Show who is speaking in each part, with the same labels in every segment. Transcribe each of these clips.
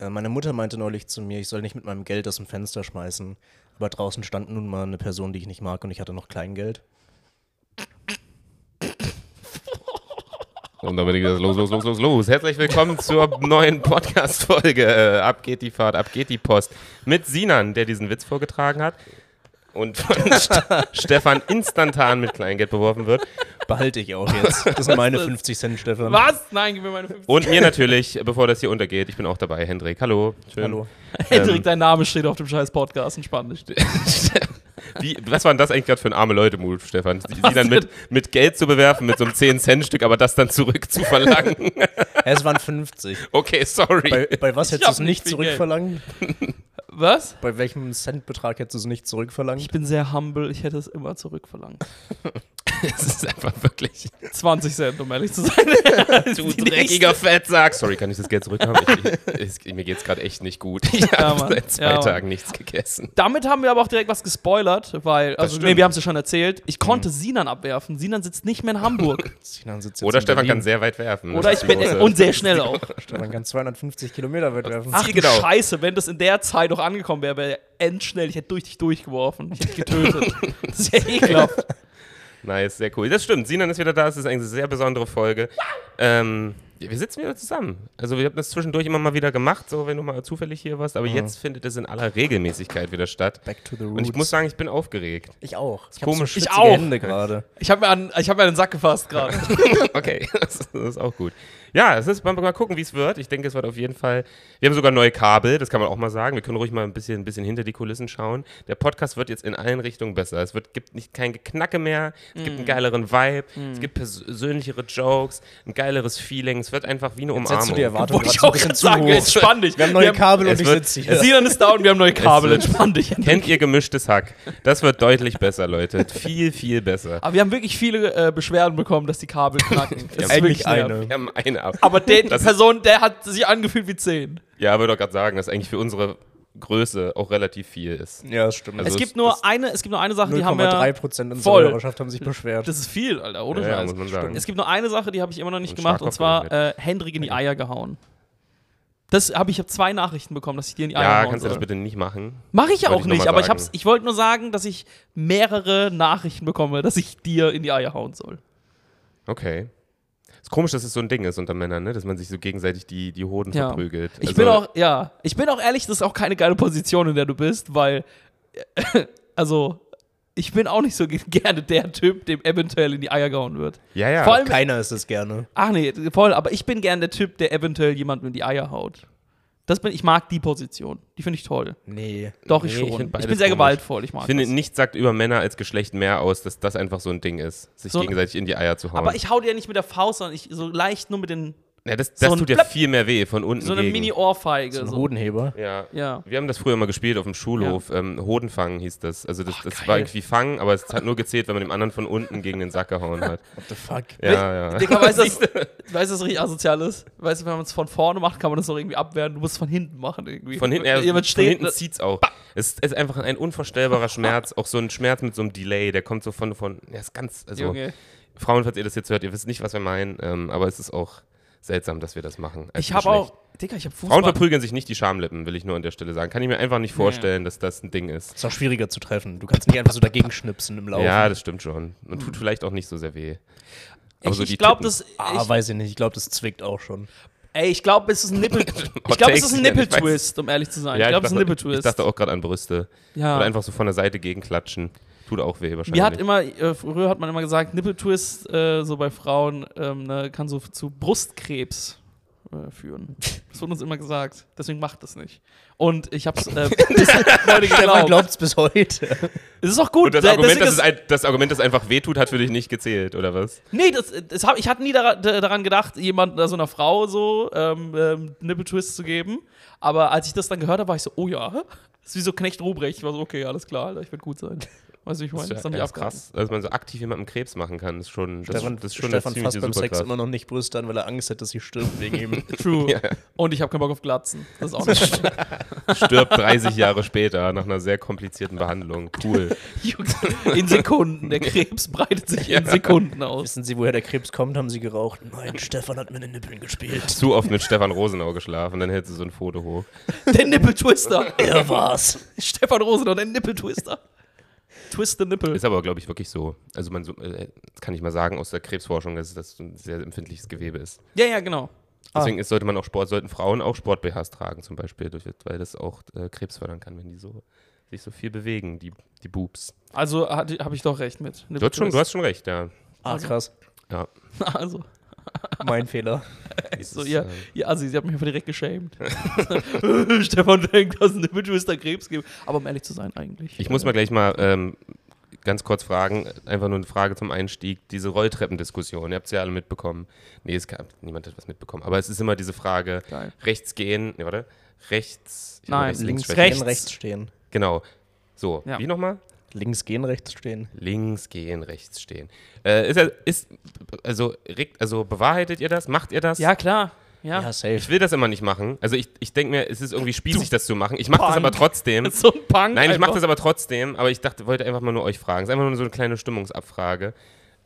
Speaker 1: Äh, Meine Mutter meinte neulich zu mir, ich soll nicht mit meinem Geld aus dem Fenster schmeißen. Aber draußen stand nun mal eine Person, die ich nicht mag und ich hatte noch Kleingeld.
Speaker 2: Und damit geht es los, los, los, los, los. Herzlich willkommen zur neuen Podcast-Folge. Äh, Ab geht die Fahrt, ab geht die Post. Mit Sinan, der diesen Witz vorgetragen hat. Und von St Stefan instantan mit Kleingeld beworfen wird.
Speaker 1: Behalte ich auch jetzt. Das sind meine 50 Cent, Stefan.
Speaker 3: Was? Nein, gib mir meine 50.
Speaker 2: Und mir natürlich, bevor das hier untergeht, ich bin auch dabei, Hendrik. Hallo. Schön.
Speaker 1: Hallo.
Speaker 3: Hendrik, dein Name steht auf dem scheiß Podcast, entspann dich.
Speaker 2: Wie, was war denn das eigentlich gerade für ein arme Leute-Move, Stefan? Sie dann mit, mit Geld zu bewerfen, mit so einem 10-Cent-Stück, aber das dann zurück zu verlangen.
Speaker 1: Es waren 50.
Speaker 2: Okay, sorry.
Speaker 1: Bei, bei was hättest du
Speaker 3: hab
Speaker 1: es nicht
Speaker 3: nicht viel Geld.
Speaker 1: zurückverlangen?
Speaker 3: Was?
Speaker 1: Bei welchem Centbetrag hättest du es nicht zurückverlangen?
Speaker 3: Ich bin sehr humble, ich hätte es immer zurückverlangt.
Speaker 2: Es ist einfach wirklich
Speaker 3: 20 Cent, um ehrlich zu sein.
Speaker 2: Du dreckiger Fettsack. Sorry, kann ich das Geld zurückhaben? Ich, ich, ich, mir geht's gerade echt nicht gut. Ich
Speaker 3: Ja,
Speaker 2: habe
Speaker 3: Mann.
Speaker 2: seit zwei
Speaker 3: Ja, Mann.
Speaker 2: Tagen nichts gegessen.
Speaker 3: Damit haben wir aber auch direkt was gespoilert, weil, also,
Speaker 2: stimmt.
Speaker 3: nee, wir haben es ja schon erzählt. Ich konnte Sinan abwerfen. Sinan sitzt nicht mehr in Hamburg.
Speaker 1: Sinan sitzt jetzt
Speaker 2: Oder
Speaker 1: in
Speaker 2: Stefan kann
Speaker 1: Berlin.
Speaker 2: sehr weit werfen.
Speaker 3: Oder ich
Speaker 2: Das
Speaker 3: bin,
Speaker 2: ist die große-
Speaker 3: und sehr schnell auch.
Speaker 1: Stefan kann 250 Kilometer weit werfen.
Speaker 3: Ach,
Speaker 2: genau.
Speaker 3: genau. Scheiße, wenn das in der Zeit noch angekommen wäre, wäre endschnell, ich hätte durch dich durchgeworfen. Ich hätte dich getötet. das ist ja ekelhaft.
Speaker 2: Nice, sehr cool. Das stimmt. Sinan ist wieder da. Es ist eigentlich eine sehr besondere Folge. Ähm, ja, wir sitzen wieder zusammen. Also, wir haben das zwischendurch immer mal wieder gemacht, so wenn du mal zufällig hier warst. Aber jetzt findet es in aller Regelmäßigkeit wieder statt.
Speaker 1: Back to the
Speaker 2: Und ich muss sagen, ich bin aufgeregt.
Speaker 1: ich auch. Ich
Speaker 2: Komisch.
Speaker 1: Ich
Speaker 3: Ich
Speaker 1: auch.
Speaker 3: auch.
Speaker 1: Hände gerade.
Speaker 3: Ich habe mir, an- ich hab mir an den Sack gefasst gerade.
Speaker 2: Okay, das ist, das ist auch gut. Ja, es ist, mal, mal gucken, wie es wird. Ich denke, es wird auf jeden Fall. Wir haben sogar neue Kabel, das kann man auch mal sagen. Wir können ruhig mal ein bisschen, ein bisschen hinter die Kulissen schauen. Der Podcast wird jetzt in allen Richtungen besser. Es wird, gibt nicht kein Geknacke mehr, es gibt
Speaker 3: Mm.
Speaker 2: einen geileren Vibe, es gibt persönlichere Jokes, ein geileres Feeling. Es wird einfach wie eine
Speaker 1: Setzt du die
Speaker 2: Umarmung.
Speaker 1: Erwartung
Speaker 3: Wollte ich
Speaker 1: gerade so ein bisschen
Speaker 3: auch gerade
Speaker 1: zu
Speaker 3: sagen,
Speaker 1: hoch?
Speaker 3: entspann dich.
Speaker 1: Wir haben neue Kabel
Speaker 2: es
Speaker 1: und ich
Speaker 2: wird-
Speaker 1: sitze hier.
Speaker 3: Sinan ist da und wir haben neue Kabel.
Speaker 2: wird-
Speaker 3: Entspann dich.
Speaker 2: Kennt ihr gemischtes Hack? Das wird deutlich besser, Leute. Viel, viel besser.
Speaker 3: Aber wir haben wirklich viele äh, Beschwerden bekommen, dass die Kabel knacken. Es ist
Speaker 1: Eigentlich
Speaker 3: wirklich nervig.
Speaker 1: eine.
Speaker 2: Wir haben eine ab.
Speaker 3: Aber der, die Person, der hat sich angefühlt wie 10.
Speaker 2: Ja, würde auch gerade sagen, dass eigentlich für unsere Größe auch relativ viel ist.
Speaker 1: Ja, das stimmt.
Speaker 2: Also
Speaker 3: Es
Speaker 2: es-
Speaker 3: gibt nur
Speaker 2: es-
Speaker 3: eine, es gibt nur eine Sache, die haben wir.
Speaker 1: 0,3% unserer
Speaker 3: Voll.
Speaker 1: Hörerschaft haben sich beschwert.
Speaker 3: Das ist viel, Alter, ohne
Speaker 2: Ja, ja,
Speaker 3: Scheiß.
Speaker 2: muss man sagen.
Speaker 3: Es gibt nur eine Sache, die habe ich immer noch nicht
Speaker 2: Und
Speaker 3: gemacht, und
Speaker 2: Starkopf
Speaker 3: zwar äh, Hendrik in die Eier gehauen. Das habe ich habe zwei Nachrichten bekommen, dass ich dir in die Eier
Speaker 2: Ja,
Speaker 3: hauen
Speaker 2: kannst du
Speaker 3: soll.
Speaker 2: das bitte nicht machen?
Speaker 3: Mache ich ja
Speaker 2: Wollte
Speaker 3: auch
Speaker 2: ich noch
Speaker 3: nicht,
Speaker 2: mal
Speaker 3: aber ich
Speaker 2: sagen.
Speaker 3: hab's, ich wollte nur sagen, dass ich mehrere Nachrichten bekomme, dass ich dir in die Eier hauen soll.
Speaker 2: Okay. Ist komisch, dass es so ein Ding ist unter Männern, ne? dass man sich so gegenseitig die, die Hoden
Speaker 3: Ja.
Speaker 2: verprügelt.
Speaker 3: Ich
Speaker 2: Also,
Speaker 3: bin auch, ja, ich bin auch ehrlich, das ist auch keine geile Position, in der du bist, weil, also, ich bin auch nicht so ge- gerne der Typ, dem eventuell in die Eier gehauen wird.
Speaker 2: Ja, ja.
Speaker 3: Vor allem,
Speaker 1: Keiner ist es gerne.
Speaker 3: ach nee, voll, aber ich bin gerne der Typ, der eventuell jemandem in die Eier haut. Das bin, ich mag die Position. Die finde ich toll.
Speaker 1: Nee.
Speaker 3: Doch, ich
Speaker 2: Nee,
Speaker 3: schon.
Speaker 2: ich
Speaker 3: Ich,
Speaker 2: find beides
Speaker 3: bin sehr
Speaker 2: komisch.
Speaker 3: gewaltvoll, ich mag
Speaker 2: ich finde,
Speaker 3: das.
Speaker 2: nichts sagt über Männer als Geschlecht mehr aus, dass das einfach so ein Ding ist, sich
Speaker 3: So ein-
Speaker 2: gegenseitig in die Eier zu hauen.
Speaker 3: aber ich hau dir ja nicht mit der Faust, sondern ich so leicht nur mit den,
Speaker 2: ja, das
Speaker 3: so
Speaker 2: das
Speaker 3: ein
Speaker 2: tut ja
Speaker 3: Plöpp.
Speaker 2: viel mehr weh von unten.
Speaker 3: so eine
Speaker 2: gegen.
Speaker 3: Mini-Ohrfeige.
Speaker 1: Ein
Speaker 3: So.
Speaker 1: Hodenheber.
Speaker 2: Ja.
Speaker 3: Ja.
Speaker 2: Wir haben das früher immer gespielt auf dem Schulhof. Ähm, Hodenfangen hieß das. Also das, das war
Speaker 3: Ah, geil.
Speaker 2: irgendwie Fangen, aber es hat nur gezählt, wenn man dem anderen von unten gegen den Sack gehauen hat.
Speaker 1: What the fuck?
Speaker 2: Ja, ja.
Speaker 3: Digga, weißt du, was- weißt du, was richtig asozial ist? Weißt du, wenn man es von vorne macht, kann man das noch irgendwie abwehren. Du musst es von hinten machen irgendwie.
Speaker 2: Von hinten,
Speaker 3: Wenn
Speaker 2: ja,
Speaker 3: jemand
Speaker 2: von
Speaker 3: steht.
Speaker 2: hinten zieht's auch. Es ist einfach ein unvorstellbarer Schmerz, auch so ein Schmerz mit so einem Delay, der kommt so von, von, ja, ist ganz, also,
Speaker 3: Junge.
Speaker 2: Frauen, falls ihr das jetzt hört, ihr wisst nicht, was wir meinen, ähm, aber es ist auch seltsam, dass wir das machen. als
Speaker 3: Ich habe
Speaker 2: Geschlecht.
Speaker 3: auch. Digga, ich habe Fußball.
Speaker 2: Frauen verprügeln sich nicht die Schamlippen, will ich nur an der Stelle sagen. Kann ich mir einfach nicht vorstellen, dass das ein Ding ist.
Speaker 1: Ist auch schwieriger zu treffen. Du kannst nicht einfach so dagegen schnipsen im Lauf.
Speaker 2: Ja, das stimmt schon. Und tut vielleicht auch nicht so sehr weh. Aber
Speaker 3: Also ich
Speaker 2: so die
Speaker 3: ich glaube,
Speaker 2: Titten.
Speaker 3: das.
Speaker 1: Ah,
Speaker 3: Ich,
Speaker 1: weiß ich nicht. Ich glaube, das zwickt auch schon.
Speaker 3: ey, ich glaube, es ist ein Nippel. ich glaube,
Speaker 2: takes,
Speaker 3: es ist ein
Speaker 2: ja, ich weiß.
Speaker 3: Nippel-Twist, um ehrlich zu sein. ich glaube, es ist ein
Speaker 2: dachte- Ich
Speaker 3: Nippel-Twist.
Speaker 2: dachte auch gerade an Brüste.
Speaker 3: Ja.
Speaker 2: Oder einfach so von der Seite gegenklatschen. Tut auch weh wahrscheinlich.
Speaker 3: Mir hat immer, äh, früher hat man immer gesagt, Nippeltwist, äh, so bei Frauen, ähm, ne, kann so zu Brustkrebs äh, führen. Das wurde uns immer gesagt. Deswegen macht das nicht. Und ich hab's äh, bis heute
Speaker 1: Stefan
Speaker 3: geglaubt.
Speaker 1: glaubt es bis heute.
Speaker 3: Es ist auch gut.
Speaker 2: Und das
Speaker 3: da-
Speaker 2: Argument,
Speaker 3: deswegen
Speaker 2: dass
Speaker 3: ist-
Speaker 2: es, ein- das Argument, dass es einfach weh tut, hat für dich nicht gezählt, oder was?
Speaker 3: Nee, das, das hab, ich hatte nie dara- d- daran gedacht, jemand, also einer Frau so ähm, ähm, Nippeltwists zu geben. Aber als ich das dann gehört habe, war ich so, oh ja, das ist wie so Knecht Ruprecht. Ich war so, okay, alles klar, Alter, ich werde gut sein. Weißt du, wie ich meine?
Speaker 2: Das ist ja
Speaker 3: haben
Speaker 2: erst
Speaker 3: die
Speaker 2: krass, dass man so aktiv jemandem Krebs machen kann. Das ist schon, das,
Speaker 1: Stefan,
Speaker 2: das ist schon
Speaker 1: Stefan
Speaker 2: eine
Speaker 1: fasst
Speaker 2: ziemliche
Speaker 1: beim Sex
Speaker 2: Superkraft.
Speaker 1: immer noch nicht Brüste an, weil er Angst hat, dass sie stirbt wegen ihm.
Speaker 3: abgehalten. True.
Speaker 2: Ja.
Speaker 3: Und ich habe keinen Bock auf Glatzen. Das ist auch nicht.
Speaker 2: Stirbt 30 Jahre später nach einer sehr komplizierten Behandlung. Cool.
Speaker 3: in Sekunden. Der Krebs breitet sich in Sekunden aus.
Speaker 1: Wissen Sie, woher der Krebs kommt? Haben Sie geraucht? Nein, Stefan hat mit den Nippeln gespielt.
Speaker 2: Zu oft mit Stefan Rosenau geschlafen, dann hältst du so ein Foto hoch.
Speaker 3: Der Nippeltwister.
Speaker 1: Er war's.
Speaker 3: Stefan Rosenau, der Nippeltwister. Twist the Nippel.
Speaker 2: Ist aber, glaube ich, wirklich so. Also man so, äh, das kann ich mal sagen aus der Krebsforschung, dass das ein sehr empfindliches Gewebe ist.
Speaker 3: Ja, ja, genau.
Speaker 2: Deswegen ist, sollte man auch Sport, sollten Frauen auch Sport-BHs tragen zum Beispiel, durch, weil das auch äh, Krebs fördern kann, wenn die so sich so viel bewegen, die, die Boobs.
Speaker 3: Also habe ich doch recht mit.
Speaker 2: Du hast, schon, du hast schon recht, ja.
Speaker 1: Ah, krass.
Speaker 2: ja.
Speaker 3: Also,
Speaker 1: Mein Fehler.
Speaker 3: so,
Speaker 2: äh,
Speaker 3: ja,
Speaker 2: ähm,
Speaker 3: ja, also sie hat mich einfach direkt geschämt. Stefan denkt, dass es Nippeltwister Krebs gibt. Aber um ehrlich zu sein, eigentlich. äh,
Speaker 2: Ich muss mal gleich mal ähm, ganz kurz fragen, einfach nur eine Frage zum Einstieg, diese Rolltreppendiskussion, ihr habt es ja alle mitbekommen. Nee, es gab, niemand hat was mitbekommen, aber es ist immer diese Frage,
Speaker 3: Geil.
Speaker 2: rechts gehen, nee, warte, rechts, ich hab
Speaker 3: Nein,
Speaker 2: rechts, links,
Speaker 1: Links
Speaker 2: rechts.
Speaker 1: gehen, rechts stehen.
Speaker 2: Genau, so,
Speaker 3: Ja.
Speaker 2: wie nochmal?
Speaker 1: Links gehen, rechts stehen.
Speaker 2: Links gehen, rechts stehen. Äh, ist, ja- ist, also, regt- also bewahrheitet ihr das? Macht ihr das?
Speaker 3: Ja, klar.
Speaker 1: Ja,
Speaker 3: Ja.
Speaker 2: Ich
Speaker 1: safe.
Speaker 2: will das immer nicht machen. Also ich, ich denke mir, es ist irgendwie spießig, das zu machen. Ich mache das
Speaker 3: Punk.
Speaker 2: aber trotzdem.
Speaker 3: So ein Punk.
Speaker 2: Nein, ich mache
Speaker 3: einfach.
Speaker 2: das aber trotzdem. Aber ich dachte, wollte einfach mal nur euch fragen. Es ist einfach nur so eine kleine Stimmungsabfrage,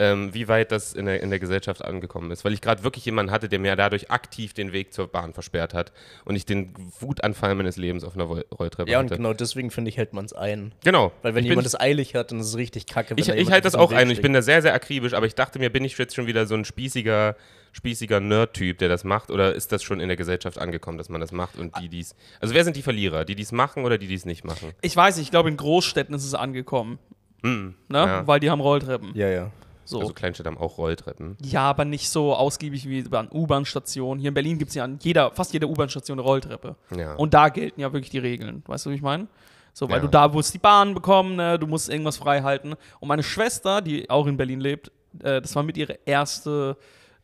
Speaker 2: ähm, wie weit das in der, in der Gesellschaft angekommen ist. Weil ich gerade wirklich jemanden hatte, der mir dadurch aktiv den Weg zur Bahn versperrt hat und ich den Wutanfall meines Lebens auf einer Roll- Rolltreppe
Speaker 1: Ja, und
Speaker 2: hatte.
Speaker 1: genau deswegen, finde ich, hält man es ein.
Speaker 2: Genau.
Speaker 1: Weil wenn
Speaker 2: ich bin
Speaker 1: jemand es eilig hat, dann ist es richtig kacke. Wenn
Speaker 2: Ich,
Speaker 1: da
Speaker 2: ich
Speaker 1: jemand
Speaker 2: halte das
Speaker 1: auf
Speaker 2: auch
Speaker 1: dem
Speaker 2: ein.
Speaker 1: Weg
Speaker 2: und Ich bin da sehr, sehr akribisch, aber ich dachte mir, bin ich jetzt schon wieder so ein spießiger, spießiger Nerd-Typ, der das macht? Oder ist das schon in der Gesellschaft angekommen, dass man das macht? Und die, dies. Also, wer sind die Verlierer? Die, die es machen oder die, die es nicht machen?
Speaker 3: Ich weiß nicht, ich glaube, in Großstädten ist es angekommen. ne?
Speaker 2: ja.
Speaker 3: Weil die haben Rolltreppen.
Speaker 1: steht. Ja, ja.
Speaker 3: So.
Speaker 2: Hm. Also, Kleinstädte haben auch Rolltreppen.
Speaker 3: ja, aber nicht so ausgiebig wie an U-Bahn-Stationen. Hier in Berlin gibt es ja an jeder, fast jeder U-Bahn-Station eine Rolltreppe.
Speaker 2: Ja.
Speaker 3: Und da gelten ja wirklich die Regeln. Weißt du, wie ich meine? So, weil
Speaker 2: Ja.
Speaker 3: du da musst die Bahn bekommen, ne? du musst irgendwas frei halten. Und meine Schwester, die auch in Berlin lebt, äh, das war mit ihre erste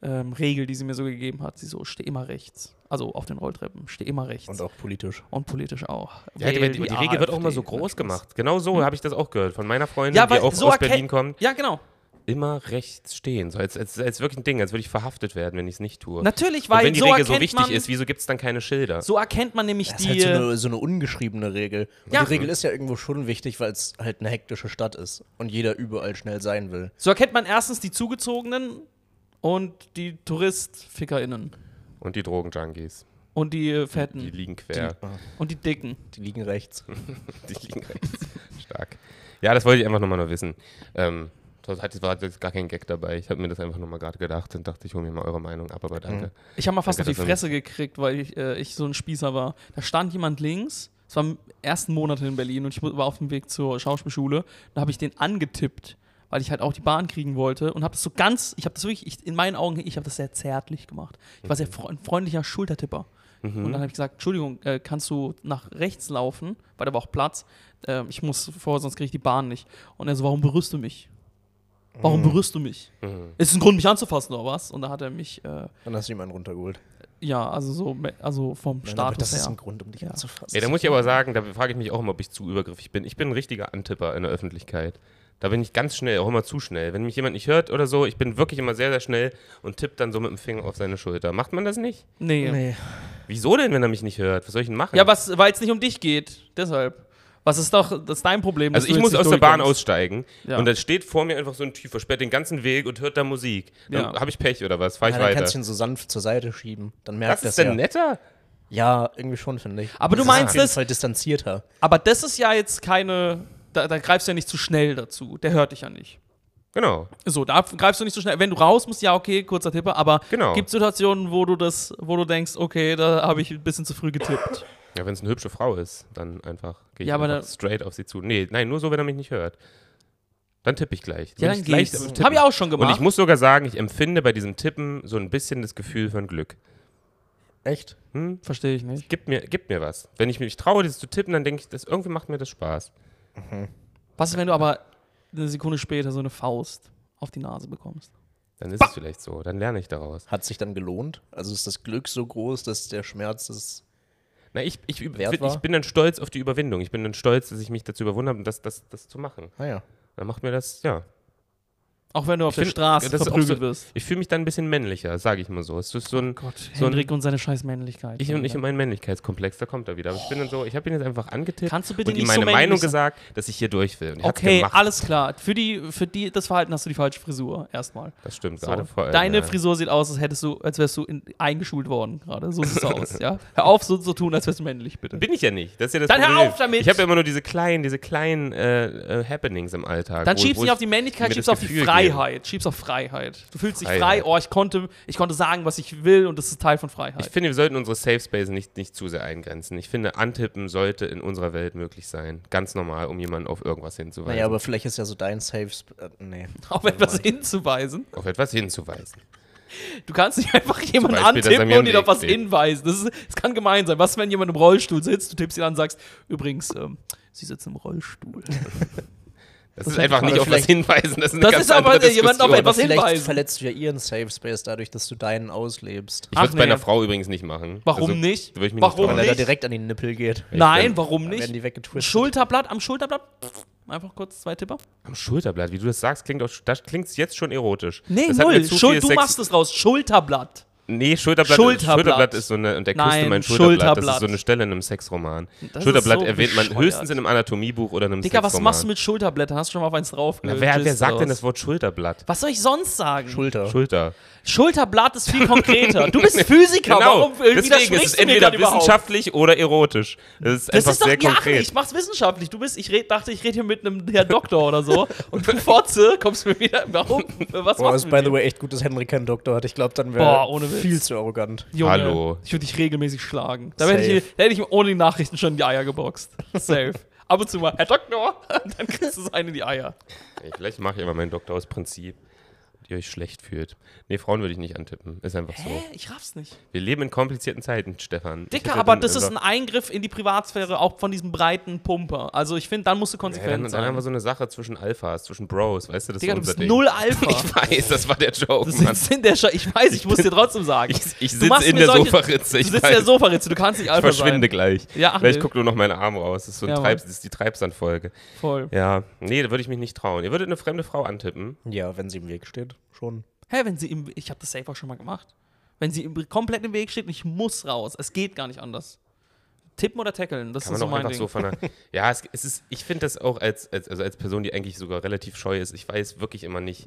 Speaker 3: ähm, Regel, die sie mir so gegeben hat. Sie so, steh immer rechts. Also auf den Rolltreppen, steh immer rechts.
Speaker 1: Und auch politisch.
Speaker 3: Und politisch auch.
Speaker 2: ja, die,
Speaker 3: Wähl
Speaker 2: die, die Regel wird auch immer so
Speaker 3: AfD,
Speaker 2: groß
Speaker 3: natürlich.
Speaker 2: gemacht. Genau so habe ich das auch gehört. Von meiner Freundin,
Speaker 3: Hm. Ja,
Speaker 2: die
Speaker 3: weil
Speaker 2: auch
Speaker 3: so
Speaker 2: aus
Speaker 3: erken-
Speaker 2: Berlin kommt.
Speaker 3: Ja, genau.
Speaker 2: Immer rechts stehen. So als, als, als wirklich ein Ding, als würde ich verhaftet werden, wenn ich es nicht tue.
Speaker 3: Natürlich,
Speaker 2: und
Speaker 3: weil
Speaker 2: wenn die
Speaker 3: so
Speaker 2: Regel
Speaker 3: erkennt
Speaker 2: so wichtig
Speaker 3: man,
Speaker 2: ist, wieso gibt es dann keine Schilder?
Speaker 3: so erkennt man nämlich
Speaker 1: Das
Speaker 3: die.
Speaker 1: ist halt so eine, so eine ungeschriebene Regel. Und
Speaker 3: Ja.
Speaker 1: die Regel ist ja irgendwo schon wichtig, weil es halt eine hektische Stadt ist und jeder überall schnell sein will.
Speaker 3: so erkennt man erstens die Zugezogenen und die TouristfickerInnen
Speaker 2: Und die Drogenjunkies.
Speaker 3: und die äh, Fetten
Speaker 2: Die liegen quer.
Speaker 3: und die Dicken.
Speaker 1: Die liegen rechts.
Speaker 2: Die liegen rechts. Stark. Ja, das wollte ich einfach nochmal nur wissen. Ähm, sonst hat- war jetzt gar kein Gag dabei. Ich habe mir das einfach nochmal gerade gedacht und dachte, ich hole mir mal eure Meinung ab, aber danke.
Speaker 3: Ich habe mal fast auf
Speaker 2: Danke,
Speaker 3: die
Speaker 2: dass du-
Speaker 3: Fresse gekriegt, weil ich, äh, ich so ein Spießer war. Da stand jemand links. Es war im ersten Monat in Berlin und ich war auf dem Weg zur Schauspielschule. Da habe ich den angetippt, weil ich halt auch die Bahn kriegen wollte und habe das so ganz, ich habe das wirklich, ich, in meinen Augen, ich habe das sehr zärtlich gemacht. Ich war sehr fre ein freundlicher Schultertipper.
Speaker 2: Mhm.
Speaker 3: Und dann habe ich gesagt, Entschuldigung, äh, kannst du nach rechts laufen, weil da war auch Platz. Ähm, ich muss vor, sonst kriege ich die Bahn nicht. Und er so, warum berührst du mich? Warum
Speaker 2: Mhm.
Speaker 3: berührst du mich? Ist es ein Grund, mich anzufassen oder was? Und da hat er mich äh,
Speaker 1: Dann hast du jemanden runtergeholt.
Speaker 3: ja, also so me- also vom
Speaker 1: Nein, aber
Speaker 3: Status
Speaker 1: das ist
Speaker 3: her.
Speaker 1: ein Grund, um dich
Speaker 3: Ja.
Speaker 1: anzufassen.
Speaker 2: Ey, da muss ich aber sagen, da frage ich mich auch immer, ob ich zu übergriffig bin. Ich bin ein richtiger Antipper in der Öffentlichkeit. Da bin ich ganz schnell, auch immer zu schnell. Wenn mich jemand nicht hört oder so, ich bin wirklich immer sehr, sehr schnell und tipp dann so mit dem Finger auf seine Schulter. Macht man das nicht?
Speaker 3: Nee.
Speaker 1: Nee.
Speaker 2: Wieso denn, wenn er mich nicht hört? Was soll ich denn machen?
Speaker 3: Ja, was, weil es nicht um dich geht, deshalb. Was ist doch, das ist dein Problem. dass
Speaker 2: Also
Speaker 3: du
Speaker 2: ich
Speaker 3: jetzt
Speaker 2: muss
Speaker 3: nicht
Speaker 2: aus der Bahn
Speaker 3: durchkommst.
Speaker 2: aussteigen
Speaker 3: Ja.
Speaker 2: und dann steht vor mir einfach so ein Typ, versperrt den ganzen Weg und hört da Musik. Dann
Speaker 3: Ja.
Speaker 2: habe ich Pech oder was? Fahre ich
Speaker 1: Ja, dann
Speaker 2: weiter.
Speaker 1: kannst du ihn so sanft zur Seite schieben. Dann merkt
Speaker 2: Das
Speaker 1: das
Speaker 2: ist denn
Speaker 1: ja.
Speaker 2: netter?
Speaker 1: Ja, irgendwie schon, finde ich.
Speaker 3: Aber du
Speaker 1: Das ist
Speaker 3: meinst
Speaker 1: auf jeden
Speaker 3: es-
Speaker 1: Fall distanzierter.
Speaker 3: Aber das ist ja jetzt keine, da, da greifst du ja nicht zu schnell dazu. Der hört dich ja nicht.
Speaker 2: Genau.
Speaker 3: So, da greifst du nicht so schnell. Wenn du raus musst, ja, okay, kurzer Tippe, aber
Speaker 2: Genau.
Speaker 3: gibt Situationen, wo du das, wo du denkst, okay, da habe ich ein bisschen zu früh getippt.
Speaker 2: Ja, wenn es eine hübsche Frau ist, dann einfach gehe ich
Speaker 3: Ja, aber
Speaker 2: einfach
Speaker 3: da-
Speaker 2: straight auf sie zu. Nee, nein, nur so, wenn er mich nicht hört. Dann tippe ich gleich.
Speaker 3: ja,
Speaker 2: Bin
Speaker 3: dann
Speaker 2: ich gleich
Speaker 3: geht's.
Speaker 2: am Tippen.
Speaker 3: Habe ich auch schon gemacht.
Speaker 2: Und ich muss sogar sagen, ich empfinde bei diesem Tippen so ein bisschen das Gefühl von Glück.
Speaker 1: Echt?
Speaker 2: Hm?
Speaker 3: Verstehe ich nicht.
Speaker 2: Gibt mir, gibt mir was. Wenn ich mich traue, dieses zu tippen, dann denke ich, das irgendwie macht mir das Spaß.
Speaker 3: Was ist, wenn du aber eine Sekunde später so eine Faust auf die Nase bekommst?
Speaker 2: Dann ist
Speaker 3: Bah.
Speaker 2: es vielleicht so. Dann lerne ich daraus.
Speaker 1: Hat sich dann gelohnt? Also ist das Glück so groß, dass der Schmerz ist.
Speaker 2: Na, ich, ich, ich,
Speaker 1: Wert war?
Speaker 2: ich bin dann stolz auf die Überwindung. Ich bin dann stolz, dass ich mich dazu überwunden habe, um das, das, das zu machen.
Speaker 1: Naja.
Speaker 2: Dann macht mir das, ja.
Speaker 3: Auch wenn du auf
Speaker 2: Ich
Speaker 3: der
Speaker 2: find,
Speaker 3: Straße
Speaker 2: das ist auch
Speaker 3: verprügelt
Speaker 2: so-
Speaker 3: wirst.
Speaker 2: Ich fühle mich dann ein bisschen männlicher, sage ich mal so. Es ist so ein,
Speaker 3: Oh Gott,
Speaker 2: so ein-
Speaker 3: Hendrik und seine scheiß Männlichkeit.
Speaker 2: ich und ich und mein Männlichkeitskomplex, da kommt er wieder. Aber ich bin dann so, ich habe ihn jetzt einfach angetippt
Speaker 3: Kannst du bitte
Speaker 2: und ihm
Speaker 3: nicht
Speaker 2: meine
Speaker 3: so männlich
Speaker 2: Meinung
Speaker 3: sein?
Speaker 2: gesagt, dass ich hier durch will. Und ich hab's
Speaker 3: Okay,
Speaker 2: gemacht.
Speaker 3: alles klar. Für, die, für die, das Verhalten hast du die falsche Frisur erstmal.
Speaker 2: Das stimmt,
Speaker 3: So.
Speaker 2: gerade vor
Speaker 3: Deine
Speaker 2: ja.
Speaker 3: Frisur sieht aus, als hättest du, als wärst du in, eingeschult worden gerade. So sieht's aus, ja? Hör auf, so zu tun, als wärst du männlich, bitte.
Speaker 2: Bin ich ja nicht. Das ist ja das
Speaker 3: Dann hör
Speaker 2: Problem.
Speaker 3: auf damit!
Speaker 2: Ich habe ja immer nur diese kleinen, diese kleinen äh, äh, Happenings im Alltag.
Speaker 3: Dann
Speaker 2: wo-
Speaker 3: schiebst
Speaker 2: wo
Speaker 3: nicht
Speaker 2: ich-
Speaker 3: auf die Männlichkeit,
Speaker 2: mir
Speaker 3: schiebst
Speaker 2: das
Speaker 3: auf die
Speaker 2: Gefühl
Speaker 3: Freiheit. Schiebst auf Freiheit. Du fühlst dich frei,
Speaker 2: Freiheit.
Speaker 3: oh, ich konnte, ich konnte sagen, was ich will und das ist Teil von Freiheit.
Speaker 2: Ich finde, wir sollten unsere Safe Spaces nicht, nicht zu sehr eingrenzen. Ich finde, antippen sollte in unserer Welt möglich sein. Ganz normal, um jemanden auf irgendwas hinzuweisen.
Speaker 1: Naja, aber vielleicht ist ja so dein Safe. Sp äh, nee.
Speaker 3: auf etwas hinzuweisen.
Speaker 2: auf etwas hinzuweisen.
Speaker 3: Du kannst nicht einfach jemanden
Speaker 2: Beispiel, dass er
Speaker 3: antippen
Speaker 2: mir
Speaker 3: und
Speaker 2: im
Speaker 3: ihn auf
Speaker 2: Weg
Speaker 3: was
Speaker 2: steht.
Speaker 3: hinweisen. Das, ist, das kann gemein sein. Was, wenn jemand im Rollstuhl sitzt, du tippst ihn an und sagst, übrigens, ähm, sie sitzen im Rollstuhl.
Speaker 2: Das,
Speaker 3: Das
Speaker 2: ist
Speaker 3: hätte
Speaker 2: einfach
Speaker 3: ich mal-
Speaker 2: nicht auf
Speaker 1: vielleicht-
Speaker 2: was hinweisen. Das ist, eine
Speaker 3: Das
Speaker 2: ganz
Speaker 3: ist aber
Speaker 2: andere
Speaker 3: jemand auf
Speaker 2: Diskussion.
Speaker 3: etwas
Speaker 1: Vielleicht
Speaker 3: hinweisen.
Speaker 1: verletzt du ja ihren Safe Space dadurch, dass du deinen auslebst.
Speaker 2: Ich würde es
Speaker 3: Ach,
Speaker 2: bei
Speaker 3: nee.
Speaker 2: einer Frau übrigens nicht machen.
Speaker 3: Warum
Speaker 2: Also,
Speaker 3: nicht?
Speaker 2: Würde ich mich
Speaker 3: Warum
Speaker 1: Weil
Speaker 2: nicht trauen.
Speaker 1: er da
Speaker 3: nicht?
Speaker 1: direkt an den Nippel geht.
Speaker 3: Nein, warum
Speaker 1: Dann
Speaker 3: nicht?
Speaker 1: werden die weggetwistet.
Speaker 3: Schulterblatt, am Schulterblatt. Einfach kurz zwei Tipper.
Speaker 2: Am Schulterblatt, wie du das sagst, klingt auch, das klingt jetzt schon erotisch.
Speaker 3: Nee,
Speaker 2: das hat mir
Speaker 3: null.
Speaker 2: zu
Speaker 3: Schul
Speaker 2: viel
Speaker 3: du
Speaker 2: Sex-
Speaker 3: machst es raus. Schulterblatt.
Speaker 2: Nee, Schulterblatt,
Speaker 3: Schulterblatt.
Speaker 2: Schulterblatt. Schulterblatt ist so eine, und der küsste
Speaker 3: Nein,
Speaker 2: mein Schulterblatt. Das
Speaker 3: Schulterblatt.
Speaker 2: ist so eine Stelle in einem Sexroman.
Speaker 3: Das ist
Speaker 2: Schulterblatt
Speaker 3: so
Speaker 2: erwähnt man
Speaker 3: bescheuert.
Speaker 2: höchstens in einem Anatomiebuch oder in einem
Speaker 3: Digga, was
Speaker 2: Sexroman.
Speaker 3: machst du mit Schulterblättern? Hast du schon mal auf eins drauf?
Speaker 2: Na, wer, wer sagt denn das Wort Schulterblatt?
Speaker 3: Was soll ich sonst sagen?
Speaker 1: Schulter.
Speaker 2: Schulter.
Speaker 3: Schulterblatt ist viel konkreter. Du bist Physiker, warum äh,
Speaker 2: Genau. Deswegen ist es
Speaker 3: widersprichst du mir
Speaker 2: entweder
Speaker 3: gerade überhaupt?
Speaker 2: wissenschaftlich oder erotisch. Das ist
Speaker 3: Das
Speaker 2: einfach
Speaker 3: ist doch
Speaker 2: sehr
Speaker 3: ja,
Speaker 2: konkret.
Speaker 3: ich mach's wissenschaftlich. Du bist, ich red, dachte, ich rede hier mit einem Herr Doktor oder so. Und du Fotze, kommst mir wieder. Warum? Was
Speaker 1: Boah,
Speaker 3: machst
Speaker 1: Oh, ist
Speaker 3: du?
Speaker 1: by
Speaker 3: mit
Speaker 1: the
Speaker 3: mir?
Speaker 1: way echt gut, dass Henry keinen Doktor hat. Ich glaube, dann
Speaker 3: Boah, ohne
Speaker 1: wäre
Speaker 3: Witz.
Speaker 1: viel zu arrogant.
Speaker 3: Junge,
Speaker 2: Hallo.
Speaker 3: Ich würde dich regelmäßig schlagen. Da
Speaker 1: Safe.
Speaker 3: hätte ich, da hätte ich ihm ohne die Nachrichten schon in die Eier geboxt. Safe. Ab und zu mal, Herr Doktor, dann kriegst du so einen in die Eier.
Speaker 2: Ey, Vielleicht mache ich aber meinen Doktor aus Prinzip, die euch schlecht fühlt. Nee, Frauen würde ich nicht antippen. Ist einfach
Speaker 3: Hä?
Speaker 2: so.
Speaker 3: Ich raff's nicht.
Speaker 2: Wir leben in komplizierten Zeiten, Stefan. Ich
Speaker 3: Dicker,
Speaker 2: hätte
Speaker 3: aber
Speaker 2: dann
Speaker 3: das ist ein
Speaker 2: einfach-
Speaker 3: Eingriff in die Privatsphäre, auch von diesem breiten Pumper. Also ich finde, dann musst du
Speaker 2: Ja, dann,
Speaker 3: konsequent
Speaker 2: dann haben wir
Speaker 3: sein.
Speaker 2: so eine Sache zwischen Alphas, zwischen Bros, weißt du, das
Speaker 3: Digga,
Speaker 2: ist
Speaker 3: du
Speaker 2: unser
Speaker 3: bist
Speaker 2: Ding.
Speaker 3: null Alpha.
Speaker 2: Ich weiß, das war der Joke,
Speaker 3: Du
Speaker 2: Mann.
Speaker 3: sitzt in der Sche Ich weiß, ich muss dir trotzdem sagen.
Speaker 2: Ich, ich
Speaker 3: Du
Speaker 2: sitze
Speaker 3: machst
Speaker 2: in der
Speaker 3: mir solche-
Speaker 2: Sofaritze.
Speaker 3: Du
Speaker 2: Ich,
Speaker 3: sitzt
Speaker 2: weiß,
Speaker 3: in der Sofaritze, du kannst nicht
Speaker 2: ich
Speaker 3: Alpha
Speaker 2: verschwinde gleich.
Speaker 3: Ja, ach,
Speaker 2: Vielleicht
Speaker 3: nee.
Speaker 2: guckt nur noch mein Arm raus. Das ist, so ein
Speaker 3: Ja,
Speaker 2: Treib,
Speaker 3: Mann.
Speaker 2: das ist die Treibsandfolge.
Speaker 3: sein. Voll.
Speaker 2: Ja, nee, da würde ich mich nicht trauen. Ihr würdet eine fremde Frau antippen.
Speaker 1: Ja, wenn sie im Weg steht, schon.
Speaker 3: Hä, wenn sie im Ich habe das safe auch schon mal gemacht. Wenn sie im, komplett im Weg steht und ich muss raus. Es geht gar nicht anders. Tippen oder tackeln, das
Speaker 2: Kann man
Speaker 3: ist so
Speaker 2: auch
Speaker 3: mein
Speaker 2: einfach
Speaker 3: Ding.
Speaker 2: so von einer. Ja, es, es ist, ich finde das auch als, als, also als Person, die eigentlich sogar relativ scheu ist, ich weiß wirklich immer nicht,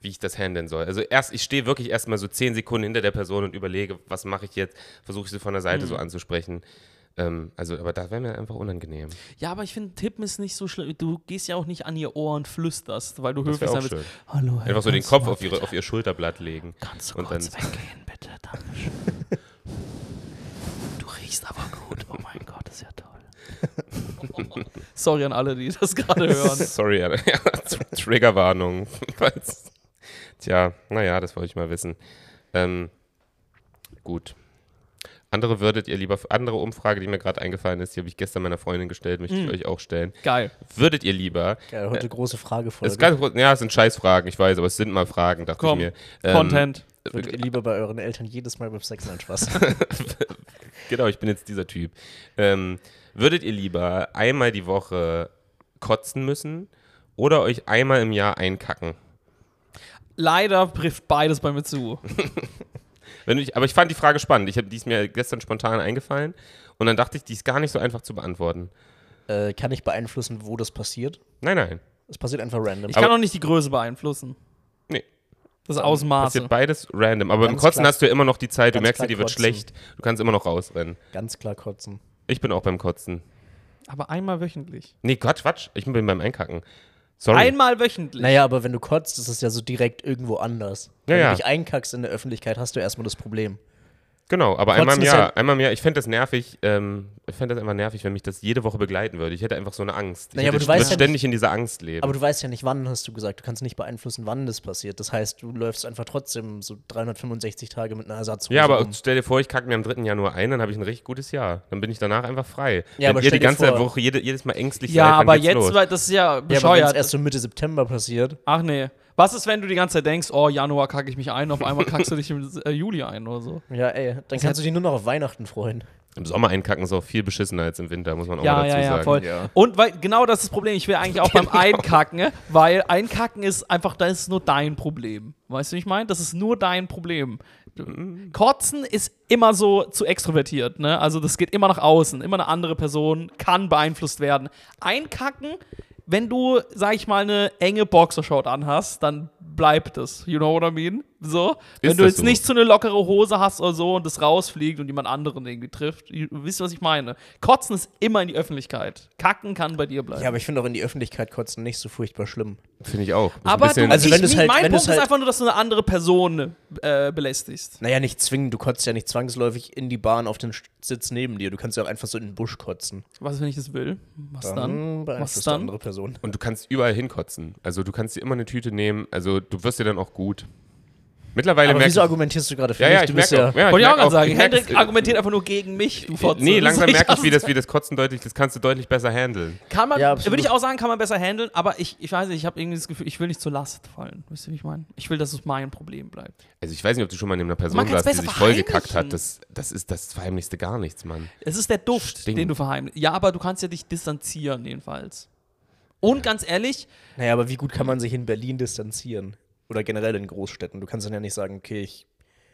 Speaker 2: wie ich das handeln soll. Also erst, ich stehe wirklich erstmal so zehn Sekunden hinter der Person und überlege, was mache ich jetzt, versuche ich sie von der
Speaker 3: Mhm.
Speaker 2: Seite so anzusprechen. Ähm, also, aber da wäre mir einfach unangenehm.
Speaker 3: ja, aber ich finde, Tippen ist nicht so schlimm. Du gehst ja auch nicht an ihr Ohr und flüsterst, weil du
Speaker 2: Das
Speaker 3: höflich
Speaker 2: wäre auch
Speaker 3: sein willst.
Speaker 2: schön.
Speaker 3: Hallo, Herr,
Speaker 2: Einfach so den
Speaker 3: kannst du
Speaker 2: Kopf
Speaker 3: mal
Speaker 2: auf, ihre,
Speaker 3: bitte-
Speaker 2: auf ihr Schulterblatt legen.
Speaker 3: Kannst du
Speaker 2: und
Speaker 3: kurz
Speaker 2: dann-
Speaker 3: weggehen, bitte? Dankeschön. du riechst aber gut. Oh mein Gott, ist ja toll. Sorry an alle, die das gerade hören.
Speaker 2: Sorry, ja, Triggerwarnung. Falls- Tja, naja, das wollte ich mal wissen. Ähm, gut. Andere würdet ihr lieber, andere Umfrage, die mir gerade eingefallen ist, die habe ich gestern meiner Freundin gestellt, möchte
Speaker 3: Hm.
Speaker 2: ich euch auch stellen.
Speaker 3: Geil.
Speaker 2: Würdet ihr lieber,
Speaker 1: Geil, heute große Frage
Speaker 2: das ist
Speaker 1: folgt.
Speaker 2: ganz, kurz- ja, es sind Scheißfragen, ich weiß, aber es sind mal Fragen, dachte
Speaker 3: Komm,
Speaker 2: ich mir. Ähm,
Speaker 3: Content.
Speaker 1: Würdet ihr lieber bei euren Eltern jedes Mal beim Sex einen Spaß?
Speaker 2: Genau, ich bin jetzt dieser Typ. Ähm, würdet ihr lieber einmal die Woche kotzen müssen oder euch einmal im Jahr einkacken?
Speaker 3: Leider trifft beides bei mir zu.
Speaker 2: Wenn ich, aber ich fand die Frage spannend. Ich hab, die ist mir gestern spontan eingefallen und dann dachte ich, die ist gar nicht so einfach zu beantworten.
Speaker 1: äh, kann ich beeinflussen, wo das passiert?
Speaker 2: Nein, nein.
Speaker 1: Es passiert einfach random.
Speaker 3: Ich
Speaker 2: Aber-
Speaker 3: kann auch nicht die Größe beeinflussen.
Speaker 2: Nee.
Speaker 3: Das
Speaker 2: Passiert
Speaker 3: Ausmaß.
Speaker 2: beides random. Aber beim
Speaker 1: Ah, Ganz
Speaker 2: Kotzen
Speaker 1: klar.
Speaker 2: hast du ja immer noch die Zeit. Du
Speaker 1: Ganz
Speaker 2: merkst,
Speaker 1: klar
Speaker 2: dir, die wird
Speaker 1: kotzen.
Speaker 2: schlecht. Du kannst immer noch rausrennen.
Speaker 1: Ganz klar kotzen.
Speaker 2: Ich bin auch beim Kotzen.
Speaker 3: Aber einmal wöchentlich.
Speaker 2: Nee, Quatsch, Quatsch. Ich bin beim Einkacken. Sorry.
Speaker 3: Einmal wöchentlich.
Speaker 1: Naja, aber wenn du kotzt, ist es ja so direkt irgendwo anders. Wenn
Speaker 2: ja.
Speaker 1: du dich einkackst in der Öffentlichkeit, hast du erstmal das Problem.
Speaker 2: genau, aber einmal im
Speaker 1: Kotzen ist
Speaker 2: Jahr.
Speaker 1: ja-
Speaker 2: Einmal im Jahr. Ich fände das nervig. Ähm, ich fände das einfach nervig, wenn mich das jede Woche begleiten würde. Ich hätte einfach so eine Angst. Ich
Speaker 1: Naja, aber
Speaker 2: hätte,
Speaker 1: du weißt
Speaker 2: würde
Speaker 1: ja
Speaker 2: ständig in dieser Angst leben.
Speaker 1: Aber du weißt ja nicht, wann, hast du gesagt. Du kannst nicht beeinflussen, wann das passiert. Das heißt, du läufst einfach trotzdem so 365 Tage mit einer Ersatzhose
Speaker 2: Ja, aber
Speaker 1: rum.
Speaker 2: stell dir vor, ich kacke mir am 3. Januar ein, dann habe ich ein richtig gutes Jahr. Dann bin ich danach einfach frei.
Speaker 1: Ja,
Speaker 2: Wenn
Speaker 1: aber
Speaker 2: ihr die
Speaker 1: stell dir
Speaker 2: ganze
Speaker 1: vor-
Speaker 2: Woche jede, jedes Mal ängstlich
Speaker 3: ja,
Speaker 2: seid, wann
Speaker 3: aber
Speaker 2: geht's
Speaker 3: jetzt,
Speaker 2: los?
Speaker 3: weil das ist ja
Speaker 1: Ja, aber wenn es
Speaker 3: bescheuert.
Speaker 1: erst so Mitte September passiert,
Speaker 3: Ach nee. Was ist, wenn du die ganze Zeit denkst, oh, Januar kacke ich mich ein, auf einmal kackst du dich im äh, Juli ein oder so?
Speaker 1: ja ey, dann kannst du dich nur noch auf Weihnachten freuen.
Speaker 2: Im Sommer einkacken ist auch viel beschissener als im Winter, muss man auch
Speaker 3: Ja,
Speaker 2: mal dazu
Speaker 3: ja, ja,
Speaker 2: sagen. Genau.
Speaker 3: voll.
Speaker 1: Ja.
Speaker 3: Und weil, genau das ist das Problem. Ich will eigentlich auch beim Einkacken, ne? weil Einkacken ist einfach, das ist nur dein Problem. Weißt du, wie ich meine? Das ist nur dein Problem.
Speaker 2: Mhm.
Speaker 3: Kotzen ist immer so zu extrovertiert, ne? Also das geht immer nach außen. Immer eine andere Person kann beeinflusst werden. Einkacken, wenn du, sag ich mal, eine enge Boxershort anhast, dann bleibt es. You know what I mean? So. Wenn
Speaker 2: Ist
Speaker 3: du
Speaker 2: das
Speaker 3: jetzt
Speaker 2: so?
Speaker 3: nicht so eine lockere Hose hast oder so und das rausfliegt und jemand anderen irgendwie trifft. You- Wisst ihr, was ich meine? Kotzen ist immer in die Öffentlichkeit. Kacken kann bei dir bleiben.
Speaker 1: Ja, aber ich finde auch in die Öffentlichkeit kotzen nicht so furchtbar schlimm.
Speaker 2: Finde ich auch. Ist ein
Speaker 3: aber
Speaker 2: bisschen-
Speaker 3: du,
Speaker 1: Also
Speaker 3: ich,
Speaker 1: wenn du's halt-
Speaker 3: mein
Speaker 1: wenn du's
Speaker 3: Punkt ist
Speaker 1: halt-
Speaker 3: einfach nur, dass du eine andere Person äh, belästigst.
Speaker 1: Naja, nicht zwingen, du kotzt ja nicht zwangsläufig in die Bahn auf den Sch- Sitz neben dir. Du kannst ja auch einfach so in den Busch kotzen.
Speaker 3: Was, ist, wenn ich das will? Was dann? Was
Speaker 1: beeinflusst du
Speaker 3: dann?
Speaker 1: andere Personen.
Speaker 2: Und du kannst überall hinkotzen. Also du kannst dir immer eine Tüte nehmen. Also du wirst dir dann auch gut. Mittlerweile
Speaker 1: Aber
Speaker 2: merkst
Speaker 1: wieso argumentierst du gerade für
Speaker 2: ja,
Speaker 1: mich?
Speaker 2: ja, ich
Speaker 1: du
Speaker 2: merke
Speaker 1: bist ja.
Speaker 2: auch. Ja,
Speaker 3: Wollte ich auch
Speaker 2: merk
Speaker 3: gerade sagen.
Speaker 2: ich merk-
Speaker 3: Hendrik argumentiert einfach nur gegen mich, du Fotze.
Speaker 2: Nee, langsam
Speaker 3: Das ist
Speaker 2: merke ich, wie
Speaker 3: echt-
Speaker 2: das, wie das Kotzen deutlich, das kannst du deutlich besser handeln.
Speaker 3: Kann man,
Speaker 1: Ja, absolut.
Speaker 3: würde ich auch sagen, kann man besser handeln, aber ich, ich weiß nicht, ich habe irgendwie das Gefühl, ich will nicht zur Last fallen. Wisst ihr, wie ich meine? Ich will, dass es mein Problem bleibt.
Speaker 2: Also ich weiß nicht, ob du schon mal neben einer
Speaker 3: Man
Speaker 2: Person
Speaker 3: kann's
Speaker 2: warst, die
Speaker 3: besser
Speaker 2: sich vollgekackt
Speaker 3: verheimlichen.
Speaker 2: hat. Das, das ist das Verheimlichste gar nichts, Mann.
Speaker 3: Es ist der Duft,
Speaker 2: Stinkt.
Speaker 3: den du verheimlichst. Ja, aber du kannst ja dich distanzieren, jedenfalls. Und ganz ehrlich,
Speaker 1: Naja, aber wie gut kann man sich in Berlin distanzieren? Oder generell in Großstädten. Du kannst dann ja nicht sagen, okay, ich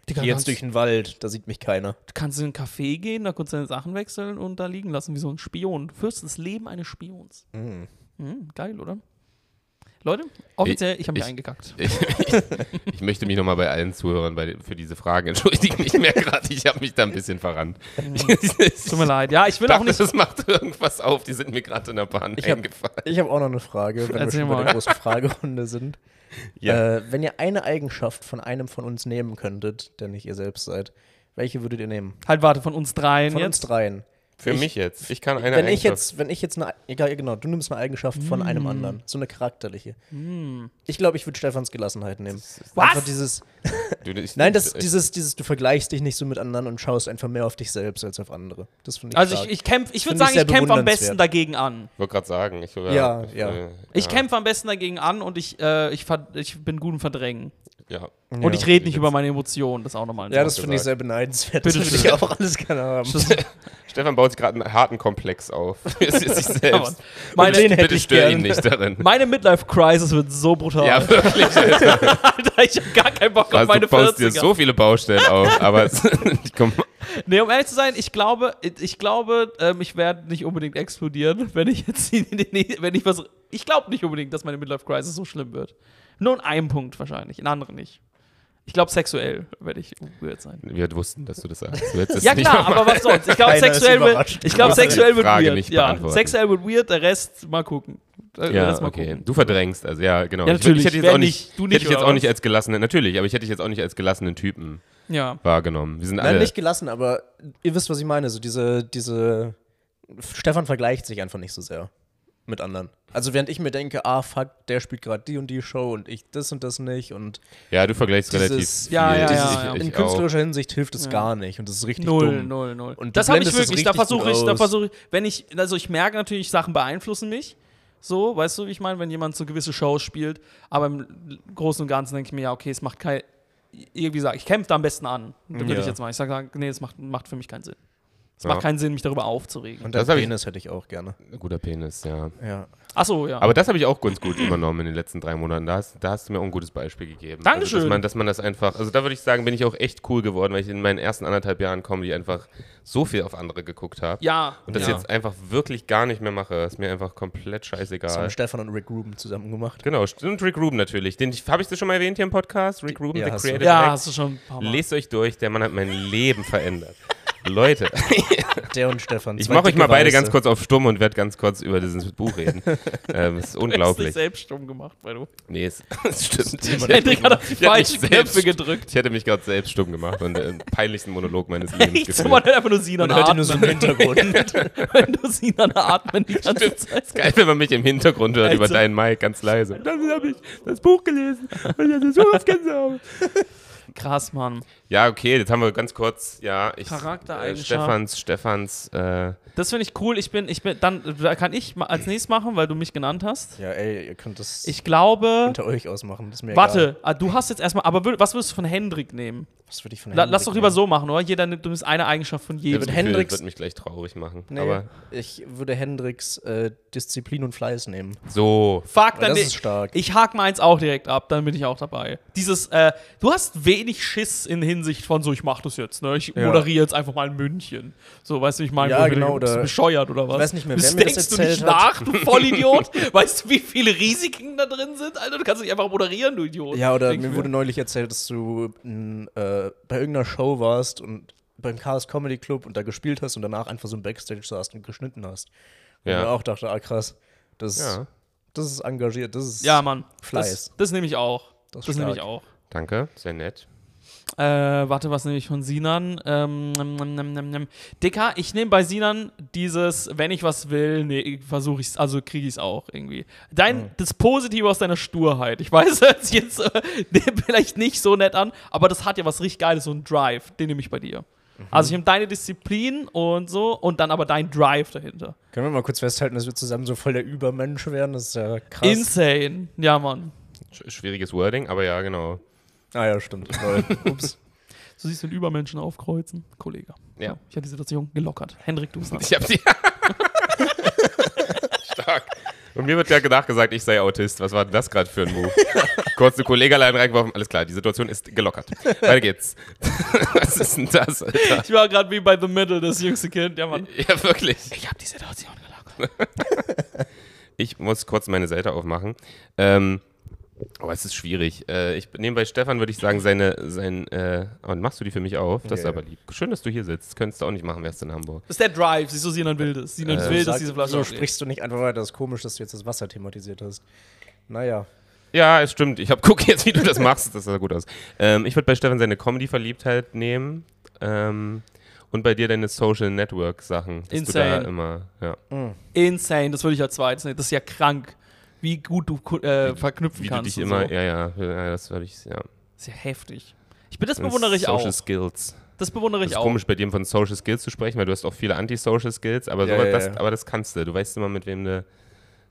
Speaker 3: Digga,
Speaker 1: gehe jetzt
Speaker 3: kannst,
Speaker 1: durch den Wald, da sieht mich keiner.
Speaker 3: du kannst in einen Café gehen, da kannst du deine Sachen wechseln und da liegen lassen, wie so ein Spion. Du führst das Leben eines Spions.
Speaker 1: Mhm.
Speaker 3: Mhm, geil, oder? Leute, offiziell, ich habe mich
Speaker 2: ich-
Speaker 3: eingekackt.
Speaker 2: Ich, ich, ich möchte mich nochmal bei allen Zuhörern bei, für diese Fragen entschuldigen. Ich merke gerade, ich habe mich da ein bisschen verrannt.
Speaker 3: Tut mir leid. Ja, ich will auch
Speaker 2: Dachte,
Speaker 3: nicht.
Speaker 2: das macht irgendwas auf. Die sind mir gerade in der Bahn
Speaker 1: Ich hab-
Speaker 2: eingefallen.
Speaker 1: Ich habe auch noch eine Frage, wenn wir
Speaker 3: Erzähl
Speaker 1: schon bei
Speaker 3: mal.
Speaker 1: der großen Fragerunde sind. Äh, wenn ihr eine Eigenschaft von einem von uns nehmen könntet, der nicht ihr selbst seid, welche würdet ihr nehmen?
Speaker 3: Halt, warte, von uns dreien
Speaker 1: Von uns
Speaker 3: jetzt.
Speaker 1: dreien.
Speaker 2: Für
Speaker 1: ich-
Speaker 2: mich jetzt. Ich kann eine
Speaker 1: Wenn ich,
Speaker 2: Eigenschaft-
Speaker 1: jetzt, wenn ich jetzt eine, egal, genau, du nimmst eine Eigenschaft von
Speaker 3: Mm.
Speaker 1: einem anderen, so eine charakterliche. Ich glaube, ich würde Stefans Gelassenheit nehmen.
Speaker 3: Was?
Speaker 1: Einfach dieses,
Speaker 2: Du, ich-
Speaker 1: nein, das,
Speaker 2: ich-
Speaker 1: dieses, dieses, du vergleichst dich nicht so mit anderen und schaust einfach mehr auf dich selbst als auf andere. Das finde ich
Speaker 3: Also
Speaker 1: stark.
Speaker 3: ich, ich kämpfe, ich würde
Speaker 1: Finde ich
Speaker 3: sagen, ich
Speaker 1: sehr
Speaker 3: kämpfe am
Speaker 1: bewundernswert.
Speaker 3: besten dagegen an.
Speaker 2: Ich wollte gerade sagen, ich ja,
Speaker 1: Ja,
Speaker 2: ich,
Speaker 1: ja.
Speaker 2: äh,
Speaker 3: Ich
Speaker 2: ja,
Speaker 3: kämpfe am besten dagegen an und ich, äh, ich, ver- ich bin gut im Verdrängen.
Speaker 2: Ja.
Speaker 3: Und
Speaker 1: Ja.
Speaker 3: ich rede nicht
Speaker 2: Jetzt-
Speaker 3: über meine Emotionen, das auch nochmal. ein
Speaker 1: ja,
Speaker 3: Satz.
Speaker 1: das finde ich sehr beneidenswert.
Speaker 3: Bitte
Speaker 1: das würde ich
Speaker 3: schön.
Speaker 1: auch alles gerne haben.
Speaker 2: Stefan baut sich gerade einen harten Komplex auf. für sich selbst.
Speaker 3: Meine-
Speaker 1: den hätte
Speaker 2: Bitte
Speaker 1: ich
Speaker 2: stör
Speaker 1: gern.
Speaker 2: ihn nicht darin.
Speaker 3: Meine Midlife-Crisis wird so brutal.
Speaker 2: Ja, wirklich.
Speaker 3: Alter, ich hab gar keinen Bock auf
Speaker 2: Also,
Speaker 3: meine
Speaker 2: du baust
Speaker 3: 40er.
Speaker 2: dir so viele Baustellen auf, aber es, ich komm,
Speaker 3: Nee, um ehrlich zu sein, ich glaube, ich glaube, ähm, ich werde nicht unbedingt explodieren, wenn ich jetzt in den, nächsten- wenn ich was. Ich glaube nicht unbedingt, dass meine Midlife-Crisis so schlimm wird. Nur in einem Punkt wahrscheinlich, in anderen nicht. Ich glaube, sexuell werde ich berührt sein.
Speaker 2: wir wussten, dass du das sagst. Du hättest es
Speaker 3: Ja
Speaker 2: nicht
Speaker 3: klar,
Speaker 2: nochmal-
Speaker 3: aber was sonst? Ich glaube,
Speaker 1: Keiner ist
Speaker 3: sexuell, wird,
Speaker 1: überrascht.
Speaker 3: ich glaub,
Speaker 2: Du musst die
Speaker 3: sexuell wird
Speaker 2: Frage
Speaker 3: weird.
Speaker 2: nicht
Speaker 3: ja,
Speaker 2: beantworten.
Speaker 3: sexuell wird weird, der Rest mal gucken. Der
Speaker 2: Ja,
Speaker 3: Rest mal
Speaker 2: okay.
Speaker 3: gucken.
Speaker 2: Du verdrängst, also ja, genau.
Speaker 3: Ja,
Speaker 2: Ich würd-
Speaker 3: natürlich.
Speaker 2: Ich, hätte
Speaker 3: Wer
Speaker 2: jetzt auch nicht,
Speaker 3: nicht? Du nicht,
Speaker 2: hätte ich jetzt
Speaker 3: oder
Speaker 2: auch nicht
Speaker 3: was?
Speaker 2: als gelassene, natürlich, aber ich hätte ich jetzt auch nicht als gelassenen Typen
Speaker 3: Ja.
Speaker 2: wahrgenommen. Wir sind alle.
Speaker 1: Nein, nicht gelassen, aber ihr wisst, was ich meine. So diese, diese. Stefan vergleicht sich einfach nicht so sehr mit anderen. Also während ich mir denke, ah fuck, der spielt gerade die und die Show und ich das und das nicht und
Speaker 2: ja, du vergleichst
Speaker 1: Dieses-
Speaker 2: relativ. viel.
Speaker 3: Ja, ja, ja,
Speaker 2: Ich-
Speaker 3: ja.
Speaker 2: ich-
Speaker 1: in
Speaker 2: ich auch.
Speaker 1: künstlerischer Hinsicht hilft es
Speaker 3: Ja.
Speaker 1: gar nicht und das ist richtig
Speaker 3: Null,
Speaker 1: dumm.
Speaker 3: null, null.
Speaker 1: Und du
Speaker 3: das habe ich
Speaker 1: blendest das
Speaker 3: wirklich, da
Speaker 1: richtig
Speaker 3: versuche
Speaker 1: gut
Speaker 3: ich, da
Speaker 1: aus.
Speaker 3: versuche ich, wenn ich, also ich merke natürlich, Sachen beeinflussen mich. So, weißt du, wie ich meine, wenn jemand so gewisse Shows spielt, aber im Großen und Ganzen denke ich mir, ja, okay, es macht kein, irgendwie sage ich, kämpfe da am besten an. Das würde
Speaker 1: Ja.
Speaker 3: ich jetzt mal. Ich sage, nee, das macht, macht für mich keinen Sinn. Es
Speaker 2: Ja.
Speaker 3: macht keinen Sinn, mich darüber aufzuregen.
Speaker 1: Und der
Speaker 2: Das hab ich-
Speaker 1: Penis hätte ich auch gerne.
Speaker 2: Guter Penis, ja.
Speaker 1: Ja.
Speaker 3: Achso, ja.
Speaker 2: Aber das habe ich auch ganz gut übernommen in den letzten drei Monaten. Da hast, da hast du mir auch ein gutes Beispiel gegeben.
Speaker 3: Dankeschön.
Speaker 2: Also, dass, man, dass man das einfach, also da würde ich sagen, bin ich auch echt cool geworden, weil ich in meinen ersten anderthalb Jahren Comedy einfach so viel auf andere geguckt habe.
Speaker 3: ja.
Speaker 2: Und das
Speaker 3: ja.
Speaker 2: jetzt einfach wirklich gar nicht mehr mache. Ist mir einfach komplett
Speaker 1: Das haben
Speaker 2: scheißegal.
Speaker 1: Stefan und Rick Rubin zusammen gemacht.
Speaker 2: Genau, und Rick Rubin natürlich. Den habe ich das schon mal erwähnt hier im Podcast. Rick Rubin,
Speaker 1: Ja,
Speaker 2: The
Speaker 1: hast du.
Speaker 2: Creative
Speaker 3: ja,
Speaker 2: Act.
Speaker 3: hast du schon ein paar Mal.
Speaker 2: Lest euch durch, der Mann hat mein Leben verändert. Leute,
Speaker 1: Der und Stefan.
Speaker 2: ich
Speaker 1: zwei
Speaker 2: mache euch
Speaker 1: dicke
Speaker 2: mal beide
Speaker 1: Weiße.
Speaker 2: ganz kurz auf Stumm und werde ganz kurz über dieses Buch reden. ähm, ist
Speaker 3: Du hast dich
Speaker 2: unglaublich.
Speaker 3: selbst stumm gemacht, weil du.
Speaker 2: Nee, es, es stimmt. Ich hätte
Speaker 3: Hendrik hat auf die
Speaker 2: mich
Speaker 3: falschen
Speaker 2: selbst-
Speaker 3: Knöpfe gedrückt.
Speaker 2: Ich hätte mich gerade selbst stumm gemacht und äh, den peinlichsten Monolog meines Lebens
Speaker 3: Nichts, man
Speaker 2: geführt.
Speaker 3: hört einfach nur Sinan
Speaker 1: Man hört ihn nur so im
Speaker 3: atmen.
Speaker 1: Hintergrund.
Speaker 3: Wenn du Sinan atmen die ganze Zeit.
Speaker 2: Geil, wenn man mich im Hintergrund hört über
Speaker 3: Also-
Speaker 2: deinen Mic ganz leise. Dann habe ich das Buch gelesen und das ist sowas ganz
Speaker 3: Krass, Mann.
Speaker 2: Ja, okay, jetzt haben wir ganz kurz, ja, ich. Äh,
Speaker 3: Charaktereigenschaft.
Speaker 2: Stefans, Stefans, äh,
Speaker 3: Das finde ich cool. Ich bin, ich bin, dann da kann ich ma- als nächstes machen, weil du mich genannt hast.
Speaker 1: Ja, ey, ihr könnt das
Speaker 3: Ich glaube.
Speaker 1: unter euch ausmachen. Das ist mir Egal.
Speaker 3: Warte, ah, du hast jetzt erstmal, aber wür- was würdest du von Hendrik nehmen?
Speaker 1: Was würde ich von
Speaker 3: La, lass doch lieber
Speaker 1: nehmen?
Speaker 3: so machen, oder? Jeder nimmt du nimmst eine Eigenschaft von
Speaker 1: Ja,
Speaker 3: jedem.
Speaker 1: aber
Speaker 2: das Gefühl,
Speaker 1: Hendrix-
Speaker 2: wird mich gleich traurig machen.
Speaker 1: Nee,
Speaker 2: Aber
Speaker 1: ich würde Hendrix äh, Disziplin und Fleiß nehmen.
Speaker 2: so.
Speaker 1: Weil
Speaker 3: Fuck, dann
Speaker 1: das
Speaker 3: ne-
Speaker 1: ist stark.
Speaker 3: Ich hake meins auch direkt ab, dann bin ich auch dabei. Dieses, äh, du hast wenig Schiss in Hinsicht von so, ich mach das jetzt, ne? Ich
Speaker 1: Ja.
Speaker 3: moderiere jetzt einfach mal in München. So, weißt du, ich meine,
Speaker 1: Ja,
Speaker 3: wo wir-
Speaker 1: genau,
Speaker 3: bist du
Speaker 1: oder-
Speaker 3: bescheuert oder was?
Speaker 1: weiß nicht mehr, wer
Speaker 3: Bist-
Speaker 1: mir das
Speaker 3: denkst du
Speaker 1: erzählt
Speaker 3: nicht
Speaker 1: hat.
Speaker 3: nach, du Vollidiot? weißt du, wie viele Risiken da drin sind? Alter, du kannst nicht einfach moderieren, du Idiot.
Speaker 1: Ja, oder
Speaker 3: Denk
Speaker 1: mir wurde neulich erzählt, dass du n, äh, bei irgendeiner Show warst und beim Chaos Comedy Club und da gespielt hast und danach einfach so im Backstage saßt und geschnitten hast. Und
Speaker 2: Ja.
Speaker 1: ich auch dachte, ah krass, das,
Speaker 2: Ja,
Speaker 1: das ist engagiert, das ist
Speaker 3: Ja, Mann.
Speaker 1: Fleiß.
Speaker 3: Das, das nehme ich auch.
Speaker 1: Das
Speaker 3: Das,
Speaker 1: ist
Speaker 3: nehme ich
Speaker 1: stark.
Speaker 3: auch.
Speaker 2: danke, sehr nett.
Speaker 3: Äh, warte, was nehme ich von Sinan? Ähm, nam, nam, nam, nam, nam. Dicker, ich nehme bei Sinan dieses, wenn ich was will, nee, versuche ich es, also kriege ich es auch irgendwie. Dein, Das Positive aus deiner Sturheit. Ich weiß, hört sich jetzt äh, vielleicht nicht so nett an, aber das hat ja was richtig Geiles, so ein Drive. Den nehme ich bei dir. Also ich nehme deine Disziplin und so und dann aber dein Drive dahinter.
Speaker 1: Können wir mal kurz festhalten, dass wir zusammen so voll der Übermensch werden? Das ist ja krass.
Speaker 3: Insane. Ja, Mann.
Speaker 2: Sch schwieriges Wording, aber ja, genau.
Speaker 1: ah ja, stimmt. Lol. Ups.
Speaker 3: So siehst du den Übermenschen aufkreuzen. Kollege.
Speaker 2: Ja.
Speaker 3: So, ich habe die Situation gelockert. Hendrik, du bist dran.
Speaker 2: Ich hab sie. Stark. Und mir wird ja nachgesagt, ich sei Autist. Was war denn das gerade für ein Move? Kurz eine Kollegalein reingeworfen. Alles klar, die Situation ist gelockert. Weiter geht's. Was ist denn das, Alter?
Speaker 3: Ich war gerade wie bei The Middle, das jüngste Kind. Ja, Mann.
Speaker 2: Ja, wirklich.
Speaker 3: Ich habe die Situation gelagert.
Speaker 2: Ich muss kurz meine Seite aufmachen. Ähm, aber es ist schwierig. Äh, ich nehme bei Stefan, würde ich sagen, seine, sein, äh, oh, machst du die für mich auf? Das ist
Speaker 1: Nee.
Speaker 2: aber lieb. Schön, dass du hier sitzt. Könntest du auch nicht machen, wärst du in Hamburg.
Speaker 3: Das ist der Drive. Siehst du, Sinan will das. Sinan
Speaker 2: Äh,
Speaker 3: will,
Speaker 1: Sag-
Speaker 3: dass diese Flasche
Speaker 1: so
Speaker 3: aufgeht.
Speaker 1: sprichst du nicht einfach weiter. Das ist komisch, dass du jetzt das Wasser thematisiert hast. Naja.
Speaker 2: Ja, es stimmt. Ich hab, guck jetzt, wie du das machst. Das sah gut aus. Ähm, ich würde bei Stefan seine Comedy-Verliebtheit nehmen. Ähm, und bei dir deine Social Network-Sachen. dass du da
Speaker 3: Insane.
Speaker 2: immer, ja.
Speaker 3: Insane. Das würde ich als zweites nehmen. Das ist ja krank. Wie gut du ku- äh, verknüpfen
Speaker 2: Wie du
Speaker 3: kannst.
Speaker 2: dich
Speaker 3: und
Speaker 2: immer,
Speaker 3: So.
Speaker 2: ja, ja, ja, das würde ich, ja.
Speaker 3: Das ist ja heftig. Ich bin, e- das bewundere ich
Speaker 2: Social
Speaker 3: auch.
Speaker 2: Skills.
Speaker 3: Das bewundere
Speaker 2: Das
Speaker 3: ich
Speaker 2: ist
Speaker 3: auch.
Speaker 2: komisch, bei dir von Social Skills zu sprechen, weil du hast auch viele Anti-Social Skills, aber,
Speaker 1: Ja,
Speaker 2: so,
Speaker 1: ja,
Speaker 2: das,
Speaker 1: ja.
Speaker 2: aber das kannst du. Du weißt immer, mit wem du,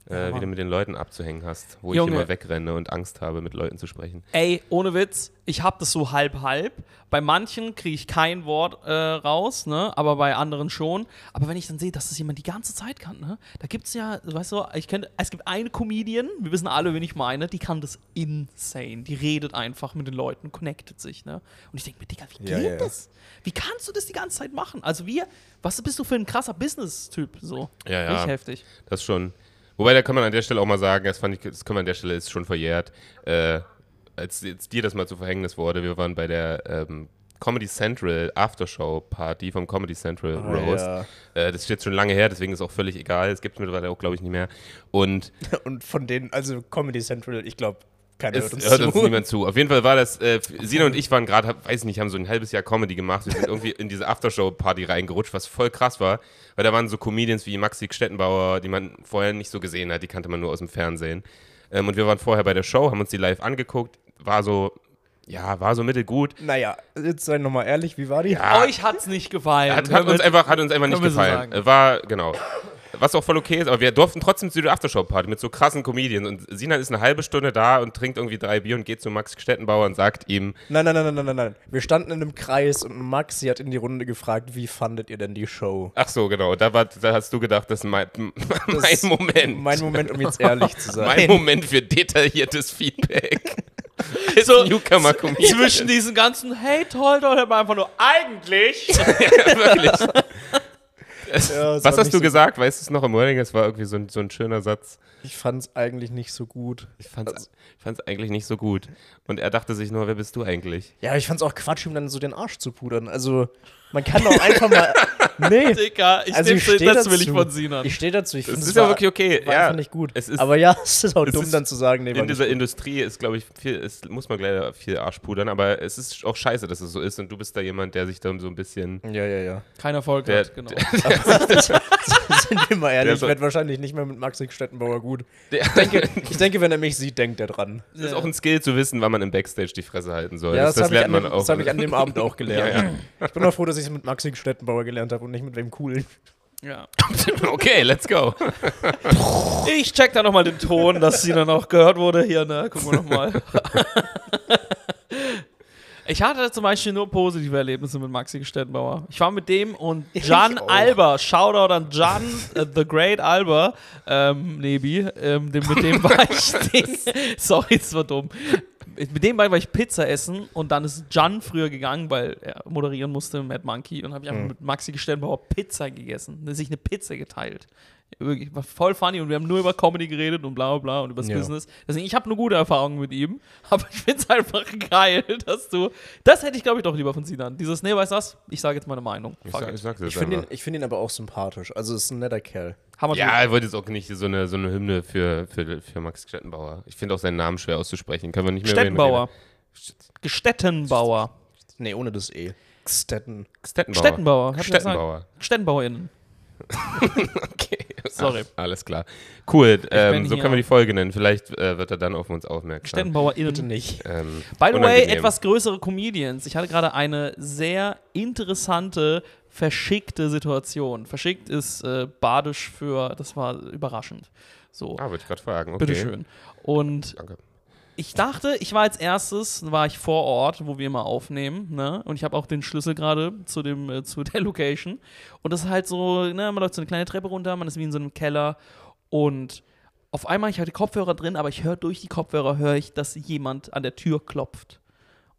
Speaker 2: äh, wie du mit den Leuten abzuhängen hast, wo
Speaker 3: Junge.
Speaker 2: ich immer wegrenne und Angst habe, mit Leuten zu sprechen.
Speaker 3: Ey, ohne Witz, ich hab das so halb-halb. Bei manchen kriege ich kein Wort äh, raus, ne? aber bei anderen schon. Aber wenn ich dann sehe, dass das jemand die ganze Zeit kann, ne? da gibt's ja, weißt du, ich kenne, es gibt eine Comedian, wir wissen alle, wen ich meine, die kann das insane. Die redet einfach mit den Leuten, connectet sich. Ne? Und ich denke mir, Digga, wie
Speaker 1: Ja,
Speaker 3: geht
Speaker 1: ja.
Speaker 3: das? Wie kannst du das die ganze Zeit machen? Also wir, was bist du für ein krasser Business-Typ? So,
Speaker 2: Ja, ja.
Speaker 3: Richtig heftig.
Speaker 2: Das schon. Wobei, da kann man an der Stelle auch mal sagen, das, fand ich, das kann man an der Stelle ist schon verjährt. Äh, als jetzt dir das mal zu Verhängnis wurde, wir waren bei der ähm, Comedy Central Aftershow Party vom Comedy Central
Speaker 1: Ah,
Speaker 2: Roast.
Speaker 1: ja.
Speaker 2: Äh, das ist jetzt schon lange her, deswegen ist auch völlig egal. Es gibt es mittlerweile auch, glaube ich, nicht mehr. Und
Speaker 1: Und von denen, also Comedy Central, ich glaube, keiner
Speaker 2: es
Speaker 1: hört uns
Speaker 2: hört
Speaker 1: zu.
Speaker 2: uns niemand zu. Auf jeden Fall war das, äh, Sina und ich waren gerade, hab- weiß nicht, haben so ein halbes Jahr Comedy gemacht. Wir sind irgendwie in diese Aftershow-Party reingerutscht, was voll krass war, weil da waren so Comedians wie Maxi Stettenbauer, die man vorher nicht so gesehen hat, die kannte man nur aus dem Fernsehen. Ähm, und wir waren vorher bei der Show, haben uns die live angeguckt, war so, ja, war so mittelgut.
Speaker 1: Naja, jetzt seien nochmal ehrlich, wie war die?
Speaker 2: Ja,
Speaker 3: Euch hat's nicht gefallen.
Speaker 2: Ah. hat, hat, uns
Speaker 3: Damit-
Speaker 2: einfach, hat uns einfach nicht
Speaker 3: können wir so
Speaker 2: gefallen.
Speaker 3: sagen.
Speaker 2: Äh, War, genau. Was auch voll okay ist, aber wir durften trotzdem zu der Aftershow-Party mit so krassen Comedians. Und Sinan ist eine halbe Stunde da und trinkt irgendwie drei Bier und geht zu Max Stettenbauer und sagt ihm,
Speaker 1: Nein, nein, nein, nein, nein, nein, nein. Wir standen in einem Kreis und Maxi hat in die Runde gefragt, wie fandet ihr denn die Show?
Speaker 2: Ach so, genau. Da, war, da hast du gedacht, das ist mein, mein
Speaker 1: Das-
Speaker 2: Moment.
Speaker 1: Mein Moment, um jetzt ehrlich zu sein.
Speaker 2: Mein Moment für detailliertes Feedback.
Speaker 3: So-
Speaker 2: Newcomer Comedian.
Speaker 3: zwischen diesen ganzen, hey, toll, toll, hört man einfach nur, eigentlich.
Speaker 2: ja, wirklich. Es-
Speaker 1: Ja, es war
Speaker 2: Was hast
Speaker 1: nicht
Speaker 2: du
Speaker 1: so-
Speaker 2: gesagt? Weißt du es noch im Morning? Es war irgendwie so ein, so ein schöner Satz.
Speaker 1: Ich fand's eigentlich nicht so gut.
Speaker 2: Ich fand's,
Speaker 1: Also-
Speaker 2: ich fand's eigentlich nicht so gut. Und er dachte sich nur, wer bist du eigentlich?
Speaker 1: Ja, ich fand's auch Quatsch, ihm dann so den Arsch zu pudern. Also, man kann doch einfach mal. Nee.
Speaker 3: Dicker, ich
Speaker 1: Also,
Speaker 3: nehm
Speaker 1: ich steh
Speaker 3: das
Speaker 1: dazu.
Speaker 3: will ich von Sinan.
Speaker 1: Ich stehe dazu. Ich
Speaker 2: Das
Speaker 1: find's
Speaker 2: ist ja
Speaker 1: war-
Speaker 2: wirklich okay.
Speaker 1: War
Speaker 2: Ja,
Speaker 1: einfach nicht gut.
Speaker 2: Es ist,
Speaker 1: aber ja, es ist auch
Speaker 2: es
Speaker 1: dumm,
Speaker 2: ist
Speaker 1: dann zu sagen, nee, war
Speaker 2: in
Speaker 1: nicht
Speaker 2: dieser
Speaker 1: gut.
Speaker 2: Industrie ist, glaube ich, viel, es muss man leider viel Arsch pudern, aber es ist auch scheiße, dass es so ist und du bist da jemand, der sich dann so ein bisschen
Speaker 1: Ja, ja, ja.
Speaker 3: Kein Erfolg
Speaker 2: Der-
Speaker 3: hat, genau.
Speaker 1: das, das, sind wir mal
Speaker 2: Der
Speaker 1: ehrlich,
Speaker 2: ist
Speaker 1: ich
Speaker 2: so-
Speaker 1: werde wahrscheinlich nicht mehr mit Maxi Stettenbauer gut.
Speaker 2: Der-
Speaker 1: Ich denke, ich denke, wenn er mich sieht, denkt er dran.
Speaker 2: Das ist auch ein Skill zu wissen, wann man im Backstage die Fresse halten soll.
Speaker 1: Ja, das, habe ich,
Speaker 2: lernt
Speaker 1: an
Speaker 2: man
Speaker 1: dem-
Speaker 2: auch.
Speaker 1: das hab ich an dem Abend auch gelernt.
Speaker 2: Ja,
Speaker 1: Ich bin auch froh, dass ich es mit Maxi Stettenbauer gelernt habe und nicht mit wem coolen.
Speaker 3: Ja.
Speaker 2: okay, let's go.
Speaker 3: Ich check da nochmal den Ton, dass sie dann auch gehört wurde. Hier, ne? Gucken wir nochmal. Ich hatte zum Beispiel nur positive Erlebnisse mit Maxi Stettenbauer. Ich war mit dem und Jan
Speaker 1: auch.
Speaker 3: Alba, Shoutout an Jan, äh, The Great Alba, ähm, Nebi, ähm, dem, mit dem war ich, den, sorry, das war dumm. Mit dem beiden war ich Pizza essen und dann ist Jan früher gegangen, weil er moderieren musste im Mad Monkey und
Speaker 2: Mhm.
Speaker 3: habe ich einfach mit Maxi Stettenbauer Pizza gegessen, sich eine Pizza geteilt. Wirklich, war voll funny und wir haben nur über Comedy geredet und bla bla bla und über das
Speaker 1: Ja.
Speaker 3: Business. Deswegen, ich habe eine gute Erfahrung mit ihm, aber ich finde es einfach geil, dass du. Das hätte ich, glaube ich, doch lieber von Sinan. Dieses, nee, weißt du was? Ich sage jetzt meine Meinung.
Speaker 2: Ich
Speaker 3: Fuck
Speaker 2: sag,
Speaker 3: it.
Speaker 2: ich sag das
Speaker 1: Ich finde ihn,
Speaker 2: einfach.
Speaker 1: ich find ihn aber auch sympathisch. Also ist ein netter Kerl.
Speaker 3: Hammer
Speaker 2: Ja, er wollte jetzt auch nicht so eine, so eine Hymne für, für, für Max Stettenbauer. Ich finde auch seinen Namen schwer auszusprechen. Können wir nicht mehr über ihn
Speaker 3: Stettenbauer.
Speaker 2: reden.
Speaker 3: Gestettenbauer.
Speaker 1: Nee, ohne das E. Stetten.
Speaker 2: Stettenbauer.
Speaker 3: Stettenbauer. hab ich gesagt.
Speaker 2: Stettenbauer.
Speaker 3: Stettenbauerinnen.
Speaker 2: Okay.
Speaker 3: Sorry.
Speaker 2: Ah, Alles klar. Cool. Ähm,
Speaker 3: bin
Speaker 2: so
Speaker 3: hier
Speaker 2: können wir
Speaker 3: auch.
Speaker 2: die Folge nennen. Vielleicht äh, wird er dann auf uns aufmerksam.
Speaker 1: Bitte
Speaker 3: Stettenbauerinnen.
Speaker 1: nicht.
Speaker 2: Ähm,
Speaker 3: By the way,
Speaker 2: unangenehm.
Speaker 3: etwas größere Comedians. Ich hatte gerade eine sehr interessante, verschickte Situation. Verschickt ist äh, badisch für, das war überraschend. So,
Speaker 2: Ah, wollte ich gerade fragen. Okay.
Speaker 3: bitteschön. Und
Speaker 2: Danke.
Speaker 3: ich dachte, ich war als erstes, war ich vor Ort, wo wir immer aufnehmen, ne? Und ich habe auch den Schlüssel gerade zu dem, äh, zu der Location. Und das ist halt so, ne, man läuft so eine kleine Treppe runter, man ist wie in so einem Keller und auf einmal, ich hatte Kopfhörer drin, aber ich höre durch die Kopfhörer, höre ich, dass jemand an der Tür klopft.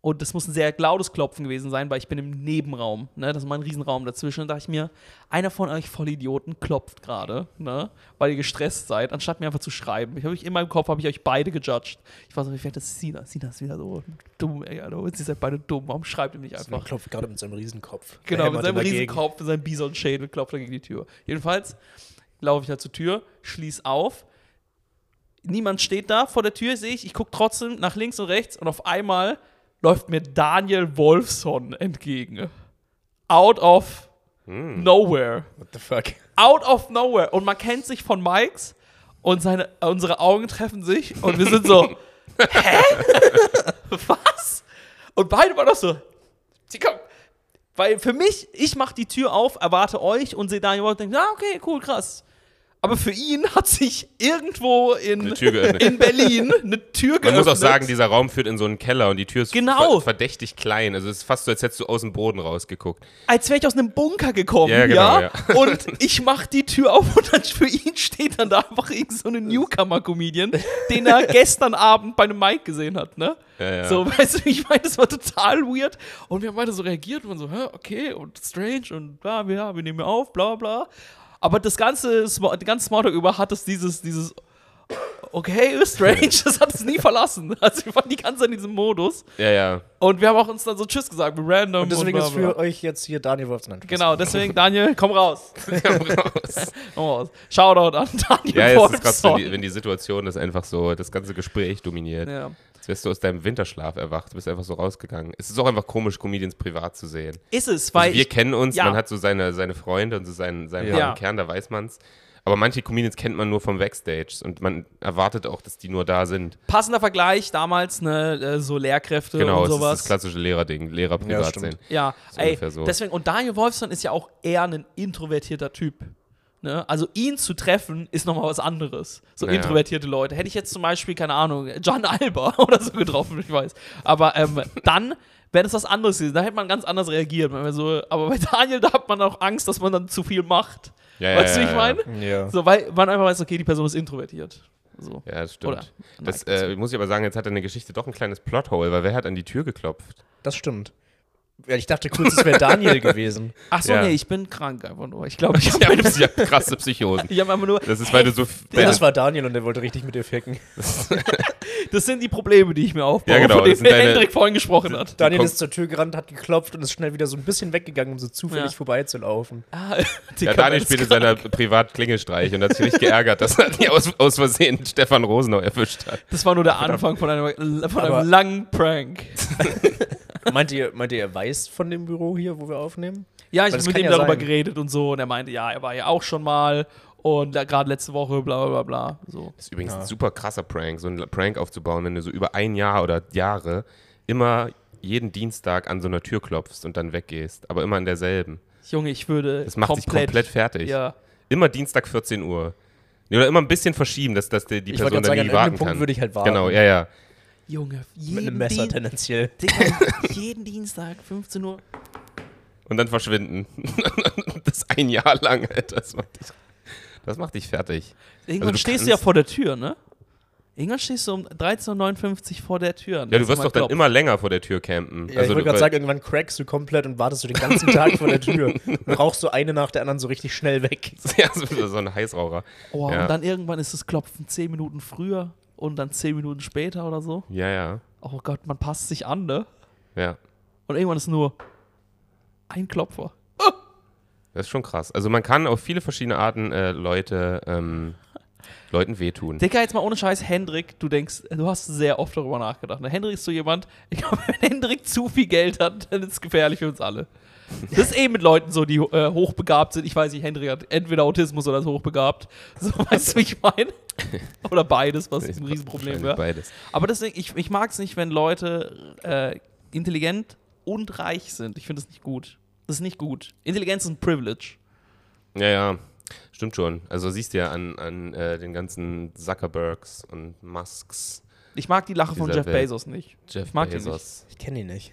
Speaker 3: Und das muss ein sehr lautes Klopfen gewesen sein, weil ich bin im Nebenraum. Ne? Das ist mal ein Riesenraum dazwischen. Und da dachte ich mir, einer von euch Vollidioten klopft gerade, ne? weil ihr gestresst seid, anstatt mir einfach zu schreiben. Ich habe euch in meinem Kopf, habe ich euch beide gejudged. Ich war so, ich werde das ist Sina, Sina ist wieder so dumm, ey, Alter. Sie seid beide dumm, warum schreibt ihr mich
Speaker 1: Man
Speaker 3: einfach?
Speaker 1: klopft gerade mit seinem Riesenkopf. Der
Speaker 3: Genau, mit
Speaker 1: hämmert
Speaker 3: seinem
Speaker 1: dagegen.
Speaker 3: Riesenkopf, mit seinem Bison-Schädel klopft er gegen die Tür. Jedenfalls laufe ich halt zur Tür, schließ auf. Niemand steht da vor der Tür, sehe ich. Ich gucke trotzdem nach links und rechts und auf einmal läuft mir Daniel Wolfson entgegen. Out of
Speaker 1: Hm.
Speaker 3: nowhere
Speaker 1: What the fuck?
Speaker 3: out of nowhere. Und man kennt sich von Mikes und seine, äh, unsere Augen treffen sich und wir sind so, hä? Was? Und beide waren doch so, sie kommt. Weil für mich, ich mache die Tür auf, erwarte euch und sehe Daniel Ward und denke, ah, okay, cool, krass. Aber für ihn hat sich irgendwo in,
Speaker 2: Eine Tür geöffnet.
Speaker 3: in Berlin eine Tür geöffnet.
Speaker 2: Man muss auch sagen, dieser Raum führt in so einen Keller und die Tür ist
Speaker 3: Genau.
Speaker 2: ver verdächtig klein. Also es ist fast so, als hättest du aus dem Boden rausgeguckt.
Speaker 3: als wäre ich aus einem Bunker gekommen,
Speaker 2: Ja,
Speaker 3: ja?
Speaker 2: genau,
Speaker 3: Und ich mach die Tür auf und dann für ihn steht dann da einfach irgend so eine Newcomer-Comedian, den er gestern Abend bei einem Mike gesehen hat, ne?
Speaker 2: Ja, ja.
Speaker 3: So, weißt du, ich meine, das war total weird. Und wir haben beide so reagiert und waren so, hä, okay, und strange und bla, ja, wir nehmen ja auf, bla, bla. Aber das ganze, Sma- den ganzen Smalltalk über hat es dieses, dieses, okay, strange, das hat es nie verlassen. Also wir waren die ganze Zeit in diesem Modus.
Speaker 2: Ja, ja.
Speaker 3: Und wir haben auch uns dann so Tschüss gesagt, random.
Speaker 1: Und deswegen
Speaker 3: bla,
Speaker 1: ist
Speaker 3: bla.
Speaker 1: für euch jetzt hier Daniel Wolfsmann.
Speaker 3: Genau, deswegen, Daniel, komm raus. komm raus. Shoutout an Daniel
Speaker 2: Ja, ja, es ist krass, wenn
Speaker 3: Wolfson.
Speaker 2: die, wenn die Situation das einfach so, das ganze Gespräch dominiert.
Speaker 3: ja.
Speaker 2: Als wärst du aus deinem Winterschlaf erwacht, bist einfach so rausgegangen. Es ist auch einfach komisch, Comedians privat zu sehen.
Speaker 3: Ist es, weil
Speaker 2: Also wir
Speaker 3: ich,
Speaker 2: kennen uns,
Speaker 3: ja.
Speaker 2: man hat so seine, seine Freunde und so seinen, seinen
Speaker 1: Ja.
Speaker 2: harten Kern, da weiß man's. Aber manche Comedians kennt man nur vom Backstage und man erwartet auch, dass die nur da sind.
Speaker 3: passender Vergleich damals, ne, äh, so Lehrkräfte
Speaker 2: Genau, das
Speaker 3: und
Speaker 2: ist
Speaker 3: sowas.
Speaker 2: das klassische Lehrerding, Lehrer privat
Speaker 1: stimmt.
Speaker 2: sehen.
Speaker 3: Ja,
Speaker 2: So
Speaker 3: ey,
Speaker 2: ungefähr so.
Speaker 3: deswegen, und Daniel Wolfson ist ja auch eher ein introvertierter Typ. Ne? Also ihn zu treffen, ist nochmal was anderes. So
Speaker 2: Naja.
Speaker 3: introvertierte Leute. Hätte ich jetzt zum Beispiel, keine Ahnung, John Alba oder so getroffen, ich weiß. Aber ähm, dann wäre das was anderes gewesen. Da hätte man ganz anders reagiert. Man wäre so, aber bei Daniel, da hat man auch Angst, dass man dann zu viel macht.
Speaker 2: Ja,
Speaker 3: weißt
Speaker 2: ja,
Speaker 3: du, wie ich
Speaker 2: ja, ja.
Speaker 3: meine?
Speaker 1: Ja.
Speaker 3: So, weil man einfach weiß, okay, die Person ist introvertiert. So.
Speaker 2: Ja, das stimmt.
Speaker 3: Oder-
Speaker 2: das
Speaker 3: Nein,
Speaker 2: äh, muss ich aber sagen, jetzt hat eine Geschichte doch ein kleines Plothole, weil wer hat an die Tür geklopft?
Speaker 1: Das stimmt. Ja, ich dachte kurz, es wäre Daniel gewesen.
Speaker 3: Ach so,
Speaker 2: ja.
Speaker 3: nee, ich bin krank einfach nur. Ich glaube, ich habe
Speaker 2: Ja,
Speaker 3: meine-
Speaker 2: ich hab krasse Psychosen.
Speaker 3: ich hab einfach nur.
Speaker 2: Das ist, weil du so.
Speaker 1: Ja,
Speaker 2: weil
Speaker 1: das
Speaker 2: du-
Speaker 1: war Daniel und der wollte richtig mit dir ficken.
Speaker 3: Das sind die Probleme, die ich mir aufbaue,
Speaker 2: Ja, genau,
Speaker 3: von
Speaker 2: das
Speaker 3: denen
Speaker 2: sind
Speaker 3: der
Speaker 2: deine-
Speaker 3: Hendrik vorhin gesprochen hat.
Speaker 1: Daniel
Speaker 2: kommst-
Speaker 1: ist zur Tür gerannt, hat geklopft und ist schnell wieder so ein bisschen weggegangen, um so zufällig
Speaker 3: Ja.
Speaker 1: vorbeizulaufen.
Speaker 3: Ah,
Speaker 2: ja, Daniel spielte seiner Privatklingelstreich und hat sich nicht geärgert, dass er die aus, aus Versehen Stefan Rosenau erwischt hat.
Speaker 3: Das war nur der Anfang von, einer, von
Speaker 1: Aber-
Speaker 3: einem langen Prank.
Speaker 1: Meint ihr, meint ihr, er weiß von dem Büro hier, wo wir aufnehmen?
Speaker 3: Ja,
Speaker 1: Weil
Speaker 3: ich habe
Speaker 1: das
Speaker 3: mit
Speaker 1: kann
Speaker 3: ihm
Speaker 1: ja
Speaker 3: darüber
Speaker 1: sein.
Speaker 3: geredet und so und er meinte, ja, er war ja auch schon mal und da- gerade letzte Woche, bla bla bla. bla, So.
Speaker 2: Das ist übrigens
Speaker 1: Ja.
Speaker 2: ein super krasser Prank, so einen Prank aufzubauen, wenn du so über ein Jahr oder Jahre immer jeden Dienstag an so einer Tür klopfst und dann weggehst, aber immer an derselben.
Speaker 3: Junge, ich würde.
Speaker 2: Das macht dich komplett fertig.
Speaker 3: Ja.
Speaker 2: Immer Dienstag 14 Uhr. Nee, Oder immer ein bisschen verschieben, dass, dass die die
Speaker 1: Ich wollte gerade
Speaker 2: Person dann
Speaker 1: sagen, an
Speaker 2: nie warten
Speaker 1: irgendeinem Punkt
Speaker 2: kann.
Speaker 1: würde ich halt warten.
Speaker 2: genau, ja, ja.
Speaker 3: Junge, jeden,
Speaker 1: Mit einem Messer
Speaker 3: Dien-
Speaker 1: tendenziell. Also
Speaker 3: Digga, jeden Dienstag, 15 Uhr.
Speaker 2: Und dann verschwinden. das ein Jahr lang, Alter. Das macht dich, das macht dich fertig.
Speaker 3: Irgendwann
Speaker 2: Also du
Speaker 3: stehst
Speaker 2: kannst-
Speaker 3: du ja vor der Tür, ne? Irgendwann stehst du um 13.59 Uhr vor der Tür. ne?
Speaker 2: Ja, du wirst doch dann immer länger vor der Tür campen.
Speaker 1: Ja, ich wollte
Speaker 2: Also du-
Speaker 1: gerade sagen, irgendwann crackst du komplett und wartest du den ganzen Tag vor der Tür. Dann rauchst du eine nach der anderen so richtig schnell weg.
Speaker 2: ja, so so ein Heißraucher.
Speaker 3: Oh,
Speaker 2: Ja.
Speaker 3: Und dann irgendwann ist das Klopfen 10 Minuten früher und dann 10 Minuten später oder so.
Speaker 2: Ja, ja.
Speaker 3: Oh Gott, man passt sich an, ne?
Speaker 2: Ja.
Speaker 3: Und irgendwann ist nur ein Klopfer.
Speaker 2: Das ist schon krass. Also man kann auf viele verschiedene Arten äh, Leute, ähm, Leuten wehtun.
Speaker 3: Digga, jetzt mal ohne Scheiß, Hendrik, du denkst, äh, du hast sehr oft darüber nachgedacht. Ne? Hendrik ist so jemand, ich glaube, wenn Hendrik zu viel Geld hat, dann ist es gefährlich für uns alle. Das ist eh mit Leuten so, die äh, hochbegabt sind. Ich weiß nicht, Hendrik hat entweder Autismus oder ist hochbegabt. So, weißt du, wie ich meine? Oder beides, was ein Riesenproblem wäre.
Speaker 2: Beides.
Speaker 3: Aber deswegen, ich, ich mag es nicht, wenn Leute äh, intelligent und reich sind. Ich finde das nicht gut. Das ist nicht gut. Intelligenz ist ein Privilege.
Speaker 2: Ja, ja. Stimmt schon. Also siehst du ja an, an äh, den ganzen Zuckerbergs und Musks.
Speaker 3: Ich mag die Lache von
Speaker 2: Dieser
Speaker 3: Jeff
Speaker 2: Welt.
Speaker 3: Bezos nicht.
Speaker 2: Jeff
Speaker 3: Ich mag den
Speaker 2: Bezos.
Speaker 1: Ich kenne ihn nicht.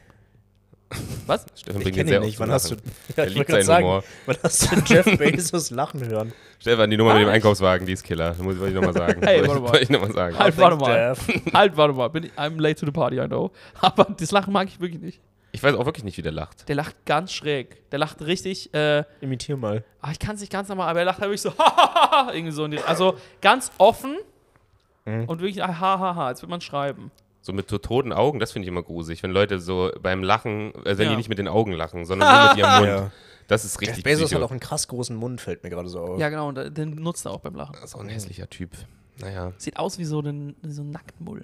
Speaker 3: Was?
Speaker 2: Stefan
Speaker 1: Ich
Speaker 2: bringt ihn
Speaker 1: kenne
Speaker 2: sehr
Speaker 1: ihn
Speaker 2: oft
Speaker 1: nicht.
Speaker 2: zum
Speaker 1: Wann hast du.
Speaker 2: Lachen.
Speaker 1: Ja,
Speaker 2: Er
Speaker 1: ich
Speaker 2: liebt
Speaker 1: wollte gerade
Speaker 2: seinen
Speaker 1: sagen,
Speaker 2: Humor.
Speaker 1: wann hast du Jeff Bezos lachen hören?
Speaker 2: Stefan, die Nummer mit dem
Speaker 3: Ah, echt?
Speaker 2: Einkaufswagen, die ist killer. Das muss ich nochmal sagen.
Speaker 3: Hey,
Speaker 2: Wollte
Speaker 3: warte
Speaker 2: ich-
Speaker 3: mal.
Speaker 2: wollte ich nochmal sagen.
Speaker 3: Halt, warte mal.
Speaker 1: Jeff.
Speaker 3: Halt, warte mal. Bin ich, I'm late to the party, I know. Aber das Lachen mag ich wirklich nicht.
Speaker 2: Ich weiß auch wirklich nicht, wie der lacht.
Speaker 3: Der lacht ganz schräg. Der lacht richtig, äh,
Speaker 1: Imitier mal.
Speaker 3: ah, ich kann es nicht ganz normal, aber er lacht halt wirklich so, hahaha, irgendwie so. In die, also ganz offen
Speaker 2: Mhm.
Speaker 3: und wirklich, ah, hahaha, als würde man schreiben.
Speaker 2: So mit so toten Augen, das finde ich immer gruselig. Wenn Leute so beim Lachen, also wenn
Speaker 3: Ja.
Speaker 2: die nicht mit den Augen lachen, sondern nur mit ihrem Mund.
Speaker 1: Ja.
Speaker 2: Das ist
Speaker 1: Jeff
Speaker 2: richtig
Speaker 1: Bezos
Speaker 2: psycho.
Speaker 1: hat auch einen krass großen Mund, fällt mir gerade so auf.
Speaker 3: Ja, genau, und äh, den nutzt er auch beim Lachen.
Speaker 2: Das ist auch ein hässlicher Typ. Naja.
Speaker 3: Sieht aus wie so ein, so ein Nacktmull.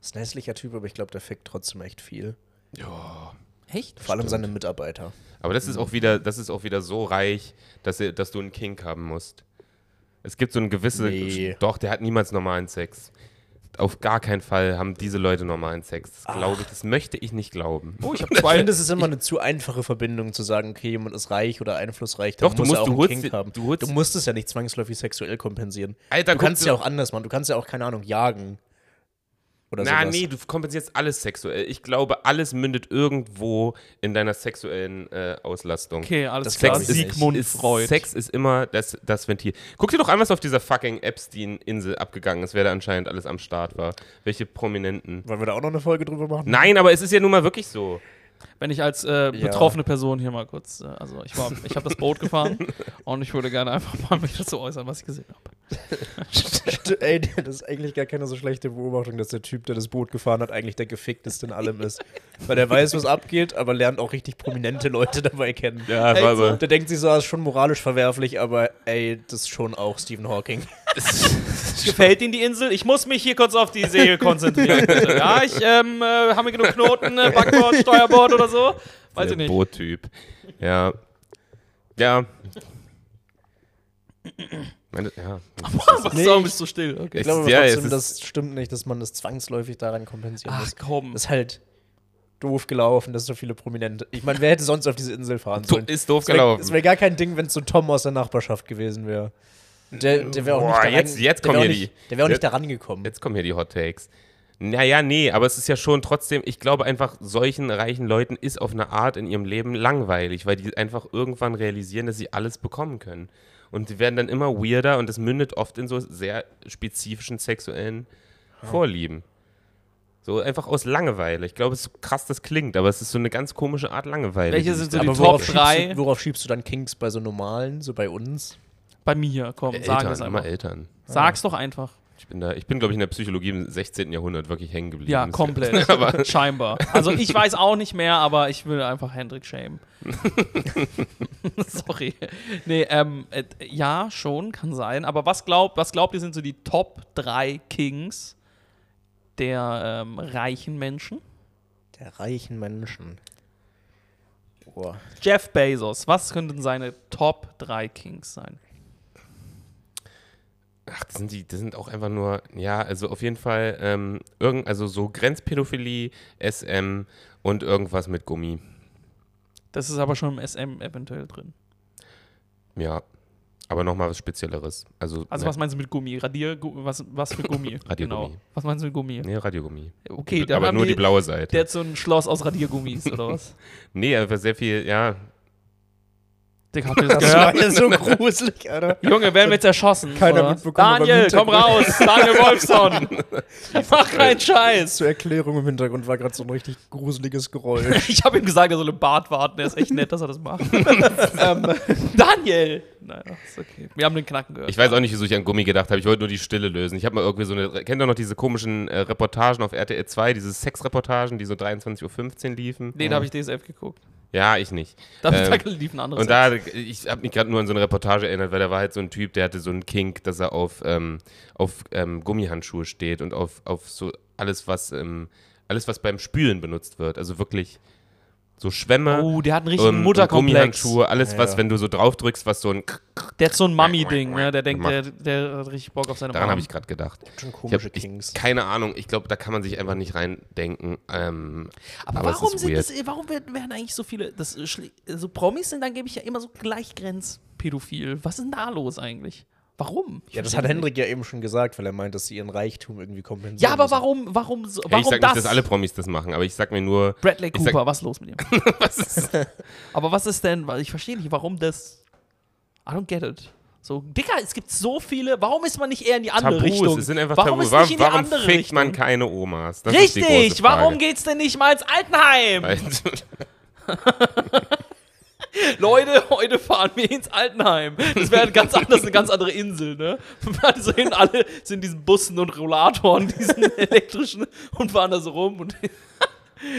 Speaker 1: Ist ein hässlicher Typ, aber ich glaube, der fickt trotzdem echt viel.
Speaker 2: Ja.
Speaker 3: Echt?
Speaker 1: Vor allem seine Mitarbeiter.
Speaker 2: Aber das ist
Speaker 1: Mhm.
Speaker 2: auch wieder, das ist auch wieder so reich, dass, er- dass du einen Kink haben musst. Es gibt so eine gewisse.
Speaker 1: Nee.
Speaker 2: Doch, der hat niemals normalen Sex. Auf gar keinen Fall haben diese Leute normalen Sex. Das glaube ich, das möchte ich nicht glauben.
Speaker 3: Oh, ich habe
Speaker 1: Ich
Speaker 3: zwei.
Speaker 1: finde, es ist immer eine zu einfache Verbindung zu sagen, okay, jemand ist reich oder einflussreich,
Speaker 2: Doch,
Speaker 1: dann
Speaker 2: du
Speaker 1: muss er
Speaker 2: musst-
Speaker 1: auch
Speaker 2: du
Speaker 1: einen
Speaker 2: holst
Speaker 1: Kink
Speaker 2: dir-
Speaker 1: haben.
Speaker 2: du holst-
Speaker 1: musst es ja nicht zwangsläufig sexuell kompensieren.
Speaker 2: Alter,
Speaker 1: du
Speaker 2: guck
Speaker 1: kannst
Speaker 2: dir-
Speaker 1: ja auch anders machen. Du kannst ja auch, keine Ahnung, jagen. Oder
Speaker 2: Na,
Speaker 1: sowas.
Speaker 2: nee, du kompensierst alles sexuell. Ich glaube, alles mündet irgendwo in deiner sexuellen äh, Auslastung.
Speaker 3: Okay, alles
Speaker 1: Das
Speaker 3: klar.
Speaker 1: Sex ist-
Speaker 3: Sigmund
Speaker 2: ist,
Speaker 3: Freud.
Speaker 2: Sex ist immer das, das Ventil. Guck dir doch an, was auf dieser fucking Epstein-Insel abgegangen ist, wer da anscheinend alles am Start war. Welche Prominenten.
Speaker 1: Wollen wir da auch noch eine Folge drüber machen?
Speaker 2: Nein, aber es ist ja nun mal wirklich so.
Speaker 3: Wenn ich als äh, betroffene Person hier mal kurz, äh, also ich war, ich habe das Boot gefahren und ich würde gerne einfach mal mich dazu äußern, was ich gesehen habe.
Speaker 1: St- Ey, das ist eigentlich gar keine so schlechte Beobachtung, dass der Typ, der das Boot gefahren hat, eigentlich der gefickteste in allem ist. Weil der weiß, was abgeht, aber lernt auch richtig prominente Leute dabei kennen.
Speaker 2: Ja,
Speaker 3: Echt war so.
Speaker 1: Der denkt sich so, das ist schon moralisch verwerflich, aber ey, das ist schon auch Stephen Hawking.
Speaker 3: Gefällt Ihnen die Insel? Ich muss mich hier kurz auf die Segel konzentrieren. Bitte. Ja, ich ähm, äh, haben wir genug Knoten, äh, Backbord, Steuerbord oder so? Weiß ich
Speaker 2: Der
Speaker 3: nicht.
Speaker 2: Boottyp. Ja. Ja. Meine, ja.
Speaker 3: Was
Speaker 1: Nee,
Speaker 3: warum
Speaker 1: ich-
Speaker 3: bist du still? Okay.
Speaker 1: Ich
Speaker 2: Es-
Speaker 1: glaube
Speaker 2: ja,
Speaker 1: trotzdem,
Speaker 2: es ist-
Speaker 1: das stimmt nicht, dass man das zwangsläufig daran kompensieren
Speaker 3: Ach
Speaker 1: muss.
Speaker 3: komm.
Speaker 1: Das ist halt doof gelaufen, dass so viele Prominente. Ich meine, wer hätte sonst auf diese Insel fahren
Speaker 2: Du,
Speaker 1: sollen?
Speaker 2: ist genau. doof
Speaker 1: Es wäre
Speaker 2: gelaufen.
Speaker 1: wär gar kein Ding, wenn es so Tom aus der Nachbarschaft gewesen wäre. Der, der wäre auch
Speaker 2: Boah,
Speaker 1: nicht daran,
Speaker 2: jetzt- jetzt
Speaker 1: der wär
Speaker 2: kommen
Speaker 1: auch
Speaker 2: hier
Speaker 1: nicht,
Speaker 2: die-
Speaker 1: Der wäre auch
Speaker 2: jetzt-
Speaker 1: nicht daran gekommen.
Speaker 2: Jetzt kommen hier die Hot Takes. Naja, nee, aber es ist ja schon trotzdem, ich glaube einfach, solchen reichen Leuten ist auf eine Art in ihrem Leben langweilig, weil die einfach irgendwann realisieren, dass sie alles bekommen können. Und die werden dann immer weirder und das mündet oft in so sehr spezifischen sexuellen Vorlieben. So einfach aus Langeweile. Ich glaube, es ist so krass, das klingt, aber es ist so eine ganz komische Art Langeweile.
Speaker 3: Welche
Speaker 2: die sich
Speaker 3: sind
Speaker 2: da-
Speaker 3: so die
Speaker 1: Aber
Speaker 3: Top
Speaker 1: worauf
Speaker 3: drei-
Speaker 1: schiebst, du, worauf schiebst du dann Kings bei so normalen, so bei uns?
Speaker 3: Bei mir, komm, sag
Speaker 2: Eltern,
Speaker 3: es
Speaker 2: immer
Speaker 3: einfach.
Speaker 2: Eltern.
Speaker 3: Sag's doch einfach.
Speaker 2: Ich bin da, ich bin, glaube ich, in der Psychologie im 16. Jahrhundert wirklich hängen geblieben.
Speaker 3: Ja,
Speaker 2: Das-
Speaker 3: komplett. Scheinbar. Also ich weiß auch nicht mehr, aber ich will einfach Hendrik shamen. Sorry. Nee, ähm, äh, ja, schon, kann sein. Aber was glaubt, was glaubt ihr, sind so die Top 3 Kings der ähm, reichen Menschen?
Speaker 1: Der reichen Menschen. Boah.
Speaker 3: Jeff Bezos, was könnten seine Top 3 Kings sein?
Speaker 2: Ach, das sind die, das sind auch einfach nur, ja, also auf jeden Fall, ähm, irgend, also so Grenzpädophilie, SM und irgendwas mit Gummi.
Speaker 3: Das ist aber schon im SM eventuell drin.
Speaker 2: Ja. Aber nochmal was Spezielleres. Also,
Speaker 3: Also was meinst du mit Gummi? Radier, Gu- was, was für Gummi? Genau.
Speaker 2: Radiergummi.
Speaker 3: Was meinst du mit Gummi?
Speaker 2: Nee, Radiogummi.
Speaker 3: Okay, dann
Speaker 2: aber
Speaker 3: haben
Speaker 2: nur die,
Speaker 3: die,
Speaker 2: blaue Seite.
Speaker 3: der hat so ein Schloss aus Radiergummis oder was?
Speaker 2: nee, einfach sehr viel, ja.
Speaker 3: Digga, habt ihr das
Speaker 1: Das war
Speaker 3: gehört?
Speaker 1: ja so gruselig, Alter.
Speaker 3: Junge, werden wir jetzt erschossen?
Speaker 1: Keiner
Speaker 3: oder?
Speaker 1: mitbekommen, aber im
Speaker 3: Daniel, komm raus! Daniel Wolfson! Mach keinen Scheiß!
Speaker 1: Zur Erklärung im Hintergrund war gerade so ein richtig gruseliges Geräusch.
Speaker 3: Ich habe ihm gesagt, er soll im Bad warten. Er ist echt nett, dass er das macht. ähm, Daniel! Naja, ist okay. Wir haben den Knacken gehört.
Speaker 2: Ich weiß auch nicht, wieso ich an Gummi gedacht habe. Ich wollte nur die Stille lösen. Ich habe mal irgendwie so eine. Kennt ihr noch diese komischen äh, Reportagen auf RTL 2, diese Sexreportagen, die so 23.15 Uhr liefen?
Speaker 3: nee, da habe ich DSF geguckt.
Speaker 2: Ja, ich nicht.
Speaker 3: Da,
Speaker 2: Ähm,
Speaker 3: da lief ein anderes.
Speaker 2: Und da, ich habe mich gerade nur an so eine Reportage erinnert, weil da war halt so ein Typ, der hatte so einen Kink, dass er auf, ähm, auf ähm, Gummihandschuhe steht und auf, auf so alles, was ähm, alles, was beim Spülen benutzt wird. Also wirklich so Schwämme.
Speaker 3: oh, der hat einen
Speaker 2: ähm,
Speaker 3: richtigen Mutterkomplex.
Speaker 2: Gummihandschuhe, alles,
Speaker 1: Ja,
Speaker 2: was,
Speaker 1: ja.
Speaker 2: wenn du so draufdrückst, was so ein.
Speaker 3: Der hat so ein Mami-Ding, ne? Der denkt, der, der hat richtig Bock auf seine
Speaker 2: Daran
Speaker 3: Mom.
Speaker 2: habe ich gerade gedacht.
Speaker 1: Schon
Speaker 2: Ich hab,
Speaker 1: komische Kings.
Speaker 2: ich, keine Ahnung, ich glaube, da kann man sich einfach nicht reindenken. Ähm,
Speaker 3: Aber,
Speaker 2: aber es
Speaker 3: warum,
Speaker 2: ist
Speaker 3: sind
Speaker 2: weird.
Speaker 3: das, warum werden werden eigentlich so viele, das, äh, schli- so Promis sind, dann gebe ich ja immer so gleich grenzpädophil. Was ist denn da los eigentlich? Warum? Ich
Speaker 1: Ja, das
Speaker 3: verstehe
Speaker 1: hat
Speaker 3: nicht.
Speaker 1: Hendrik ja eben schon gesagt, weil er meint, dass sie ihren Reichtum irgendwie kompensieren.
Speaker 3: Ja, aber
Speaker 1: müssen.
Speaker 3: warum, warum, so-
Speaker 2: ja,
Speaker 3: warum
Speaker 2: ich sag
Speaker 3: das?
Speaker 2: nicht, dass alle Promis das machen, aber ich sag mir nur,
Speaker 3: Bradley
Speaker 2: Ich sag-
Speaker 3: Cooper, was ist los mit ihm?
Speaker 2: was ist,
Speaker 3: aber was ist denn, weil ich verstehe nicht, warum das, I don't get it. So, Dicker, es gibt so viele, warum ist man nicht eher in die andere
Speaker 2: Tabus,
Speaker 3: Richtung?
Speaker 2: es sind einfach
Speaker 3: warum
Speaker 2: Tabus.
Speaker 3: Ist
Speaker 2: warum
Speaker 3: nicht in die
Speaker 2: warum
Speaker 3: andere
Speaker 2: fickt
Speaker 3: Richtung?
Speaker 2: man keine Omas? Das ist die große
Speaker 3: Richtig,
Speaker 2: Frage.
Speaker 3: warum geht's denn nicht mal ins Altenheim?
Speaker 2: Weil-
Speaker 3: Leute, heute fahren wir ins Altenheim. Das wäre ganz anders, eine ganz andere Insel, ne? Also hin, alle sind in diesen Bussen und Rollatoren, diesen elektrischen und fahren da so rum. Und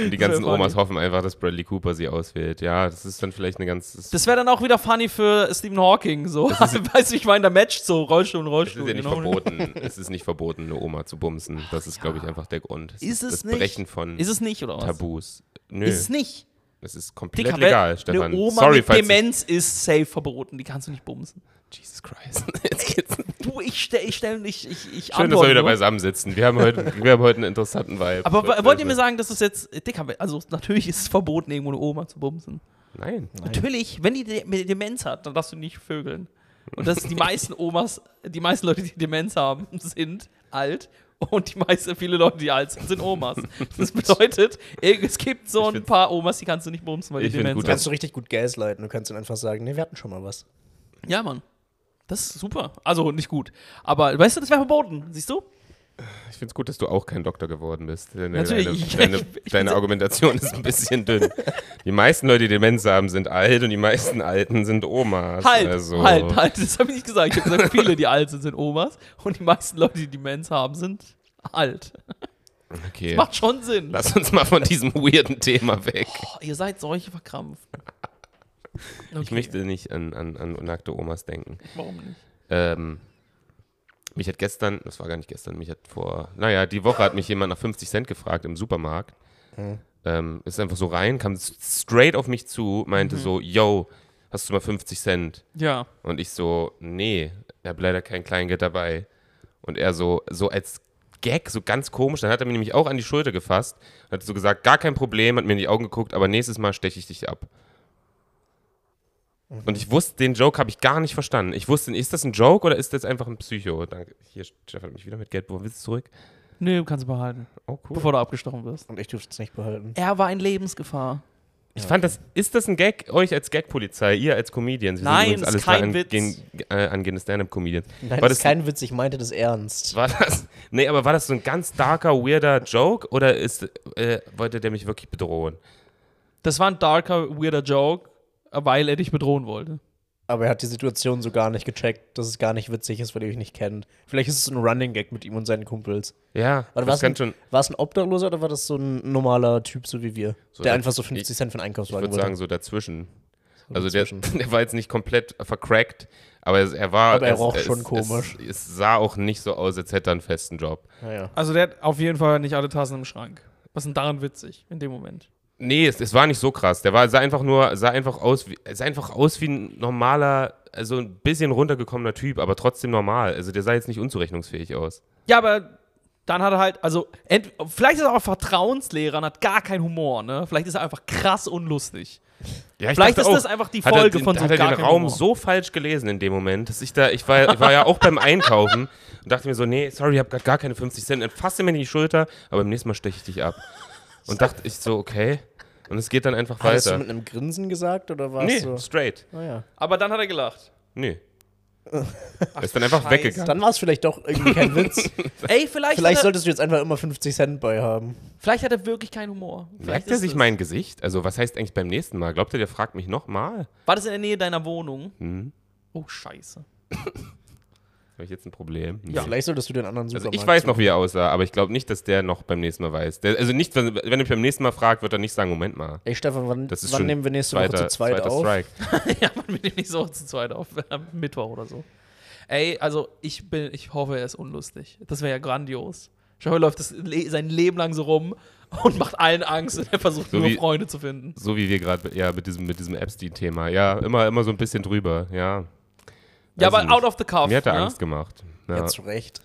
Speaker 2: Und die ganzen
Speaker 3: funny.
Speaker 2: Omas hoffen einfach, dass Bradley Cooper sie auswählt. Ja, das ist dann vielleicht eine ganz. Das,
Speaker 3: das wäre dann auch wieder funny für Stephen Hawking, so. Weißt du, ich meine, da matcht so Rollstuhl und
Speaker 2: das
Speaker 3: Rollstuhl.
Speaker 2: ist ja nicht
Speaker 3: genau.
Speaker 2: verboten. es ist nicht verboten, eine Oma zu bumsen. Das ist, glaube ich, einfach der Grund. Es
Speaker 3: Ist es
Speaker 2: das
Speaker 3: nicht?
Speaker 2: Brechen von
Speaker 3: Ist es nicht, oder was?
Speaker 2: Tabus. Nö,
Speaker 3: Ist es nicht.
Speaker 2: das ist komplett
Speaker 3: wer-
Speaker 2: legal, Stefan.
Speaker 3: Eine Oma
Speaker 2: Sorry,
Speaker 3: mit
Speaker 2: falls.
Speaker 3: Demenz ist safe verboten. Die kannst du nicht bumsen.
Speaker 2: Jesus Christ. Jetzt geht's.
Speaker 3: Du, ich stelle, ich stelle, ich, ich, ich
Speaker 2: Schön, dass wir wieder
Speaker 3: nur.
Speaker 2: beisammen sitzen. Wir haben heute, wir haben heute einen interessanten Vibe.
Speaker 3: ne?
Speaker 2: also-
Speaker 3: Aber wa- wollt ihr mir sagen, dass es jetzt, Dicker, also natürlich ist es verboten, irgendwo eine Oma zu bumsen.
Speaker 2: Nein.
Speaker 3: Natürlich, wenn die De mit Demenz hat, dann darfst du nicht vögeln. Und das die meisten Omas, die meisten Leute, die Demenz haben, sind alt. Und die meisten, viele Leute, die alt sind, sind Omas. Das bedeutet, es gibt so
Speaker 2: Ich
Speaker 3: ein
Speaker 2: find's-
Speaker 3: paar Omas, die kannst du nicht bumsen, weil die
Speaker 2: Ich find
Speaker 3: Demenz
Speaker 2: gut,
Speaker 1: Du
Speaker 3: haben.
Speaker 1: kannst du richtig gut gaslighten. Du kannst dann einfach sagen, nee, wir hatten schon mal was.
Speaker 3: Ja, Mann. Das ist super. Also nicht gut. Aber weißt du, das wäre verboten. Siehst du?
Speaker 2: Ich finde es gut, dass du auch kein Doktor geworden bist. Deine,
Speaker 3: Natürlich,
Speaker 2: deine,
Speaker 3: ich-
Speaker 2: deine,
Speaker 3: ich- ich
Speaker 2: deine
Speaker 3: bin-
Speaker 2: Argumentation ist ein bisschen dünn. Die meisten Leute, die Demenz haben, sind alt und die meisten Alten sind Omas.
Speaker 3: Halt,
Speaker 2: also,
Speaker 3: halt, halt. Das habe ich nicht gesagt. Ich habe gesagt, viele, die alt sind, sind Omas. Und die meisten Leute, die Demenz haben, sind alt.
Speaker 2: Okay.
Speaker 3: Macht schon Sinn.
Speaker 2: Lass uns mal von diesem weirden Thema weg.
Speaker 3: Oh, ihr seid solche verkrampft. Okay.
Speaker 2: Ich möchte nicht an, an, an nackte Omas denken.
Speaker 3: Warum nicht?
Speaker 2: Ähm, mich hat gestern, das war gar nicht gestern, mich hat vor, naja, die Woche hat mich jemand nach 50 Cent gefragt im Supermarkt.
Speaker 3: Hm.
Speaker 2: Ähm, ist einfach so rein, kam s- straight auf mich zu, meinte
Speaker 3: Mhm.
Speaker 2: so, yo, hast du mal 50 Cent?
Speaker 3: Ja.
Speaker 2: Und ich so, nee, ich habe leider kein Kleingeld dabei. Und er so, so als Gag, so ganz komisch, dann hat er mir nämlich auch an die Schulter gefasst und hat so gesagt, gar kein Problem, hat mir in die Augen geguckt, aber nächstes Mal steche ich dich ab. Und ich wusste, den Joke habe ich gar nicht verstanden. Ich wusste, nicht, ist das ein Joke oder ist das einfach ein Psycho? Danke. Hier, Stefan hat mich wieder mit Geld beworben. Willst du zurück?
Speaker 3: Nee, du kannst behalten,
Speaker 2: Oh, cool.
Speaker 3: bevor du abgestochen wirst.
Speaker 1: Und ich durfte es nicht behalten.
Speaker 3: Er war in Lebensgefahr.
Speaker 2: ich fand das, ist das ein Gag? Euch als Gag-Polizei, ihr als Comedians. Wir
Speaker 3: Nein,
Speaker 2: übrigens
Speaker 3: ist
Speaker 2: alles
Speaker 3: kein
Speaker 2: drei
Speaker 3: Witz.
Speaker 2: angehen- äh, angehende Stand-Up-Comedians.
Speaker 1: Nein,
Speaker 2: War
Speaker 1: das ist
Speaker 2: das-
Speaker 1: kein Witz, ich meinte das ernst.
Speaker 2: War das, nee, aber war das so ein ganz darker, weirder Joke oder ist, äh, wollte der mich wirklich bedrohen?
Speaker 3: Das war ein darker, weirder Joke, weil er dich bedrohen wollte.
Speaker 1: Aber er hat die Situation so gar nicht gecheckt, dass es gar nicht witzig ist, weil ihr euch nicht kennt. Vielleicht ist es ein Running Gag mit ihm und seinen Kumpels.
Speaker 2: Ja,
Speaker 1: Oder
Speaker 2: das
Speaker 1: war's
Speaker 2: kann
Speaker 1: ein-
Speaker 2: schon,
Speaker 1: War es ein Obdachloser oder war das so ein normaler Typ, so wie wir?
Speaker 2: So,
Speaker 1: der
Speaker 2: da-
Speaker 1: einfach so 50 Cent für einen
Speaker 2: ich
Speaker 1: Einkaufswagen
Speaker 2: würde
Speaker 1: wollte.
Speaker 2: sagen, so dazwischen. Also der,
Speaker 1: dazwischen.
Speaker 2: der war jetzt nicht komplett vercrackt, aber es, er war.
Speaker 1: Aber er
Speaker 2: es,
Speaker 1: roch
Speaker 2: es,
Speaker 1: schon
Speaker 2: es,
Speaker 1: komisch.
Speaker 2: Es, es sah auch nicht so aus, als hätte er einen festen Job.
Speaker 1: Ja, ja.
Speaker 3: Also der hat auf jeden Fall nicht alle Tassen im Schrank. Was ist denn daran witzig in dem Moment?
Speaker 2: Nee, es, es war nicht so krass. Der war, sah einfach nur, sah einfach aus, wie, sah einfach aus wie ein normaler, also ein bisschen runtergekommener Typ, aber trotzdem normal. Also der sah jetzt nicht unzurechnungsfähig aus.
Speaker 3: Ja, aber dann hat er halt, also, ent, vielleicht ist er auch Vertrauenslehrer und hat gar keinen Humor, ne? Vielleicht ist er einfach krass unlustig.
Speaker 2: Ja, ich
Speaker 3: Vielleicht
Speaker 2: dachte
Speaker 3: ist
Speaker 2: auch,
Speaker 3: das einfach die
Speaker 2: hat er
Speaker 3: Folge
Speaker 2: den,
Speaker 3: von so
Speaker 2: hat er
Speaker 3: gar
Speaker 2: den
Speaker 3: kein
Speaker 2: Raum
Speaker 3: Humor.
Speaker 2: so falsch gelesen in dem Moment, dass ich da, ich war, ich war ja auch beim Einkaufen und dachte mir so, nee, sorry, ich habe gerade gar keine 50 Cent. Dann fasst er mir in die Schulter, aber beim nächsten Mal steche ich dich ab. Und dachte ich so, okay. Und es geht dann einfach
Speaker 1: Hast du
Speaker 2: weiter.
Speaker 1: mit einem Grinsen gesagt oder war
Speaker 2: Nee,
Speaker 1: es so? Ah,
Speaker 2: straight.
Speaker 1: Naja.
Speaker 3: Aber dann hat er gelacht.
Speaker 2: Nee. ist dann einfach
Speaker 3: Scheiße.
Speaker 2: weggegangen.
Speaker 1: Dann war es vielleicht doch irgendwie kein Witz.
Speaker 3: Ey, vielleicht,
Speaker 1: vielleicht
Speaker 3: hat, er,
Speaker 1: solltest du jetzt einfach immer 50 Cent bei haben.
Speaker 3: vielleicht hat er wirklich keinen Humor. Vielleicht
Speaker 2: Merkt er
Speaker 3: ist
Speaker 2: sich
Speaker 3: es.
Speaker 2: mein Gesicht? Also, was heißt eigentlich beim nächsten Mal? Glaubt ihr, der fragt mich nochmal?
Speaker 3: War das in der Nähe deiner Wohnung?
Speaker 2: Hm?
Speaker 3: Oh, scheiße.
Speaker 2: Habe ich jetzt ein Problem? Nee.
Speaker 1: Vielleicht solltest du den anderen
Speaker 2: Also
Speaker 1: Supermarkt
Speaker 2: ich weiß noch, wie er aussah, aber ich glaube nicht, dass der noch beim nächsten Mal weiß. Der, also nicht, wenn wenn er mich beim nächsten Mal fragt, wird er nicht sagen, Moment mal.
Speaker 1: Ey, Stefan, wann,
Speaker 2: Das ist
Speaker 1: wann
Speaker 2: schon
Speaker 1: nehmen wir nächste
Speaker 2: zweiter,
Speaker 1: Woche zu zweit
Speaker 2: zweiter
Speaker 1: auf?
Speaker 2: Strike.
Speaker 3: ja, man mit dem nicht so zu zweit auf. äh, Am Mittwoch oder so. Ey, also ich bin, ich hoffe, er ist unlustig. Das wäre ja grandios. Schau, er läuft das le sein Leben lang so rum und macht allen Angst und er versucht
Speaker 2: So
Speaker 3: nur
Speaker 2: wie-
Speaker 3: Freunde zu finden.
Speaker 2: So wie wir gerade ja, mit diesem, mit diesem Epstein-Thema. Ja, immer, immer so ein bisschen drüber. Ja.
Speaker 3: Ja,
Speaker 2: Weiß ich
Speaker 3: aber
Speaker 2: nicht.
Speaker 3: out of the cuff.
Speaker 2: Mir hat er
Speaker 3: ne?
Speaker 2: Angst gemacht. Ja.
Speaker 1: Ja, zu Recht.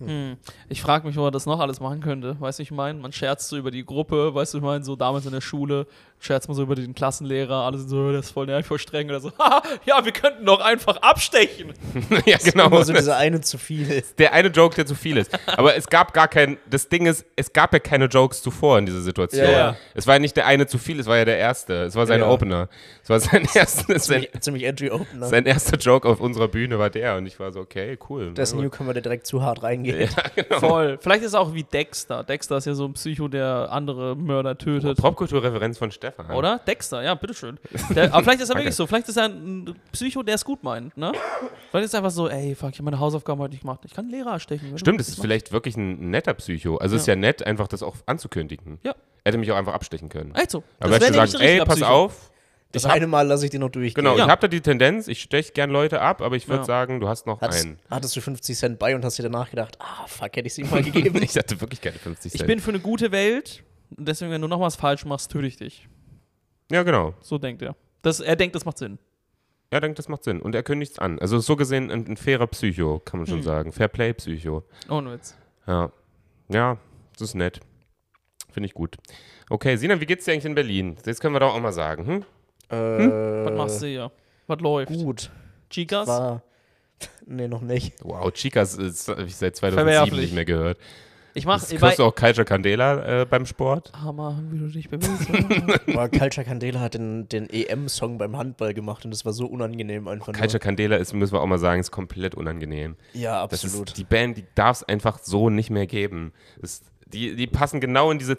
Speaker 3: Hm. Ich frage mich, wo man das noch alles machen könnte. Weißt du, ich meine, man scherzt so über die Gruppe, weißt du, ich meine, so damals in der Schule scherzt man so über den Klassenlehrer, alle sind so, das ist voll nervig, voll streng oder so. Haha, ja, wir könnten doch einfach abstechen.
Speaker 2: ja, genau.
Speaker 1: Immer so dieser eine zu viel.
Speaker 2: der eine Joke, der zu viel ist. Aber es gab gar kein. Das Ding ist, es gab ja keine Jokes zuvor in dieser Situation.
Speaker 1: Ja, ja.
Speaker 2: Es war ja nicht der eine zu viel, es war ja der erste. Es war sein
Speaker 1: Ja, ja.
Speaker 2: Opener. Es war sein, ersten, sein,
Speaker 1: Ziemlich, ziemlich edgy Opener.
Speaker 2: sein erster Joke auf unserer Bühne war der. Und ich war so, okay, cool.
Speaker 1: Das Newcomer, der direkt zu hart reingeht.
Speaker 3: Voll. Vielleicht ist es auch wie Dexter. Dexter ist ja so ein Psycho, der andere Mörder tötet.
Speaker 2: Oh, Popkulturreferenz von Stefan.
Speaker 3: Oder? Dexter, ja, bitteschön. Der, aber vielleicht ist er
Speaker 2: Danke.
Speaker 3: wirklich so. Vielleicht ist er ein Psycho, der es gut meint, ne? Vielleicht ist er einfach so, ey, fuck, ich habe meine Hausaufgaben heute nicht gemacht. Ich kann einen Lehrer erstechen. wenn
Speaker 2: Stimmt,
Speaker 3: du-
Speaker 2: es ist vielleicht wirklich ein netter Psycho. Also es ist ja nett, einfach das auch anzukündigen.
Speaker 3: Ja.
Speaker 2: Er hätte mich auch einfach abstechen können.
Speaker 3: Echt so.
Speaker 2: Aber er
Speaker 3: wär
Speaker 2: hätte
Speaker 3: nämlich
Speaker 2: gesagt,
Speaker 3: ein
Speaker 2: ey,
Speaker 3: richtiger
Speaker 2: pass
Speaker 3: Psycho.
Speaker 2: auf.
Speaker 1: Das
Speaker 2: hab-
Speaker 1: eine Mal lasse ich dir noch durchgehen.
Speaker 2: Genau,
Speaker 3: Ja.
Speaker 2: ich habe da die Tendenz, ich steche gern Leute ab, aber ich würde
Speaker 3: Ja.
Speaker 2: sagen, du hast noch
Speaker 1: Hattest,
Speaker 2: einen.
Speaker 1: hattest du 50 Cent bei und hast dir danach gedacht, ah, fuck, hätte ich sie ihm mal gegeben.
Speaker 2: Ich hatte wirklich keine 50 Cent.
Speaker 3: Ich bin für eine gute Welt und deswegen, wenn du noch was falsch machst, töte ich dich.
Speaker 2: ja, genau.
Speaker 3: So denkt er. Das, er denkt, das macht Sinn.
Speaker 2: Ja, denke, das macht Sinn. Und er kündigt es an. Also so gesehen ein, ein fairer Psycho, kann man schon
Speaker 3: Hm.
Speaker 2: sagen. Fairplay-Psycho.
Speaker 3: Ohne Witz.
Speaker 2: Ja. Ja, das ist nett. Finde ich gut. Okay, Sinan, wie geht's dir eigentlich in Berlin? Jetzt können wir doch auch mal sagen. Hm?
Speaker 1: äh,
Speaker 3: Was machst du
Speaker 2: Äh,
Speaker 3: hier? Was läuft?
Speaker 1: Gut.
Speaker 3: Chicas?
Speaker 1: War, nee, noch nicht.
Speaker 2: Wow, Chicas ist, habe ich seit 2007
Speaker 3: Verwerflich.
Speaker 2: nicht mehr gehört.
Speaker 3: Ich mach. Ich
Speaker 2: Kriegst du auch Culture Candela äh, beim Sport?
Speaker 3: Hammer, wie du dich bewegst. oder?
Speaker 1: Aber Culture Candela hat den, den EM-Song beim Handball gemacht und das war so unangenehm einfach nur.
Speaker 2: Culture Candela ist, müssen wir auch mal sagen, ist komplett unangenehm.
Speaker 1: Ja,
Speaker 2: Das
Speaker 1: absolut.
Speaker 2: ist die Band, die darf es einfach so nicht mehr geben. Das, die, die passen genau in diese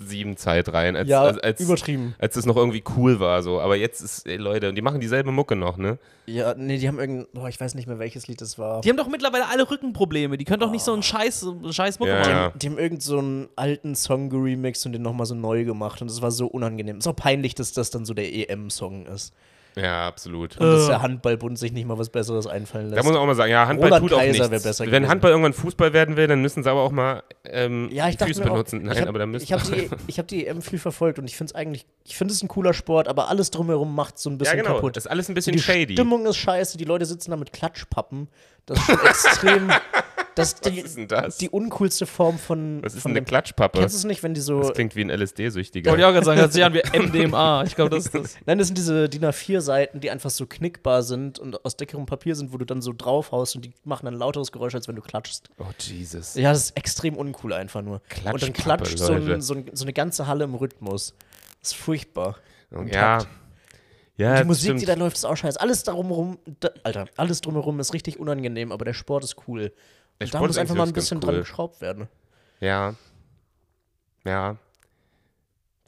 Speaker 2: 2007-Zeit rein, als,
Speaker 1: ja,
Speaker 2: als, als,
Speaker 1: übertrieben.
Speaker 2: als es noch irgendwie cool war. So. Aber jetzt ist, ey, Leute, und die machen dieselbe Mucke noch, ne?
Speaker 1: Ja, nee, die haben irgendein, boah, ich weiß nicht mehr, welches Lied das war.
Speaker 3: Die haben doch mittlerweile alle Rückenprobleme. Die können doch nicht so einen Scheiß, so einen Scheiß Mucke
Speaker 2: Ah. Ja,
Speaker 3: machen.
Speaker 2: ja.
Speaker 1: Die haben irgend so einen alten Song geremixed und den nochmal so neu gemacht und das war so unangenehm. Ist auch peinlich, dass das dann so der EM-Song ist.
Speaker 2: Ja, absolut.
Speaker 1: Und dass
Speaker 3: Äh.
Speaker 1: der Handballbund sich nicht mal was Besseres einfallen
Speaker 2: Da
Speaker 1: lässt.
Speaker 2: muss man auch mal sagen, ja, Handball
Speaker 1: Roland
Speaker 2: tut auch
Speaker 1: Kaiser wär
Speaker 2: nichts.
Speaker 1: besser
Speaker 2: Wenn
Speaker 1: gewesen.
Speaker 2: Handball irgendwann Fußball werden will, dann müssen sie aber auch mal ähm,
Speaker 1: ja, ich
Speaker 2: die
Speaker 1: dachte
Speaker 2: Füße
Speaker 1: mir auch,
Speaker 2: benutzen. Nein,
Speaker 1: ich hab,
Speaker 2: aber dann müssen
Speaker 1: ich habe die, ich hab die EM viel verfolgt und ich finde es eigentlich, ich finde es ein cooler Sport, aber alles drumherum macht so ein
Speaker 2: Ja,
Speaker 1: bisschen
Speaker 2: genau.
Speaker 1: kaputt.
Speaker 2: Das ist alles ein bisschen
Speaker 1: die
Speaker 2: shady.
Speaker 1: Stimmung ist scheiße, die Leute sitzen da mit Klatschpappen. Das ist schon extrem. Das ist die,
Speaker 2: ist denn das?
Speaker 1: die uncoolste Form von.
Speaker 2: Was ist
Speaker 1: von
Speaker 2: denn eine
Speaker 1: dem-
Speaker 2: Klatschpappe?
Speaker 1: Kennst du es nicht, wenn die so.
Speaker 2: Das klingt wie ein LSD-Süchtiger.
Speaker 3: Wollte ich auch gerade sagen, das sehen wir MDMA. Ich glaube, das ist das.
Speaker 1: Nein, das sind diese DIN A4-Seiten, die einfach so knickbar sind und aus dickerem Papier sind, wo du dann so draufhaust und die machen ein lauteres Geräusch, als wenn du klatschst.
Speaker 2: Oh, Jesus.
Speaker 1: Ja, das ist extrem uncool einfach nur. und dann
Speaker 2: Klatschpappe,
Speaker 1: klatscht so,
Speaker 2: Leute.
Speaker 1: ein, so, ein, so eine ganze Halle im Rhythmus. Das ist furchtbar.
Speaker 2: Ja.
Speaker 1: Takt.
Speaker 2: Ja,
Speaker 1: die Musik,
Speaker 2: stimmt.
Speaker 1: die da läuft, ist auch scheiße. Alles drumherum, da, Alter, alles drumherum ist richtig unangenehm, aber der Sport ist cool.
Speaker 2: Der
Speaker 1: Und da
Speaker 2: Sport
Speaker 1: muss
Speaker 2: ist
Speaker 1: einfach
Speaker 2: eigentlich
Speaker 1: mal ein
Speaker 2: ganz
Speaker 1: bisschen
Speaker 2: cool.
Speaker 1: dran geschraubt werden.
Speaker 2: Ja. Ja.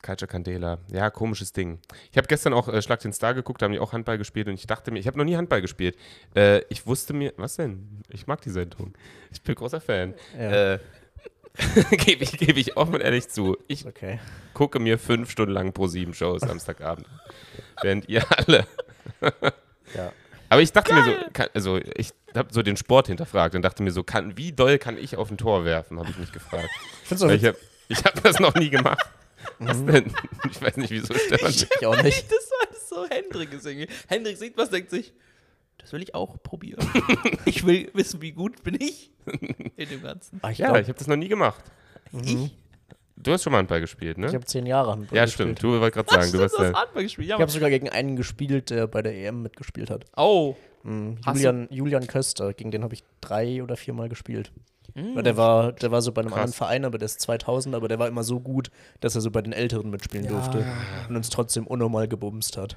Speaker 2: Culture Candela. Ja, komisches Ding. Ich habe gestern auch äh, Schlag den Star geguckt, da haben die auch Handball gespielt und ich dachte mir, ich habe noch nie Handball gespielt. Äh, ich wusste mir, was denn? Ich mag die Sendung. Ich bin großer Fan.
Speaker 1: Ja.
Speaker 2: Äh, Gebe ich, geb ich offen und ehrlich zu. Ich
Speaker 1: Okay.
Speaker 2: gucke mir fünf Stunden lang pro sieben Shows Samstagabend. während ihr alle.
Speaker 1: Ja.
Speaker 2: Aber ich dachte mir so, kann, also ich habe so den Sport hinterfragt und dachte mir so, kann, wie doll kann ich auf ein Tor werfen, habe ich mich gefragt.
Speaker 1: Ich finde
Speaker 2: Weil
Speaker 1: es
Speaker 2: ich hab, Ich habe das noch nie gemacht. Was denn? Ich weiß nicht, wieso Stefan.
Speaker 1: Ich auch nicht.
Speaker 3: Das war alles so Hendrik ist irgendwie. Hendrik sieht was, denkt sich, das will ich auch probieren. ich will wissen, wie gut bin ich in dem Ganzen.
Speaker 1: Ah, ich
Speaker 2: Ja,
Speaker 1: glaub,
Speaker 2: ich habe das noch nie gemacht.
Speaker 3: Ich?
Speaker 2: Du hast schon mal ein paar gespielt, ne?
Speaker 1: ich habe zehn Jahre Handball
Speaker 2: ja,
Speaker 1: gespielt.
Speaker 2: stimmt. Du wolltest gerade sagen, du warst
Speaker 3: das
Speaker 2: der.
Speaker 3: Handball gespielt. Ja,
Speaker 1: Ich habe sogar gegen einen gespielt, der bei der EM mitgespielt hat.
Speaker 3: oh. Hast
Speaker 1: Julian, Julian Köster, gegen den habe ich drei oder viermal gespielt. Weil der war, der war so bei einem
Speaker 2: Mm. Krass.
Speaker 1: anderen Verein, aber der ist 2000, aber der war immer so gut, dass er so bei den Älteren mitspielen durfte und uns trotzdem unnormal gebumst hat.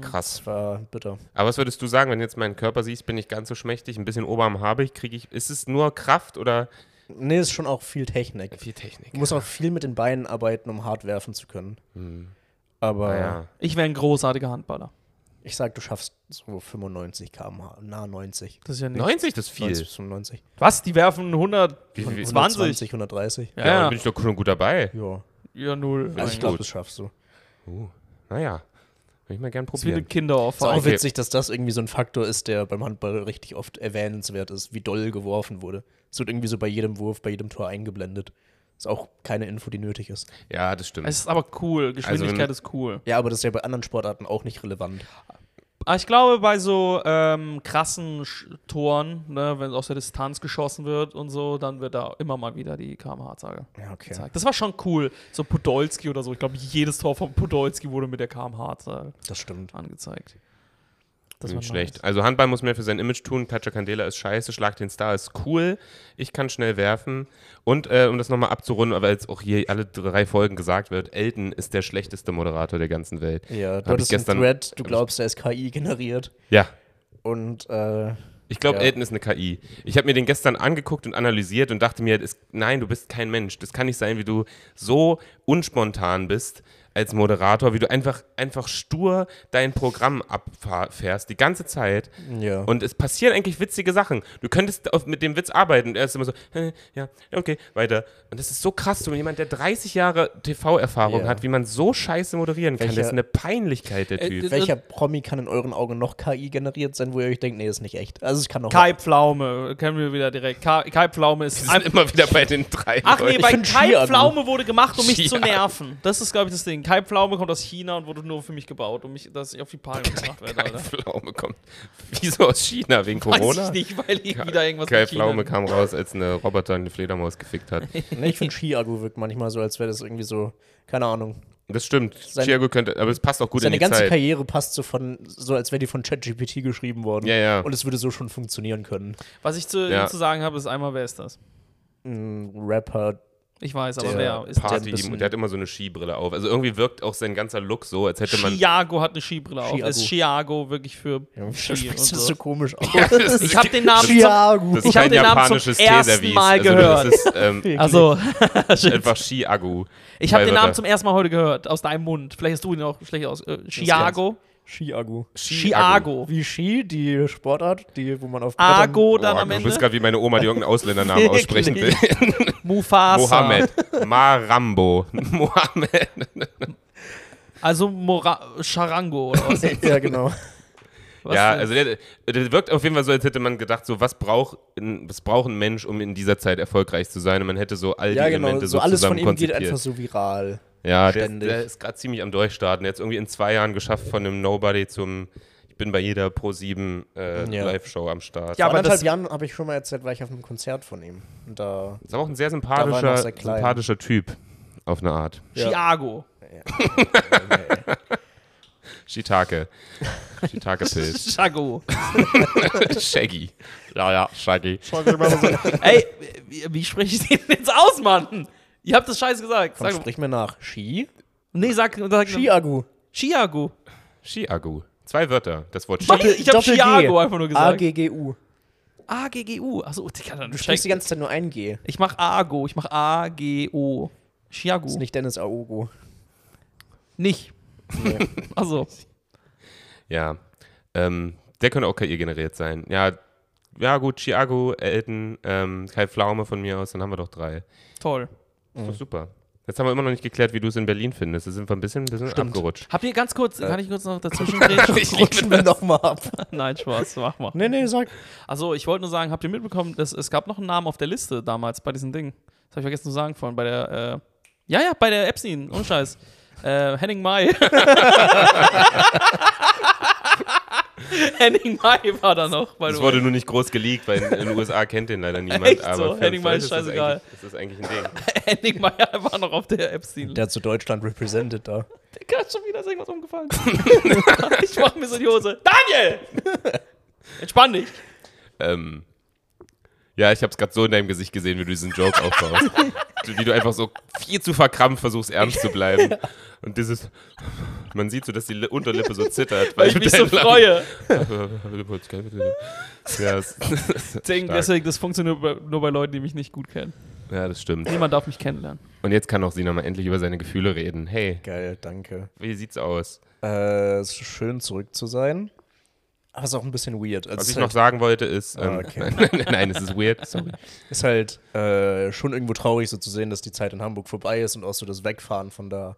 Speaker 2: Krass.
Speaker 1: Das war bitter.
Speaker 2: Aber was würdest du sagen, wenn du jetzt meinen Körper siehst, bin ich ganz so schmächtig, ein bisschen Oberarm habe ich, kriege ich. Ist es nur Kraft oder
Speaker 1: Nee, ist schon auch viel Technik.
Speaker 2: viel Technik?
Speaker 1: Du musst auch viel mit den Beinen arbeiten, um hart werfen zu können. Aber
Speaker 2: Mm. Ah, ja.
Speaker 3: Ich wäre ein großartiger Handballer.
Speaker 1: ich sag, du schaffst so 95 km/h, nah 90.
Speaker 3: Das ist ja nicht.
Speaker 2: 90, das ist viel.
Speaker 1: 90 bis 95.
Speaker 3: Was? Die werfen 100.
Speaker 2: Wie, wie, wie,
Speaker 3: Zwanzig.
Speaker 1: 120, 130.
Speaker 2: ja, dann bin ich doch schon gut dabei.
Speaker 1: Ja.
Speaker 3: ja null.
Speaker 1: Also ich
Speaker 2: Gut.
Speaker 1: glaube, das schaffst du.
Speaker 2: Uh, naja, würde ich mal gern
Speaker 3: Das ist wie
Speaker 2: probieren.
Speaker 3: eine
Speaker 1: Ist auch
Speaker 3: Kinderopfer.
Speaker 2: Okay.
Speaker 1: witzig, dass das irgendwie so ein Faktor ist, der beim Handball richtig oft erwähnenswert ist, wie doll geworfen wurde. Es wird irgendwie so bei jedem Wurf, bei jedem Tor eingeblendet. Ist auch keine Info, die nötig ist.
Speaker 2: Ja, das stimmt.
Speaker 3: Es ist aber cool. Geschwindigkeit ist cool.
Speaker 1: Ja, aber das ist ja bei anderen Sportarten auch nicht relevant.
Speaker 3: Aber Ah, ich glaube, bei so ähm, krassen Sch- Toren, ne, wenn aus der Distanz geschossen wird und so, dann wird da immer mal wieder die KMH-Zahl
Speaker 1: Ja, okay.
Speaker 3: gezeigt. Das war schon cool. So Podolski oder so. Ich glaube, jedes Tor von Podolski wurde mit der KMH-Zahl
Speaker 1: Das stimmt.
Speaker 3: angezeigt.
Speaker 2: Das
Speaker 3: war
Speaker 2: nicht schlecht.
Speaker 3: nice.
Speaker 2: Also Handball muss mehr für sein Image tun. Patrick Candela ist scheiße, Schlag den Star ist cool. Ich kann schnell werfen. Und äh, um das nochmal abzurunden, weil jetzt auch hier alle drei Folgen gesagt wird, Elton ist der schlechteste Moderator der ganzen Welt.
Speaker 1: Ja,
Speaker 2: Hab
Speaker 1: du hattest
Speaker 2: ich
Speaker 1: einen
Speaker 2: gestern-
Speaker 1: Thread,
Speaker 2: hab
Speaker 1: du
Speaker 2: ich-
Speaker 1: glaubst, der ist KI generiert.
Speaker 2: Ja,
Speaker 1: Und äh,
Speaker 2: ich glaube,
Speaker 1: Ja.
Speaker 2: Elton ist eine KI. Ich habe mir den gestern angeguckt und analysiert und dachte mir, das, nein, du bist kein Mensch. Das kann nicht sein, wie du so unspontan bist als Moderator, wie du einfach, einfach stur dein Programm abfährst, die ganze Zeit.
Speaker 1: ja.
Speaker 2: Und es passieren eigentlich witzige Sachen. Du könntest auf, mit dem Witz arbeiten. Und er ist immer so, "Hä, ja, okay, weiter. Und das ist so krass, so jemand, der 30 Jahre TV-Erfahrung
Speaker 1: Ja.
Speaker 2: hat, wie man so scheiße moderieren kann.
Speaker 1: Welcher-
Speaker 2: Das ist eine Peinlichkeit, der
Speaker 3: Äh,
Speaker 2: Typ.
Speaker 3: das-
Speaker 1: welcher Promi kann in euren Augen noch KI generiert sein, wo ihr euch denkt, nee, ist nicht echt. Also es kann auch.
Speaker 3: Kai Pflaume, kennen wir wieder direkt. Kai, Kai Pflaume ist
Speaker 2: Wir sind immer wieder bei den drei.
Speaker 3: Ach nee,
Speaker 2: Leuten.
Speaker 3: bei
Speaker 1: find
Speaker 3: Kai
Speaker 1: Skiern-
Speaker 3: Pflaume wurde gemacht, um mich zu
Speaker 2: Skiern.
Speaker 3: nerven. Das ist, glaube ich, das Ding. Kai Pflaume kommt aus China und wurde nur für mich gebaut, um mich, dass ich auf die Palme gebracht werde,
Speaker 2: Kai
Speaker 3: Alter.
Speaker 2: Pflaume kommt. Wieso aus China? Wegen Corona?
Speaker 3: Weiß ich nicht, weil ich wieder irgendwas
Speaker 2: Kai
Speaker 3: mit China-
Speaker 2: Pflaume kam raus, als eine Roboter eine Fledermaus gefickt hat.
Speaker 1: Nee, ich finde Ski-Agu wirkt manchmal so, als wäre das irgendwie so, keine Ahnung.
Speaker 2: Das stimmt.
Speaker 1: Sein-
Speaker 2: Chiago könnte, aber es passt auch gut in
Speaker 1: Seine
Speaker 2: die
Speaker 1: ganze
Speaker 2: Zeit.
Speaker 1: Karriere passt so von, so als wäre die von ChatGPT geschrieben worden.
Speaker 2: Ja, ja.
Speaker 1: Und es würde so schon funktionieren können.
Speaker 3: Was ich zu,
Speaker 2: Ja.
Speaker 3: zu sagen habe, ist einmal, wer ist das?
Speaker 1: Ein Rapper,
Speaker 3: Ich weiß, aber
Speaker 1: Der
Speaker 3: wer ist
Speaker 1: Part-
Speaker 3: das?
Speaker 2: Party,
Speaker 1: bisschen-
Speaker 2: und der hat immer so eine Skibrille auf. Also irgendwie wirkt auch sein ganzer Look so, als hätte man
Speaker 3: Chiago hat eine Skibrille auf.
Speaker 1: Chiago.
Speaker 3: Ist Chiago wirklich für Ski und
Speaker 1: sprichst du
Speaker 3: so.
Speaker 1: so komisch aus.
Speaker 2: das ist-
Speaker 3: Ich habe den Namen
Speaker 1: Chiago.
Speaker 2: Das ist
Speaker 3: Ich hab
Speaker 2: kein
Speaker 3: den Namen
Speaker 2: japanisches
Speaker 3: zum ersten
Speaker 2: Teeservice.
Speaker 3: Mal
Speaker 2: also
Speaker 3: gehört.
Speaker 2: Das ist ähm,
Speaker 3: also, shit.
Speaker 2: einfach Ski-Agu.
Speaker 3: ich habe
Speaker 2: Zwei
Speaker 3: den Namen
Speaker 2: Wörter.
Speaker 3: zum ersten Mal heute gehört, aus deinem Mund. Vielleicht hast du ihn auch schlecht aus. Äh,
Speaker 1: Chiago.
Speaker 3: Chiago.
Speaker 2: Chiago.
Speaker 3: Chiago.
Speaker 1: Wie Ski, die Sportart, die, wo man auf Brettern-
Speaker 3: Ago dann
Speaker 2: Boah,
Speaker 3: am
Speaker 2: Oh, du
Speaker 3: Ende.
Speaker 2: bist gerade wie meine Oma, die irgendeinen Ausländernamen aussprechen will.
Speaker 3: Mufasa.
Speaker 2: Mohammed. Marambo. Mohammed.
Speaker 3: Also Mora Charango oder was?
Speaker 1: Ja, genau.
Speaker 3: was
Speaker 2: ja,
Speaker 3: denn?
Speaker 2: also der, der wirkt auf jeden Fall so, als hätte man gedacht, so was braucht, ein- was braucht ein Mensch, um in dieser Zeit erfolgreich zu sein? Und man hätte so all die
Speaker 1: ja, genau.
Speaker 2: Elemente
Speaker 1: So,
Speaker 2: so,
Speaker 1: alles von
Speaker 2: zusammen
Speaker 1: ihm geht
Speaker 2: konzipiert.
Speaker 1: einfach so viral.
Speaker 2: ja, der,
Speaker 1: ständig.
Speaker 2: der ist gerade ziemlich am Durchstarten. Der hat es irgendwie in zwei Jahren geschafft von einem Nobody zum Ich bin bei jeder Pro 7 äh,
Speaker 1: Ja.
Speaker 2: Live-Show am
Speaker 1: Ja,
Speaker 2: Start.
Speaker 3: Ja,
Speaker 1: Vor
Speaker 3: aber
Speaker 1: anderthalb
Speaker 3: das-
Speaker 1: Jahren habe ich schon mal erzählt, war ich auf einem Konzert von ihm. Und da.
Speaker 2: Ist aber auch ein sehr
Speaker 1: Da war er noch
Speaker 2: sympathischer,
Speaker 1: sehr klein.
Speaker 2: sympathischer Typ. Auf eine Art.
Speaker 1: Ja.
Speaker 3: Chiago.
Speaker 2: Shiitake. Shiitake-Pilz.
Speaker 3: Chago.
Speaker 2: Shaggy. Ja, ja, Shaggy.
Speaker 3: Ey, wie, wie spreche ich den jetzt aus, Mann? Ihr habt das scheiß gesagt.
Speaker 1: Komm,
Speaker 3: Sag,
Speaker 1: sprich mir nach. Ski?
Speaker 3: nee, sag, sag
Speaker 1: Chiago.
Speaker 3: Chiago.
Speaker 2: Shiagu. Zwei Wörter. Das Wort
Speaker 3: Doppel-
Speaker 2: Shi.
Speaker 3: Ich hab
Speaker 1: Doppel-G.
Speaker 3: Chiago einfach nur gesagt.
Speaker 1: A-G-G-U.
Speaker 3: AGGU. Achso, Digga, dann
Speaker 1: Du sprichst die
Speaker 3: check.
Speaker 1: ganze Zeit nur ein G.
Speaker 3: Ich mach AGO, ich mach AGO. Chiago.
Speaker 1: Ist
Speaker 3: Nicht.
Speaker 1: nicht Dennis Aogo.
Speaker 3: nicht.
Speaker 1: Nee.
Speaker 3: Also,
Speaker 2: Ja. Ähm, der könnte auch KI generiert sein. Ja, ja gut, Chiago, Elton, ähm, Kai Pflaume von mir aus, dann haben wir doch drei.
Speaker 3: toll.
Speaker 1: Mhm.
Speaker 2: Ist doch super. Jetzt haben wir immer noch nicht geklärt, wie du es in Berlin findest. Da sind wir ein bisschen, ein bisschen abgerutscht.
Speaker 3: Habt ihr ganz kurz, kann ich kurz noch dazwischen
Speaker 2: Ich
Speaker 3: reden?
Speaker 1: Rutschen wir nochmal ab.
Speaker 3: Nein, Spaß, mach mal.
Speaker 1: Nee, nee, sag.
Speaker 3: Also, ich wollte nur sagen, habt ihr mitbekommen, dass es gab noch einen Namen auf der Liste damals bei diesem Ding? Das habe ich vergessen zu sagen vorhin, bei der äh, Ja, ja, bei der Epstein, ohne Scheiß. äh, Henning Mai. Henning Mai war da noch, by
Speaker 2: Das
Speaker 3: the way.
Speaker 2: wurde nur nicht groß geleakt, weil in in den USA kennt den leider niemand.
Speaker 3: Echt so?
Speaker 2: aber für
Speaker 3: Henning Mai
Speaker 2: uns
Speaker 3: ist
Speaker 2: Leute
Speaker 3: scheißegal.
Speaker 2: Das ist, das eigentlich- das ist eigentlich ein Ding.
Speaker 3: Henning Mai war noch auf der Epstein.
Speaker 1: Der hat so Deutschland represented da.
Speaker 3: Digga, ist schon wieder ist irgendwas umgefallen. ich mach mir so die Hose. Daniel! Entspann dich.
Speaker 2: Ähm, ja, ich hab's gerade so in deinem Gesicht gesehen, wie du diesen Joke aufbaust. Du- wie du einfach so viel zu verkrampft versuchst, ernst zu bleiben. Und dieses. Man sieht so, dass die Li- Unterlippe so zittert.
Speaker 3: Weil ich
Speaker 2: du
Speaker 3: mich so
Speaker 2: deinen
Speaker 3: freue.
Speaker 2: Lachen- Ja, es-
Speaker 3: Deswegen,
Speaker 2: Stark.
Speaker 3: deswegen, das funktioniert nur bei- nur bei Leuten, die mich nicht gut kennen.
Speaker 2: ja, das stimmt.
Speaker 3: Niemand darf mich kennenlernen.
Speaker 2: Und jetzt kann auch Sina mal endlich über seine Gefühle reden. Hey,
Speaker 1: Geil, danke.
Speaker 2: wie sieht's aus?
Speaker 1: Äh, es ist schön zurück zu sein. Aber es ist auch ein bisschen weird. Also
Speaker 2: Was
Speaker 1: es
Speaker 2: ich
Speaker 1: ist
Speaker 2: noch
Speaker 1: halt,
Speaker 2: sagen wollte ist.
Speaker 1: Ah,
Speaker 2: Ähm,
Speaker 1: okay.
Speaker 2: nein, nein, nein, es ist weird. Sorry.
Speaker 1: ist halt äh, schon irgendwo traurig, so zu sehen, dass die Zeit in Hamburg vorbei ist und auch so das Wegfahren von da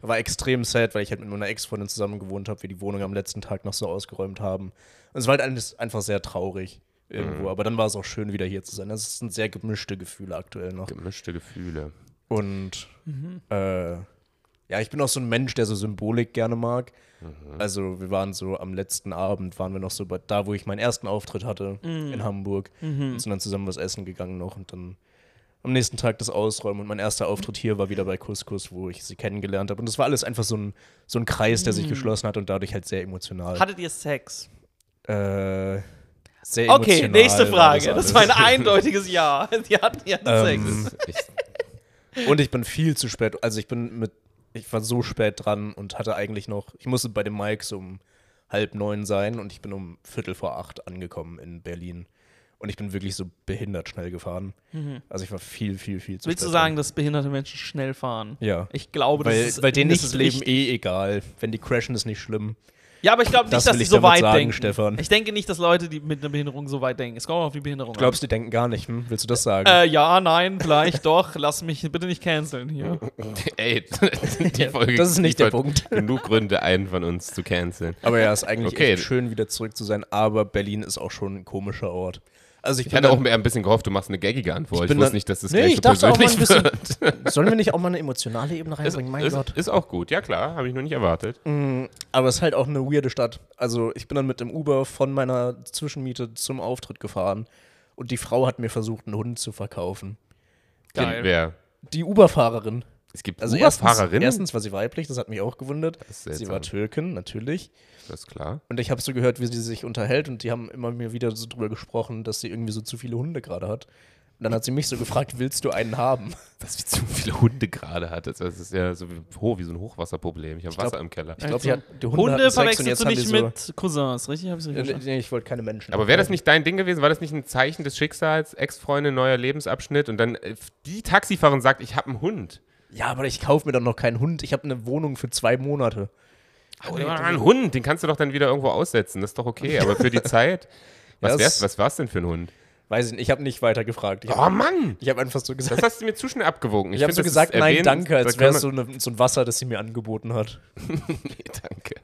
Speaker 1: war extrem sad, weil ich halt mit meiner Ex-Freundin zusammen gewohnt habe, wir die Wohnung am letzten Tag noch so ausgeräumt haben. Und es war halt alles einfach sehr traurig irgendwo. Aber dann war es auch schön, wieder hier zu sein. Das sind sehr gemischte Gefühle aktuell noch.
Speaker 2: Gemischte Gefühle.
Speaker 1: Und
Speaker 3: Mhm.
Speaker 1: äh, ja, ich bin auch so ein Mensch, der so Symbolik gerne mag. Also wir waren so am letzten Abend, waren wir noch so bei, da, wo ich meinen ersten Auftritt hatte
Speaker 3: Mhm.
Speaker 1: in Hamburg. Und sind dann zusammen was essen gegangen noch und dann am nächsten Tag das Ausräumen. Und mein erster Auftritt hier war wieder bei Couscous, wo ich sie kennengelernt habe. Und das war alles einfach so ein, so ein Kreis, der
Speaker 3: Mhm.
Speaker 1: sich geschlossen hat und dadurch halt sehr emotional.
Speaker 3: Hattet ihr Sex?
Speaker 1: äh, sehr
Speaker 3: Okay,
Speaker 1: emotional
Speaker 3: nächste
Speaker 1: war
Speaker 3: Frage.
Speaker 1: alles.
Speaker 3: Das war ein eindeutiges Ja. Die hatten, die hatten
Speaker 1: Ähm,
Speaker 3: Sex.
Speaker 2: Ich,
Speaker 1: Und ich bin viel zu spät. Also ich bin mit, ich war so spät dran und hatte eigentlich noch, ich musste bei dem Mike so um halb neun sein und ich bin um Viertel vor acht angekommen in Berlin. Und ich bin wirklich so behindert schnell gefahren. Also ich war viel, viel, viel zu
Speaker 3: Mhm. Willst
Speaker 1: spät.
Speaker 3: du sagen,
Speaker 1: dran.
Speaker 3: dass behinderte Menschen schnell fahren?
Speaker 1: Ja.
Speaker 3: Ich glaube, das
Speaker 1: Weil,
Speaker 3: ist
Speaker 1: weil denen
Speaker 3: nicht
Speaker 1: ist das Leben
Speaker 3: wichtig.
Speaker 1: eh egal. Wenn die crashen, ist nicht schlimm.
Speaker 3: Ja, aber ich glaube nicht,
Speaker 1: Das
Speaker 3: dass
Speaker 1: will
Speaker 3: die
Speaker 1: ich
Speaker 3: so
Speaker 1: damit
Speaker 3: weit
Speaker 1: sagen,
Speaker 3: denken.
Speaker 1: Stefan.
Speaker 3: Ich denke nicht, dass Leute, die mit einer Behinderung so weit denken. Es kommt auch auf die Behinderung
Speaker 1: Du glaubst, die denken gar nicht, hm? Willst du das sagen?
Speaker 3: an. Äh, ja, nein, vielleicht doch. Lass mich bitte nicht canceln hier.
Speaker 2: ey, die Folge.
Speaker 1: das ist nicht der
Speaker 2: liefert
Speaker 1: Punkt.
Speaker 2: Genug Gründe, einen von uns zu canceln.
Speaker 1: Aber ja, ist eigentlich
Speaker 2: Okay.
Speaker 1: echt schön, wieder zurück zu sein. Aber Berlin ist auch schon ein komischer Ort. Also ich,
Speaker 2: Ich
Speaker 1: bin
Speaker 2: hatte auch
Speaker 1: dann-
Speaker 2: mehr ein bisschen gehofft, du machst eine gaggige Antwort. Ich,
Speaker 1: Ich bin
Speaker 2: wusste
Speaker 1: dann-
Speaker 2: nicht, dass das
Speaker 1: Nee,
Speaker 2: gleich
Speaker 1: ich
Speaker 2: so
Speaker 1: dachte auch mal ein
Speaker 2: persönlich
Speaker 1: bisschen-
Speaker 2: wird.
Speaker 1: Sollen wir nicht auch mal eine emotionale Ebene reinbringen? mein
Speaker 2: Also, ist,
Speaker 1: Gott.
Speaker 2: ist auch gut, ja klar, habe ich noch nicht erwartet.
Speaker 1: Aber es ist halt auch eine weirde Stadt. Also ich bin dann mit dem Uber von meiner Zwischenmiete zum Auftritt gefahren und die Frau hat mir versucht, einen Hund zu verkaufen.
Speaker 3: Geil.
Speaker 2: Den, wer?
Speaker 1: Die Uber-Fahrerin.
Speaker 2: Es gibt
Speaker 1: Also
Speaker 2: also
Speaker 1: erstens,
Speaker 2: Fahrerinnen.
Speaker 1: erstens war sie weiblich, das hat mich auch gewundert.
Speaker 2: Das ist
Speaker 1: Sie
Speaker 2: seltsam.
Speaker 1: war Türkin, natürlich.
Speaker 2: das ist klar.
Speaker 1: Und ich habe so gehört, wie sie sich unterhält und die haben immer mir wieder so drüber gesprochen, dass sie irgendwie so zu viele Hunde gerade hat. Und dann hat sie mich so gefragt, willst du einen haben?
Speaker 2: Dass sie zu viele Hunde gerade hat. Das ist ja so wie, oh, wie so ein Hochwasserproblem. Ich habe
Speaker 1: glaub-
Speaker 2: Wasser im Keller.
Speaker 1: Ich glaube,
Speaker 3: Also,
Speaker 1: die, hat- die Hunde,
Speaker 3: Hunde
Speaker 1: hatten Sex und
Speaker 3: verwechselst
Speaker 1: jetzt
Speaker 3: du
Speaker 1: haben die
Speaker 3: nicht
Speaker 1: so,
Speaker 3: mit Cousins, richtig? Hab ich's richtig
Speaker 1: Äh,
Speaker 3: verstanden?
Speaker 1: Nee, ich wollte keine Menschen.
Speaker 2: Aber wäre das nicht dein Ding gewesen? War das nicht ein Zeichen des Schicksals? Ex-Freundin, neuer Lebensabschnitt und dann äh, die Taxifahrerin sagt, ich habe einen Hund.
Speaker 1: Ja, aber ich kaufe mir doch noch keinen Hund. Ich habe eine Wohnung für zwei Monate.
Speaker 2: Oder einen Hund, den kannst du doch dann wieder irgendwo aussetzen. Das ist doch okay. Aber für die Zeit, was
Speaker 1: Ja,
Speaker 2: wär's,
Speaker 1: es-
Speaker 2: was war's denn für ein Hund?
Speaker 1: Weiß ich nicht, ich habe nicht weiter gefragt. Ich
Speaker 2: Oh
Speaker 1: habe
Speaker 2: Mann!
Speaker 1: ich hab einfach so gesagt,
Speaker 2: Das hast du mir zu schnell abgewogen.
Speaker 1: ich habe
Speaker 2: find,
Speaker 1: so
Speaker 2: das ist
Speaker 1: gesagt, nein,
Speaker 2: erwähnt,
Speaker 1: danke,
Speaker 2: da
Speaker 1: als
Speaker 2: kann
Speaker 1: wäre
Speaker 2: man-
Speaker 1: es so, ne, so ein Wasser, das sie mir angeboten hat.
Speaker 2: Nee, danke.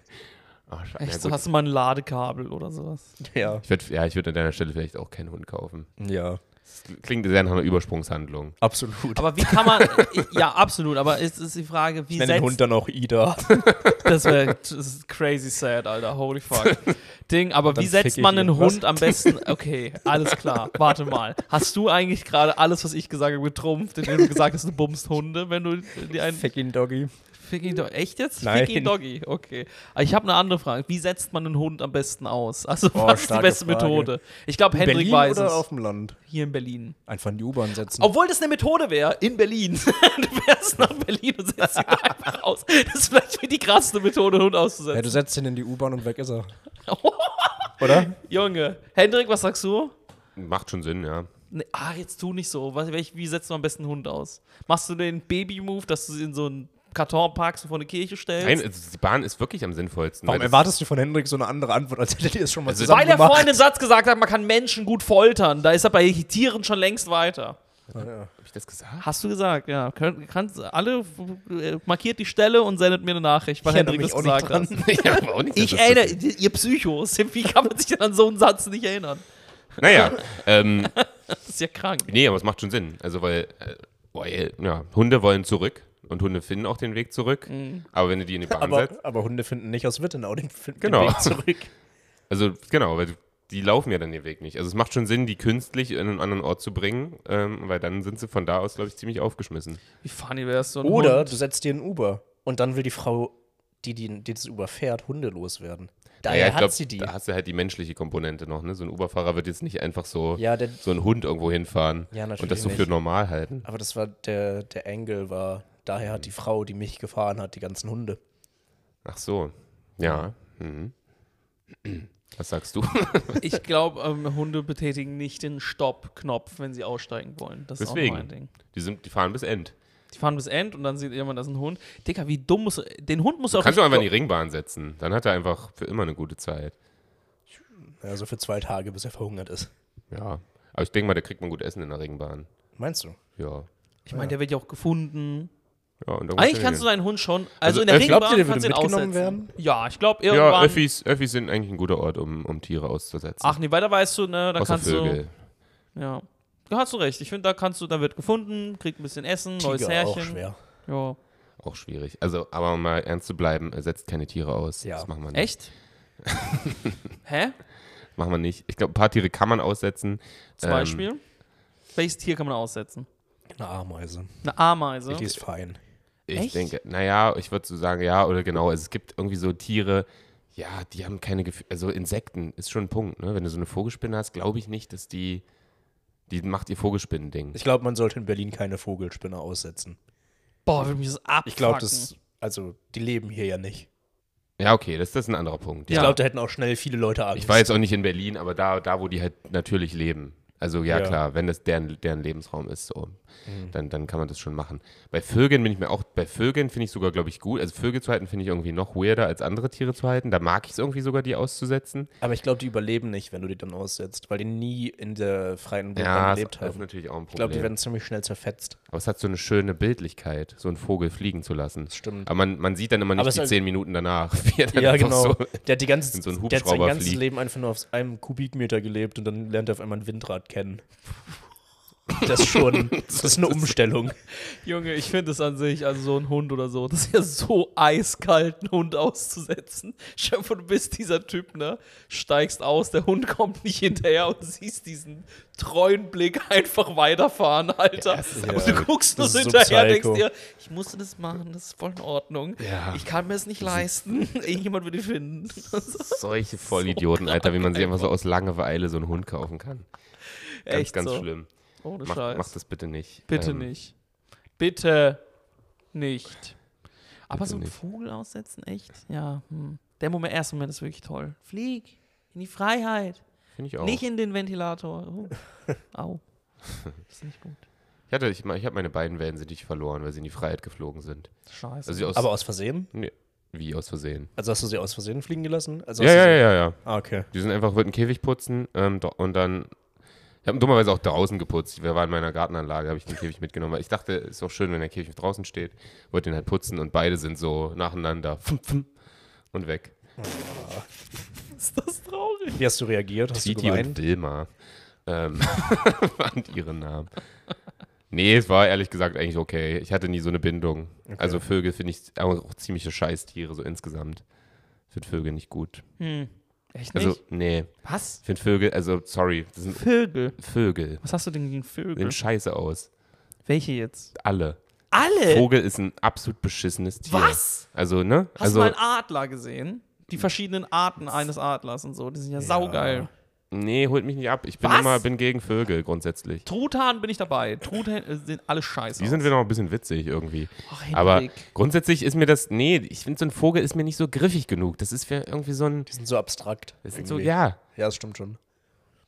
Speaker 2: Oh, schade.
Speaker 3: Echt, so hast du mal ein Ladekabel oder sowas.
Speaker 1: Ja.
Speaker 2: ich würd, ja, ich würde an deiner Stelle vielleicht auch keinen Hund kaufen.
Speaker 1: Ja,
Speaker 2: Das klingt sehr nach einer Übersprungshandlung.
Speaker 1: absolut.
Speaker 3: Aber wie kann man. ja, absolut, aber es ist die Frage, wie
Speaker 1: ich nenne den Hund dann auch Ida.
Speaker 3: Das wäre crazy sad, Alter. Holy fuck. Ding, aber
Speaker 1: Dann
Speaker 3: wie
Speaker 1: fick
Speaker 3: setzt
Speaker 1: ich
Speaker 3: man einen
Speaker 1: ihn. Was?
Speaker 3: Hund am besten? Okay, alles klar. Warte mal. Hast du eigentlich gerade alles, was ich gesagt habe, getrumpft, indem du gesagt hast, du bummst Hunde, wenn du die einen.
Speaker 1: Fucking Doggy.
Speaker 3: Fick ihn Doggy. Echt jetzt?
Speaker 1: Hm. Nein.
Speaker 3: Fick ihn Doggy. Okay. Aber ich habe eine andere Frage. Wie setzt man einen Hund am besten aus? Also,
Speaker 1: Oh,
Speaker 3: was ist die
Speaker 1: starke
Speaker 3: beste
Speaker 1: Frage.
Speaker 3: Methode? Ich glaube, Hendrik
Speaker 1: Berlin
Speaker 3: weiß
Speaker 1: oder
Speaker 3: es.
Speaker 1: auf dem Land?
Speaker 3: Hier in Berlin.
Speaker 1: Einfach in die U-Bahn setzen.
Speaker 3: Obwohl das eine Methode wäre, in Berlin. du wärst nach Berlin und setzt ihn einfach aus. Das ist vielleicht die krasseste Methode, einen Hund auszusetzen.
Speaker 1: ja, du setzt ihn in die U-Bahn und weg ist er. Oder?
Speaker 3: Junge. Hendrik, was sagst du?
Speaker 2: Macht schon Sinn, ja.
Speaker 3: Nee, ah, jetzt tu nicht so. Was, welch, wie setzt du am besten einen Hund aus? Machst du den Baby-Move, dass du sie in so einen Karton packst und vor eine Kirche stellst?
Speaker 2: Nein, also die Bahn ist wirklich am sinnvollsten.
Speaker 1: Warum
Speaker 2: weil das-
Speaker 1: erwartest du von Hendrik so eine andere Antwort, als hättet ihr es schon mal
Speaker 2: Also-
Speaker 1: zusammen
Speaker 3: Weil der
Speaker 1: gemacht?
Speaker 3: Freund den Satz gesagt hat, man kann Menschen gut foltern. Da ist er bei Tieren schon längst weiter.
Speaker 2: Hab ich das gesagt?
Speaker 3: Hast du gesagt, ja. Könnt, kannst, alle äh, markiert die Stelle und sendet mir eine Nachricht, weil
Speaker 1: Ich erinnere
Speaker 3: Hendrik das
Speaker 1: mich auch nicht
Speaker 3: gesagt hat.
Speaker 1: dran.
Speaker 2: ich aber auch nicht, dass
Speaker 3: Ich
Speaker 2: das so-
Speaker 3: erinnere, ihr Psychos, wie kann man sich denn an so einen Satz nicht erinnern?
Speaker 2: Naja, ähm,
Speaker 3: Das ist ja krank.
Speaker 2: nee, aber es macht schon Sinn. Also, weil, äh, weil, ja, Hunde wollen zurück. Und Hunde finden auch den Weg zurück.
Speaker 3: Mhm.
Speaker 2: Aber wenn du die in die Bahn
Speaker 1: Aber,
Speaker 2: setzt.
Speaker 1: aber Hunde finden nicht aus Wittenau den, den
Speaker 2: Genau.
Speaker 1: Weg zurück.
Speaker 2: Also, genau, weil du- die laufen ja dann den Weg nicht. Also, es macht schon Sinn, die künstlich in einen anderen Ort zu bringen, ähm, weil dann sind sie von da aus, glaube ich, ziemlich aufgeschmissen.
Speaker 3: Wie funny wäre es so ein
Speaker 1: Oder
Speaker 3: Hund?
Speaker 1: du setzt dir ein Uber und dann will die Frau, die, die, die das Uber fährt, Hunde loswerden. Daher
Speaker 2: Naja, ich
Speaker 1: Ah, hat
Speaker 2: glaub,
Speaker 1: sie die.
Speaker 2: Da hast du halt die menschliche Komponente noch, ne? So ein Uberfahrer wird jetzt nicht einfach so,
Speaker 1: Ja, der,
Speaker 2: so einen Hund irgendwo hinfahren
Speaker 1: Ja,
Speaker 2: und das
Speaker 1: natürlich
Speaker 2: so für
Speaker 1: nicht.
Speaker 2: normal halten.
Speaker 1: aber das war der, der Engel war, daher
Speaker 2: Mhm.
Speaker 1: hat die Frau, die mich gefahren hat, die ganzen Hunde.
Speaker 2: Ach so. Ja. Mhm. Was sagst du?
Speaker 3: Ich glaube, ähm, Hunde betätigen nicht den Stopp-Knopf, wenn sie aussteigen wollen. Das ist
Speaker 2: Deswegen.
Speaker 3: auch mein Ding.
Speaker 2: Die, sind, die fahren bis End.
Speaker 3: Die fahren bis End und dann sieht jemand, das ist ein Hund. Digga, wie dumm muss. Den Hund muss auch.
Speaker 2: Kannst du einfach in die
Speaker 3: nicht-
Speaker 2: Ringbahn setzen. Dann hat er einfach für immer eine gute Zeit.
Speaker 1: Also für zwei Tage, bis er verhungert ist.
Speaker 2: Ja. Aber ich denke mal, da kriegt man gut Essen in der Ringbahn.
Speaker 1: Meinst du?
Speaker 2: Ja.
Speaker 3: Ich meine, der wird ja auch gefunden.
Speaker 2: ja und dann
Speaker 3: Eigentlich
Speaker 2: muss
Speaker 3: kannst du deinen Hund schon. Also,
Speaker 2: Also,
Speaker 3: in der
Speaker 2: Öffi-
Speaker 1: äh,
Speaker 3: Ringbahn
Speaker 1: Glaubt ihr, der
Speaker 3: kannst du ihn
Speaker 1: würde
Speaker 3: aussetzen.
Speaker 1: mitgenommen werden?
Speaker 3: Ja, ich glaube
Speaker 2: ja, ja
Speaker 3: irgendwann.
Speaker 2: Öffis, Öffis sind eigentlich ein guter Ort, um, um Tiere auszusetzen.
Speaker 3: Ach nee, weiter weißt du, ne? Da
Speaker 2: Außer
Speaker 3: kannst
Speaker 2: Vögel.
Speaker 3: du. Ja. Da hast du recht. Ich finde, da kannst du, da wird gefunden, kriegt ein bisschen Essen, neues
Speaker 1: Tiger auch
Speaker 3: Härchen.
Speaker 1: schwer.
Speaker 3: Ja.
Speaker 2: Auch schwierig. Also, aber um mal ernst zu bleiben, äh, setzt keine Tiere aus.
Speaker 1: Ja.
Speaker 2: Das machen wir nicht.
Speaker 3: Echt? Hä?
Speaker 2: Machen wir nicht. Ich glaube, ein paar Tiere kann man aussetzen.
Speaker 3: Zum
Speaker 2: Ähm,
Speaker 3: Beispiel. Welches Tier kann man aussetzen?
Speaker 1: Eine Ameise.
Speaker 3: Eine Ameise.
Speaker 1: Die ist fein.
Speaker 2: Ich
Speaker 3: Echt?
Speaker 2: denke, naja, ich würde so sagen, ja, oder genau. Also es gibt irgendwie so Tiere, ja, die haben keine Gefühle. Also Insekten ist schon ein Punkt, ne? Wenn du so eine Vogelspinne hast, glaube ich nicht, dass die. Die macht ihr Vogelspinnen-Ding.
Speaker 1: Ich glaube, man sollte in Berlin keine Vogelspinne aussetzen.
Speaker 3: Boah, würde mich das abfucken.
Speaker 1: Ich glaube, das. Also, die leben hier ja nicht.
Speaker 2: Ja, okay, das, das ist ein anderer Punkt.
Speaker 1: Ich
Speaker 2: Ja.
Speaker 1: glaube, da hätten auch schnell viele Leute Angst.
Speaker 2: Ich war jetzt auch nicht in Berlin, aber da, da wo die halt natürlich leben. Also ja,
Speaker 1: Ja.
Speaker 2: klar, wenn das deren, deren Lebensraum ist, so, dann, dann kann man das schon machen. Bei Vögeln bin ich mir auch, bei Vögeln finde ich sogar, glaube ich, gut. Also Vögel zu halten finde ich irgendwie noch weirder als andere Tiere zu halten. Da mag ich es irgendwie sogar, die auszusetzen.
Speaker 1: Aber ich glaube, die überleben nicht, wenn du die dann aussetzt, weil die nie in der freien Wildbahn
Speaker 2: Ja, das
Speaker 1: gelebt
Speaker 2: das ist
Speaker 1: haben.
Speaker 2: natürlich auch ein Problem.
Speaker 1: halt. Ich glaube, die werden ziemlich schnell zerfetzt.
Speaker 2: Aber es hat so eine schöne Bildlichkeit, so einen Vogel fliegen zu lassen.
Speaker 1: Das stimmt.
Speaker 2: Aber man, man sieht dann immer
Speaker 1: Aber
Speaker 2: nicht
Speaker 1: es
Speaker 2: die
Speaker 1: ist- halt
Speaker 2: zehn Minuten danach, wie er dann
Speaker 1: Ja,
Speaker 2: einfach
Speaker 1: genau.
Speaker 2: so
Speaker 1: Der hat die ganze,
Speaker 2: in so einen
Speaker 1: der hat sein
Speaker 2: Hubschrauber
Speaker 1: ganzes
Speaker 2: fliegt.
Speaker 1: Leben einfach nur auf einem Kubikmeter gelebt und dann lernt er auf einmal ein Windrad kennen. Das ist schon, das ist eine Umstellung.
Speaker 3: Junge, ich finde es an sich, also so ein Hund oder so, das ist ja so eiskalt, einen Hund auszusetzen. Stell dir vor, du bist dieser Typ, ne? Steigst aus, der Hund kommt nicht hinterher und siehst diesen treuen Blick einfach weiterfahren, Alter.
Speaker 1: ja-
Speaker 3: und du guckst nur
Speaker 1: das ist so
Speaker 3: hinterher,
Speaker 1: psycho.
Speaker 3: denkst dir, ich musste das machen, das ist voll in Ordnung.
Speaker 2: Ja.
Speaker 3: Ich kann mir es nicht leisten. Irgendjemand wird ihn finden.
Speaker 2: solche Vollidioten, Alter, wie man sich einfach so aus Langeweile so einen Hund kaufen kann. Ganz,
Speaker 3: Echt
Speaker 2: ganz
Speaker 3: so.
Speaker 2: schlimm.
Speaker 3: Ohne
Speaker 2: Mach,
Speaker 3: Scheiß.
Speaker 2: macht das bitte nicht.
Speaker 3: Bitte
Speaker 2: Ähm,
Speaker 3: nicht. Bitte nicht. Aber
Speaker 2: Bitte
Speaker 3: so einen
Speaker 2: nicht.
Speaker 3: Vogel aussetzen, echt? Ja. Hm. Der Moment, erste Moment ist wirklich toll. Flieg in die Freiheit,
Speaker 2: Finde ich auch.
Speaker 3: nicht in den Ventilator. Oh. Au. Ist nicht gut.
Speaker 2: Ich, hatte, ich, ich habe meine beiden Wellensittich verloren, weil sie in die Freiheit geflogen sind.
Speaker 3: Scheiße.
Speaker 2: Also sie aus,
Speaker 1: Aber aus Versehen?
Speaker 2: nee, wie aus Versehen.
Speaker 1: Also hast du sie aus Versehen fliegen gelassen? Also
Speaker 2: Ja,
Speaker 1: hast du
Speaker 2: ja,
Speaker 1: sie-
Speaker 2: ja, ja, ja.
Speaker 1: Ah, okay.
Speaker 2: Die sind einfach, wollten Käfig putzen ähm, dr- und dann. Ich habe dummerweise auch draußen geputzt. Wir waren in meiner Gartenanlage, habe ich den Käfig mitgenommen, weil ich dachte, ist auch schön, wenn der Käfig draußen steht. Wollte ihn halt putzen und beide sind so nacheinander fum, fum, und weg.
Speaker 3: ist das traurig.
Speaker 1: Wie hast du reagiert? Hast du
Speaker 2: Titi und
Speaker 1: geweint?
Speaker 2: Wilma ähm, waren ihre Namen. Nee, es war ehrlich gesagt eigentlich okay. Ich hatte nie so eine Bindung. Also Vögel finde ich auch auch ziemliche Scheißtiere, so insgesamt. Ich finde Vögel nicht gut.
Speaker 3: Hm. Echt nicht?
Speaker 2: Also, nee.
Speaker 3: Was?
Speaker 2: Ich finde Vögel, also sorry, das sind
Speaker 3: Vögel.
Speaker 2: Vögel.
Speaker 3: Was hast du denn gegen
Speaker 2: Sehen
Speaker 3: Vögel?
Speaker 2: scheiße aus.
Speaker 3: Welche jetzt?
Speaker 2: Alle.
Speaker 3: Alle?
Speaker 2: Vogel ist ein absolut beschissenes Tier.
Speaker 3: Äh. Was?
Speaker 2: Also, ne?
Speaker 3: Hast
Speaker 2: also,
Speaker 3: du mal einen Adler gesehen? Die verschiedenen Arten eines Adlers und so. Die sind ja, saugeil.
Speaker 2: nee, holt mich nicht ab. Ich bin
Speaker 3: Was?
Speaker 2: immer bin gegen Vögel grundsätzlich.
Speaker 3: Truthahn bin ich dabei. Truthahn äh, sind alle scheiße.
Speaker 2: Die sind wir noch ein bisschen witzig irgendwie.
Speaker 3: Ach,
Speaker 2: Aber
Speaker 3: Oh, Hendrik.
Speaker 2: grundsätzlich ist mir das, nee, ich finde, so ein Vogel ist mir nicht so griffig genug. Das ist für irgendwie so ein,
Speaker 1: Die sind so abstrakt.
Speaker 2: das sind so,
Speaker 1: irgendwie.
Speaker 2: ja,
Speaker 1: ja, das stimmt schon.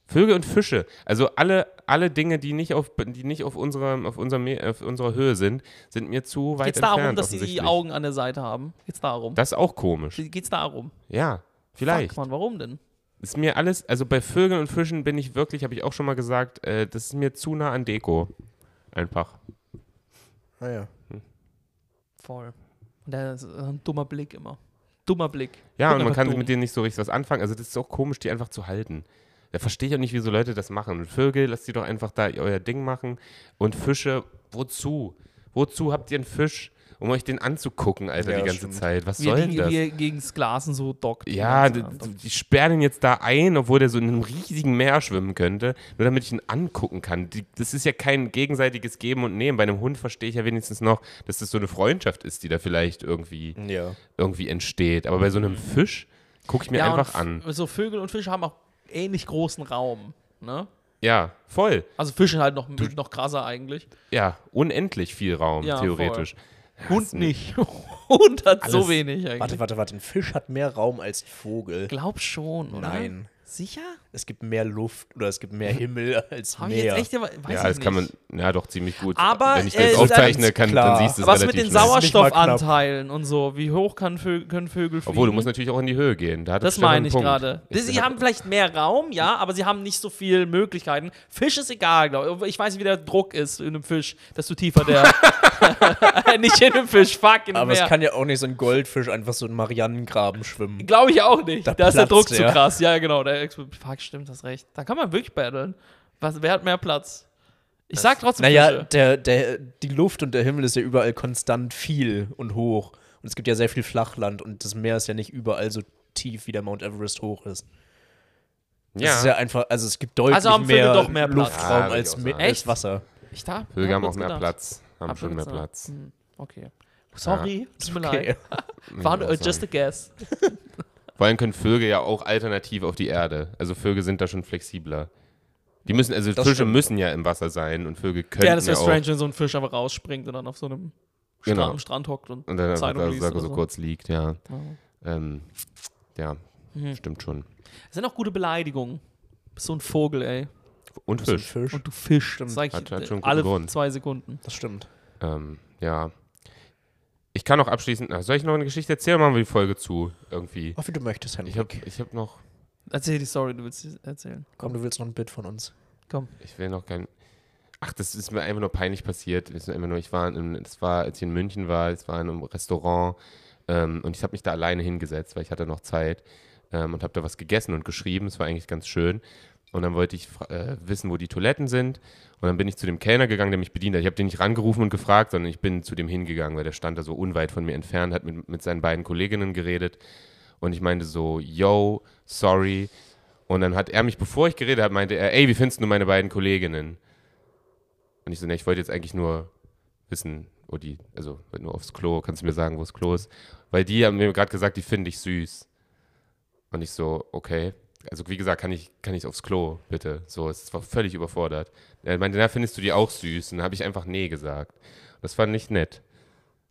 Speaker 2: Vögel und Fische. Also alle, alle Dinge, die nicht auf, die nicht auf unserer, auf unserer, Me- auf unserer Höhe sind, sind mir zu weit
Speaker 3: Geht's
Speaker 2: entfernt.
Speaker 3: darum, dass sie die
Speaker 2: offensichtlich.
Speaker 3: Augen an der Seite haben? Geht's darum?
Speaker 2: Das ist auch komisch.
Speaker 3: Geht's darum?
Speaker 2: Ja, vielleicht.
Speaker 3: Fuck, Mann, warum denn?
Speaker 2: Ist mir alles, also bei Vögeln und Fischen bin ich wirklich, habe ich auch schon mal gesagt, äh, das ist mir zu nah an Deko. Einfach.
Speaker 1: Naja.
Speaker 3: Voll. Und der ist äh, ein dummer Blick immer. Dummer Blick.
Speaker 2: Ja,
Speaker 3: Guck
Speaker 2: und man
Speaker 3: einfach
Speaker 2: kann
Speaker 3: dumm.
Speaker 2: mit denen nicht so richtig was anfangen. Also das ist auch komisch, die einfach zu halten. Da verstehe ich auch nicht, wieso Leute das machen. Und Vögel, lasst die doch einfach da euer Ding machen. Und Fische, wozu? Wozu habt ihr einen Fisch? um euch den anzugucken, Alter,
Speaker 1: Ja,
Speaker 2: die ganze
Speaker 1: stimmt.
Speaker 2: Zeit. Was
Speaker 3: Wir
Speaker 2: soll
Speaker 3: liegen
Speaker 2: das?
Speaker 3: wir gegen das Glas und so dockt.
Speaker 2: Ja,
Speaker 3: Und
Speaker 2: d-
Speaker 3: so.
Speaker 2: d- die sperren ihn jetzt da ein, obwohl der so in einem riesigen Meer schwimmen könnte, nur damit ich ihn angucken kann. Die, das ist ja kein gegenseitiges Geben und Nehmen. Bei einem Hund verstehe ich ja wenigstens noch, dass das so eine Freundschaft ist, die da vielleicht irgendwie,
Speaker 1: Ja.
Speaker 2: irgendwie entsteht. Aber bei so einem Fisch gucke ich mir
Speaker 3: Mhm. ja,
Speaker 2: einfach an.
Speaker 3: und So Vögel und Fische haben auch ähnlich großen Raum. Ne?
Speaker 2: Ja, voll.
Speaker 3: Also Fische halt noch, noch krasser eigentlich.
Speaker 2: Ja, unendlich viel Raum,
Speaker 3: Ja,
Speaker 2: theoretisch.
Speaker 3: Hund
Speaker 2: ist ein-
Speaker 3: nicht. Hund hat so
Speaker 2: Alles-
Speaker 3: wenig eigentlich.
Speaker 1: Warte, warte, warte. Ein Fisch hat mehr Raum als ein Vogel.
Speaker 3: Glaub schon, oder?
Speaker 1: Nein.
Speaker 3: Sicher?
Speaker 1: Es gibt mehr Luft oder es gibt mehr Himmel als
Speaker 3: Hab ich
Speaker 1: Meer.
Speaker 3: jetzt echt, weiß
Speaker 2: Ja,
Speaker 3: ich
Speaker 2: das kann man,
Speaker 3: nicht.
Speaker 2: ja doch, ziemlich gut.
Speaker 3: Aber,
Speaker 2: Wenn ich
Speaker 3: äh,
Speaker 2: das
Speaker 3: ist
Speaker 2: aufzeichne,
Speaker 1: alles
Speaker 2: kann, dann
Speaker 1: klar.
Speaker 2: siehst du es
Speaker 3: Was
Speaker 2: relativ
Speaker 3: mit den
Speaker 2: schnell.
Speaker 1: Ist nicht mal knapp.
Speaker 3: Sauerstoffanteilen und so? Wie hoch kann Vö können Vögel fliegen?
Speaker 2: Obwohl, du musst natürlich auch in die Höhe gehen. Da hat
Speaker 3: das
Speaker 2: Stefan einen
Speaker 3: meine ich
Speaker 2: Punkt.
Speaker 3: gerade. Das- Sie haben vielleicht mehr Raum, ja, aber sie haben nicht so viele Möglichkeiten. Fisch ist egal, glaube ich. Ich weiß nicht, wie der Druck ist in einem Fisch, desto tiefer der. nicht in einem Fisch, fuck, in einem
Speaker 1: Aber es
Speaker 3: Meer.
Speaker 1: kann ja auch nicht so ein Goldfisch einfach so in Marianengraben schwimmen.
Speaker 3: Glaube ich auch nicht. Da,
Speaker 1: Da
Speaker 3: ist der Druck
Speaker 1: platzt
Speaker 3: zu
Speaker 1: der.
Speaker 3: krass. Ja, genau. Der Ex- Fuck, stimmt, das recht. Da kann man wirklich battlen. Was, wer hat mehr Platz? Ich sag trotzdem
Speaker 1: Naja,
Speaker 3: Fische.
Speaker 1: der, der, die Luft und der Himmel ist ja überall konstant viel und hoch. Und es gibt ja sehr viel Flachland und das Meer ist ja nicht überall so tief, wie der Mount Everest hoch ist. Das
Speaker 2: Ja.
Speaker 1: ist ja einfach, also es gibt deutlich
Speaker 3: Also haben Vögel
Speaker 1: mehr,
Speaker 3: doch mehr Platz.
Speaker 2: Ja,
Speaker 1: Luftraum
Speaker 2: würd ich
Speaker 1: als,
Speaker 2: auch
Speaker 1: Me-
Speaker 2: sagen.
Speaker 3: Echt?
Speaker 1: als Wasser.
Speaker 3: Ich da?
Speaker 2: Vögel
Speaker 3: hab
Speaker 2: haben auch
Speaker 3: kurz
Speaker 2: mehr
Speaker 3: gedacht.
Speaker 2: Platz. Haben
Speaker 3: Hab
Speaker 2: schon mehr
Speaker 3: kurz gedacht.
Speaker 2: Platz.
Speaker 3: Hm, Okay. Sorry, tut mir
Speaker 1: Okay.
Speaker 3: leid. War nur,
Speaker 2: auch sagen.
Speaker 3: just a guess.
Speaker 2: Hm, Vor allem können Vögel ja auch alternativ auf die Erde. Also Vögel sind da schon flexibler. Die müssen, also
Speaker 1: Das
Speaker 2: Fische
Speaker 1: stimmt.
Speaker 2: müssen ja im Wasser sein und Vögel können
Speaker 3: Ja,
Speaker 2: ja,
Speaker 3: das wäre
Speaker 2: auch.
Speaker 3: strange, wenn so ein Fisch einfach rausspringt und dann auf so einem Strand,
Speaker 2: Genau.
Speaker 3: am Strand hockt und,
Speaker 2: Und dann einfach
Speaker 3: Zeitung
Speaker 2: da
Speaker 3: liest
Speaker 2: so,
Speaker 3: oder
Speaker 2: so
Speaker 3: so.
Speaker 2: kurz liegt, ja.
Speaker 3: Ja.
Speaker 2: Ähm, ja, stimmt schon.
Speaker 3: Das sind auch gute Beleidigungen. Bist so ein Vogel, ey.
Speaker 2: Und
Speaker 1: Das ist ein
Speaker 2: Fisch.
Speaker 1: Fisch.
Speaker 3: Und du Fisch. Das sag ich
Speaker 2: Hat- hat schon einen
Speaker 3: alle
Speaker 2: guten Grund.
Speaker 3: zwei Sekunden.
Speaker 1: Das stimmt.
Speaker 2: Ähm, ja. Ich kann noch abschließend. na, Soll ich noch eine Geschichte erzählen? Machen wir die Folge zu. Irgendwie.
Speaker 1: Auch wie du möchtest,
Speaker 2: Ich habe
Speaker 1: Henrik.
Speaker 2: ich hab noch.
Speaker 3: Erzähl die Story, du willst sie erzählen.
Speaker 1: Komm, du willst noch ein Bit von uns.
Speaker 2: Ich will noch kein. Ach, das ist mir einfach nur peinlich passiert. Das, ist mir einfach nur, ich war in, das war, als ich in München war, es war in einem Restaurant ähm, und ich habe mich da alleine hingesetzt, weil ich hatte noch Zeit ähm, und habe da was gegessen und geschrieben. Es war eigentlich ganz schön. Und dann wollte ich fra- äh, wissen, wo die Toiletten sind. Und dann bin ich zu dem Kellner gegangen, der mich bedient hat. Ich habe den nicht rangerufen und gefragt, sondern ich bin zu dem hingegangen, weil der stand da so unweit von mir entfernt, hat mit, mit seinen beiden Kolleginnen geredet. Und ich meinte so, yo, sorry. Und dann hat er mich, bevor ich geredet habe, meinte er, ey, wie findest du meine beiden Kolleginnen? Und ich so, ne, ich wollte jetzt eigentlich nur wissen, wo die, also wollte nur aufs Klo, kannst du mir sagen, wo das Klo ist? Weil die haben mir gerade gesagt, die finde ich süß. Und ich so, okay. Also wie gesagt, kann ich, kann ich aufs Klo, bitte. So, es war völlig überfordert. Er meinte, na, findest du die auch süß? Und dann habe ich einfach nee gesagt. Und das war nicht nett.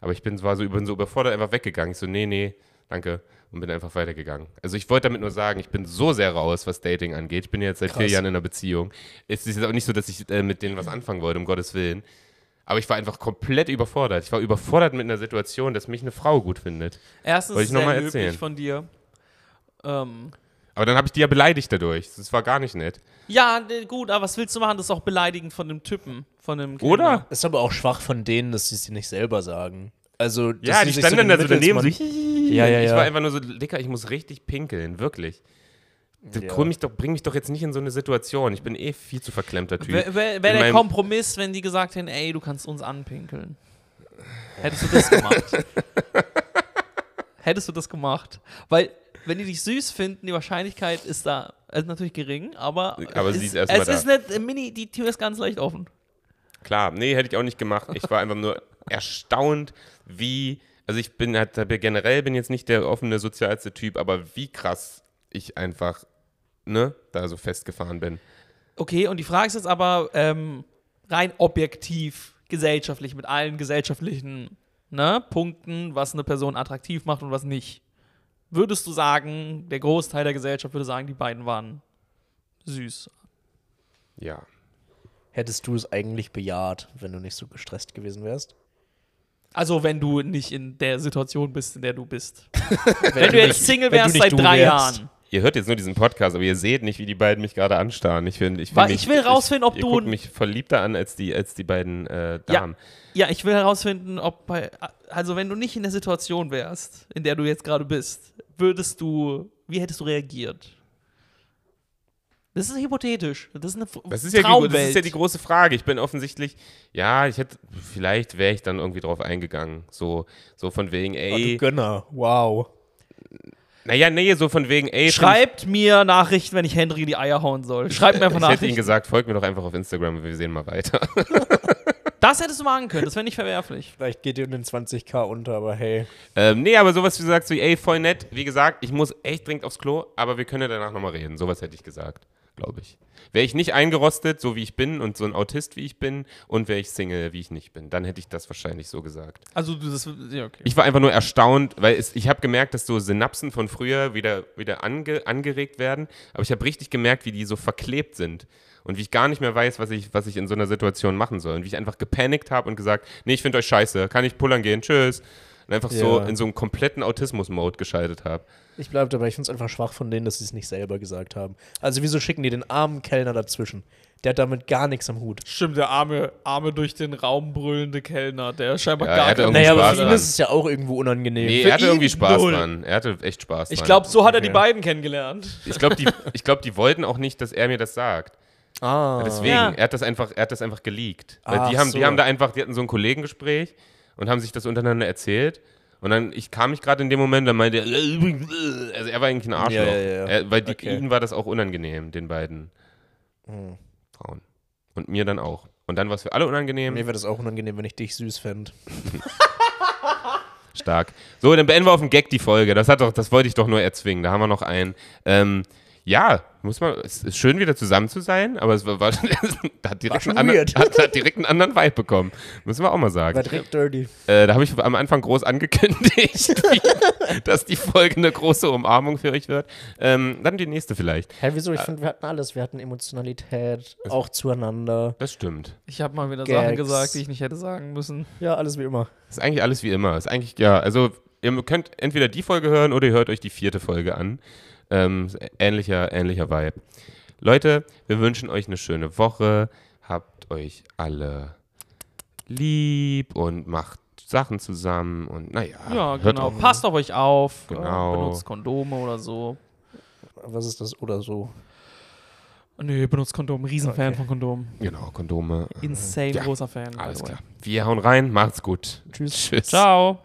Speaker 2: Aber ich bin, war so, bin so überfordert einfach weggegangen. Ich so, nee, nee, danke. Und bin einfach weitergegangen. Also ich wollte damit nur sagen, ich bin so sehr raus, was Dating angeht. Ich bin jetzt seit vier
Speaker 1: Krass.
Speaker 2: Jahren in einer Beziehung. Es ist jetzt auch nicht so, dass ich äh, mit denen was anfangen wollte, um Gottes Willen. Aber ich war einfach komplett überfordert. Ich war überfordert mit einer Situation, dass mich eine Frau gut findet.
Speaker 3: Erstens
Speaker 2: Wollte ich noch
Speaker 3: sehr
Speaker 2: mal
Speaker 3: löblich
Speaker 2: erzählen.
Speaker 3: von dir. Ähm,
Speaker 2: Aber dann habe ich die ja beleidigt dadurch. Das war gar nicht nett.
Speaker 3: ja, nee, gut, aber was willst du machen? Das ist auch beleidigend von dem Typen, von dem Gegner.
Speaker 2: Oder?
Speaker 1: Ist aber auch schwach von denen, dass sie es dir nicht selber sagen. Also, dass
Speaker 2: Ja,
Speaker 1: sie
Speaker 2: die
Speaker 1: sich
Speaker 2: standen dann da so
Speaker 1: den
Speaker 2: daneben. So,
Speaker 1: Mittelsmann-
Speaker 2: ja,
Speaker 1: ja,
Speaker 2: Ich
Speaker 1: ja.
Speaker 2: war einfach nur so, Dicker, ich muss richtig pinkeln, wirklich. Das
Speaker 1: Ja.
Speaker 2: Bring, mich doch, bring mich doch jetzt nicht in so eine Situation. Ich bin eh viel zu verklemmter Typ.
Speaker 3: Wäre wär,
Speaker 2: In
Speaker 3: wär der
Speaker 2: meinem-
Speaker 3: Kompromiss, wenn die gesagt hätten, ey, du kannst uns anpinkeln. Hättest du das gemacht? Hättest du das gemacht? Weil, wenn die dich süß finden, die Wahrscheinlichkeit ist da also natürlich gering, aber,
Speaker 2: Aber
Speaker 3: es,
Speaker 2: sie ist erst mal
Speaker 3: es
Speaker 2: da.
Speaker 3: ist nicht äh, mini, die Tür ist ganz leicht offen.
Speaker 2: Klar, nee, hätte ich auch nicht gemacht. Ich war einfach nur erstaunt, wie, also ich bin halt hab ja generell bin jetzt nicht der offene, sozialste Typ, aber wie krass ich einfach, ne, da so festgefahren bin.
Speaker 3: Okay, und die Frage ist jetzt aber ähm, rein objektiv, gesellschaftlich, mit allen gesellschaftlichen ne, Punkten, was eine Person attraktiv macht und was nicht. Würdest du sagen, der Großteil der Gesellschaft würde sagen, die beiden waren süß?
Speaker 2: Ja.
Speaker 1: Hättest du es eigentlich bejaht, wenn du nicht so gestresst gewesen wärst?
Speaker 3: Also, wenn du nicht in der Situation bist, in der du bist.
Speaker 1: Wenn,
Speaker 3: Wenn du jetzt Single
Speaker 1: wenn du
Speaker 3: wärst
Speaker 1: nicht
Speaker 3: seit
Speaker 1: du
Speaker 3: drei
Speaker 1: wärst.
Speaker 3: Jahren.
Speaker 2: Ihr hört jetzt nur diesen Podcast, aber ihr seht nicht, wie die beiden mich gerade anstarren. Ich, find, ich, find
Speaker 3: Weil
Speaker 2: mich,
Speaker 3: ich will rausfinden, ob
Speaker 2: ihr
Speaker 3: du
Speaker 2: guckt
Speaker 3: ein-
Speaker 2: mich verliebter an als die, als die beiden äh, Damen.
Speaker 3: Ja, ich will herausfinden, ob bei. Also, wenn du nicht in der Situation wärst, in der du jetzt gerade bist, würdest du. Wie hättest du reagiert? Das ist hypothetisch. Das ist eine F-
Speaker 2: Das ist, ja die,
Speaker 3: Traumwelt.
Speaker 2: das ist ja die große Frage. Ich bin offensichtlich, ja, ich hätte, vielleicht wäre ich dann irgendwie drauf eingegangen. So, so von wegen,
Speaker 1: Oh, du
Speaker 2: ey.
Speaker 1: Gönner, wow.
Speaker 2: naja, nee, so von wegen, ey.
Speaker 3: Schreibt mir Nachrichten, wenn ich Henry die Eier hauen soll. Schreibt
Speaker 2: ich,
Speaker 3: mir einfach
Speaker 2: ich hätte
Speaker 3: Nachrichten.
Speaker 2: ihnen gesagt, folgt mir doch einfach auf Instagram, wir sehen mal weiter.
Speaker 3: das hättest du machen können. Das wäre nicht verwerflich.
Speaker 1: Vielleicht geht ihr in den 20k unter, aber hey.
Speaker 2: ähm, nee, aber sowas, wie gesagt, so, ey, voll nett. Wie gesagt, ich muss echt dringend aufs Klo, aber wir können ja danach nochmal reden. Sowas hätte ich gesagt, glaube ich. Wäre ich nicht eingerostet, so wie ich bin und so ein Autist, wie ich bin, und wäre ich Single, wie ich nicht bin, dann hätte ich das wahrscheinlich so gesagt.
Speaker 3: Also, du- das. Ja, okay.
Speaker 2: Ich war einfach nur erstaunt, weil es, ich habe gemerkt, dass so Synapsen von früher wieder, wieder ange, angeregt werden. Aber ich habe richtig gemerkt, wie die so verklebt sind. Und wie ich gar nicht mehr weiß, was ich, was ich in so einer Situation machen soll. Und wie ich einfach gepanikt habe und gesagt, nee, ich finde euch scheiße, kann ich pullern gehen, tschüss. Und einfach so
Speaker 1: Ja.
Speaker 2: in so einen kompletten Autismus-Mode geschaltet habe.
Speaker 1: Ich bleibe dabei, ich finde es einfach schwach von denen, dass sie es nicht selber gesagt haben. Also, wieso schicken die den armen Kellner dazwischen? Der hat damit gar nichts am Hut.
Speaker 3: Stimmt, der arme, arme durch den Raum brüllende Kellner, der scheinbar
Speaker 2: Ja, er
Speaker 3: gar
Speaker 2: hatte
Speaker 3: keinen
Speaker 2: irgendwie
Speaker 1: Naja, aber
Speaker 2: Spaß
Speaker 1: für ihn
Speaker 2: dran.
Speaker 1: ist es ja auch irgendwo unangenehm.
Speaker 2: Nee,
Speaker 3: Für
Speaker 2: er hatte irgendwie
Speaker 3: ihn
Speaker 2: Spaß
Speaker 3: null.
Speaker 2: dran. Er hatte echt Spaß dran.
Speaker 3: Ich glaube, so hat er die
Speaker 1: Okay.
Speaker 3: beiden kennengelernt.
Speaker 2: Ich glaube, die, ich glaub, die wollten auch nicht, dass er mir das sagt.
Speaker 1: Ah.
Speaker 2: Deswegen,
Speaker 3: Ja.
Speaker 2: er hat das einfach, er hat das einfach geleakt. Weil die
Speaker 1: Ach
Speaker 2: haben, die
Speaker 1: so.
Speaker 2: haben da einfach, die hatten so ein Kollegengespräch und haben sich das untereinander erzählt. Und dann, ich kam mich gerade in dem Moment, dann meinte er, also er war eigentlich ein Arschloch.
Speaker 1: Ja, ja, ja, ja.
Speaker 2: Er, weil die,
Speaker 1: Okay.
Speaker 2: ihnen war das auch unangenehm, den beiden
Speaker 1: Hm.
Speaker 2: Frauen. Und mir dann auch. Und dann war es für alle unangenehm.
Speaker 1: Mir wäre das auch unangenehm, wenn ich dich süß fände.
Speaker 2: Stark. So, dann beenden wir auf dem Gag die Folge. Das, hat doch, das wollte ich doch nur erzwingen. Da haben wir noch einen. Ähm, ja, muss man, es ist schön wieder zusammen zu sein, aber es war, war, hat, direkt
Speaker 1: schon
Speaker 2: einen anderen,
Speaker 1: weird.
Speaker 2: hat, hat direkt einen anderen Vibe bekommen. Müssen wir auch mal sagen.
Speaker 1: War direkt dirty.
Speaker 2: Äh, da habe ich am Anfang groß angekündigt, wie, dass die Folge eine große Umarmung für euch wird. Ähm, dann die nächste vielleicht.
Speaker 1: Hä, wieso? Ich finde, wir hatten alles. Wir hatten Emotionalität,
Speaker 2: Also
Speaker 1: auch zueinander.
Speaker 2: Das stimmt.
Speaker 3: Ich habe mal wieder
Speaker 1: Gags.
Speaker 3: Sachen gesagt, die ich nicht hätte sagen müssen.
Speaker 1: Ja, alles wie immer.
Speaker 2: Ist eigentlich alles wie immer. Ist eigentlich, ja, also ihr könnt entweder die Folge hören oder ihr hört euch die vierte Folge an. Ähm, ist ä- ähnlicher, ähnlicher Vibe. Leute, wir wünschen euch eine schöne Woche. Habt euch alle lieb und macht Sachen zusammen und naja,
Speaker 3: Ja,
Speaker 2: hört
Speaker 3: genau.
Speaker 2: auf.
Speaker 3: Passt auf euch auf. äh,
Speaker 2: Genau.
Speaker 3: Benutzt Kondome oder so.
Speaker 1: Was ist das oder so?
Speaker 3: Nee, benutzt Kondome. Riesenfan von Kondomen.
Speaker 2: Genau, Kondome.
Speaker 3: Insane
Speaker 2: Ja.
Speaker 3: großer Fan. by
Speaker 2: Alles
Speaker 3: the way.
Speaker 2: klar. Wir hauen rein. Macht's gut.
Speaker 1: Tschüss.
Speaker 2: Tschüss.
Speaker 3: Ciao.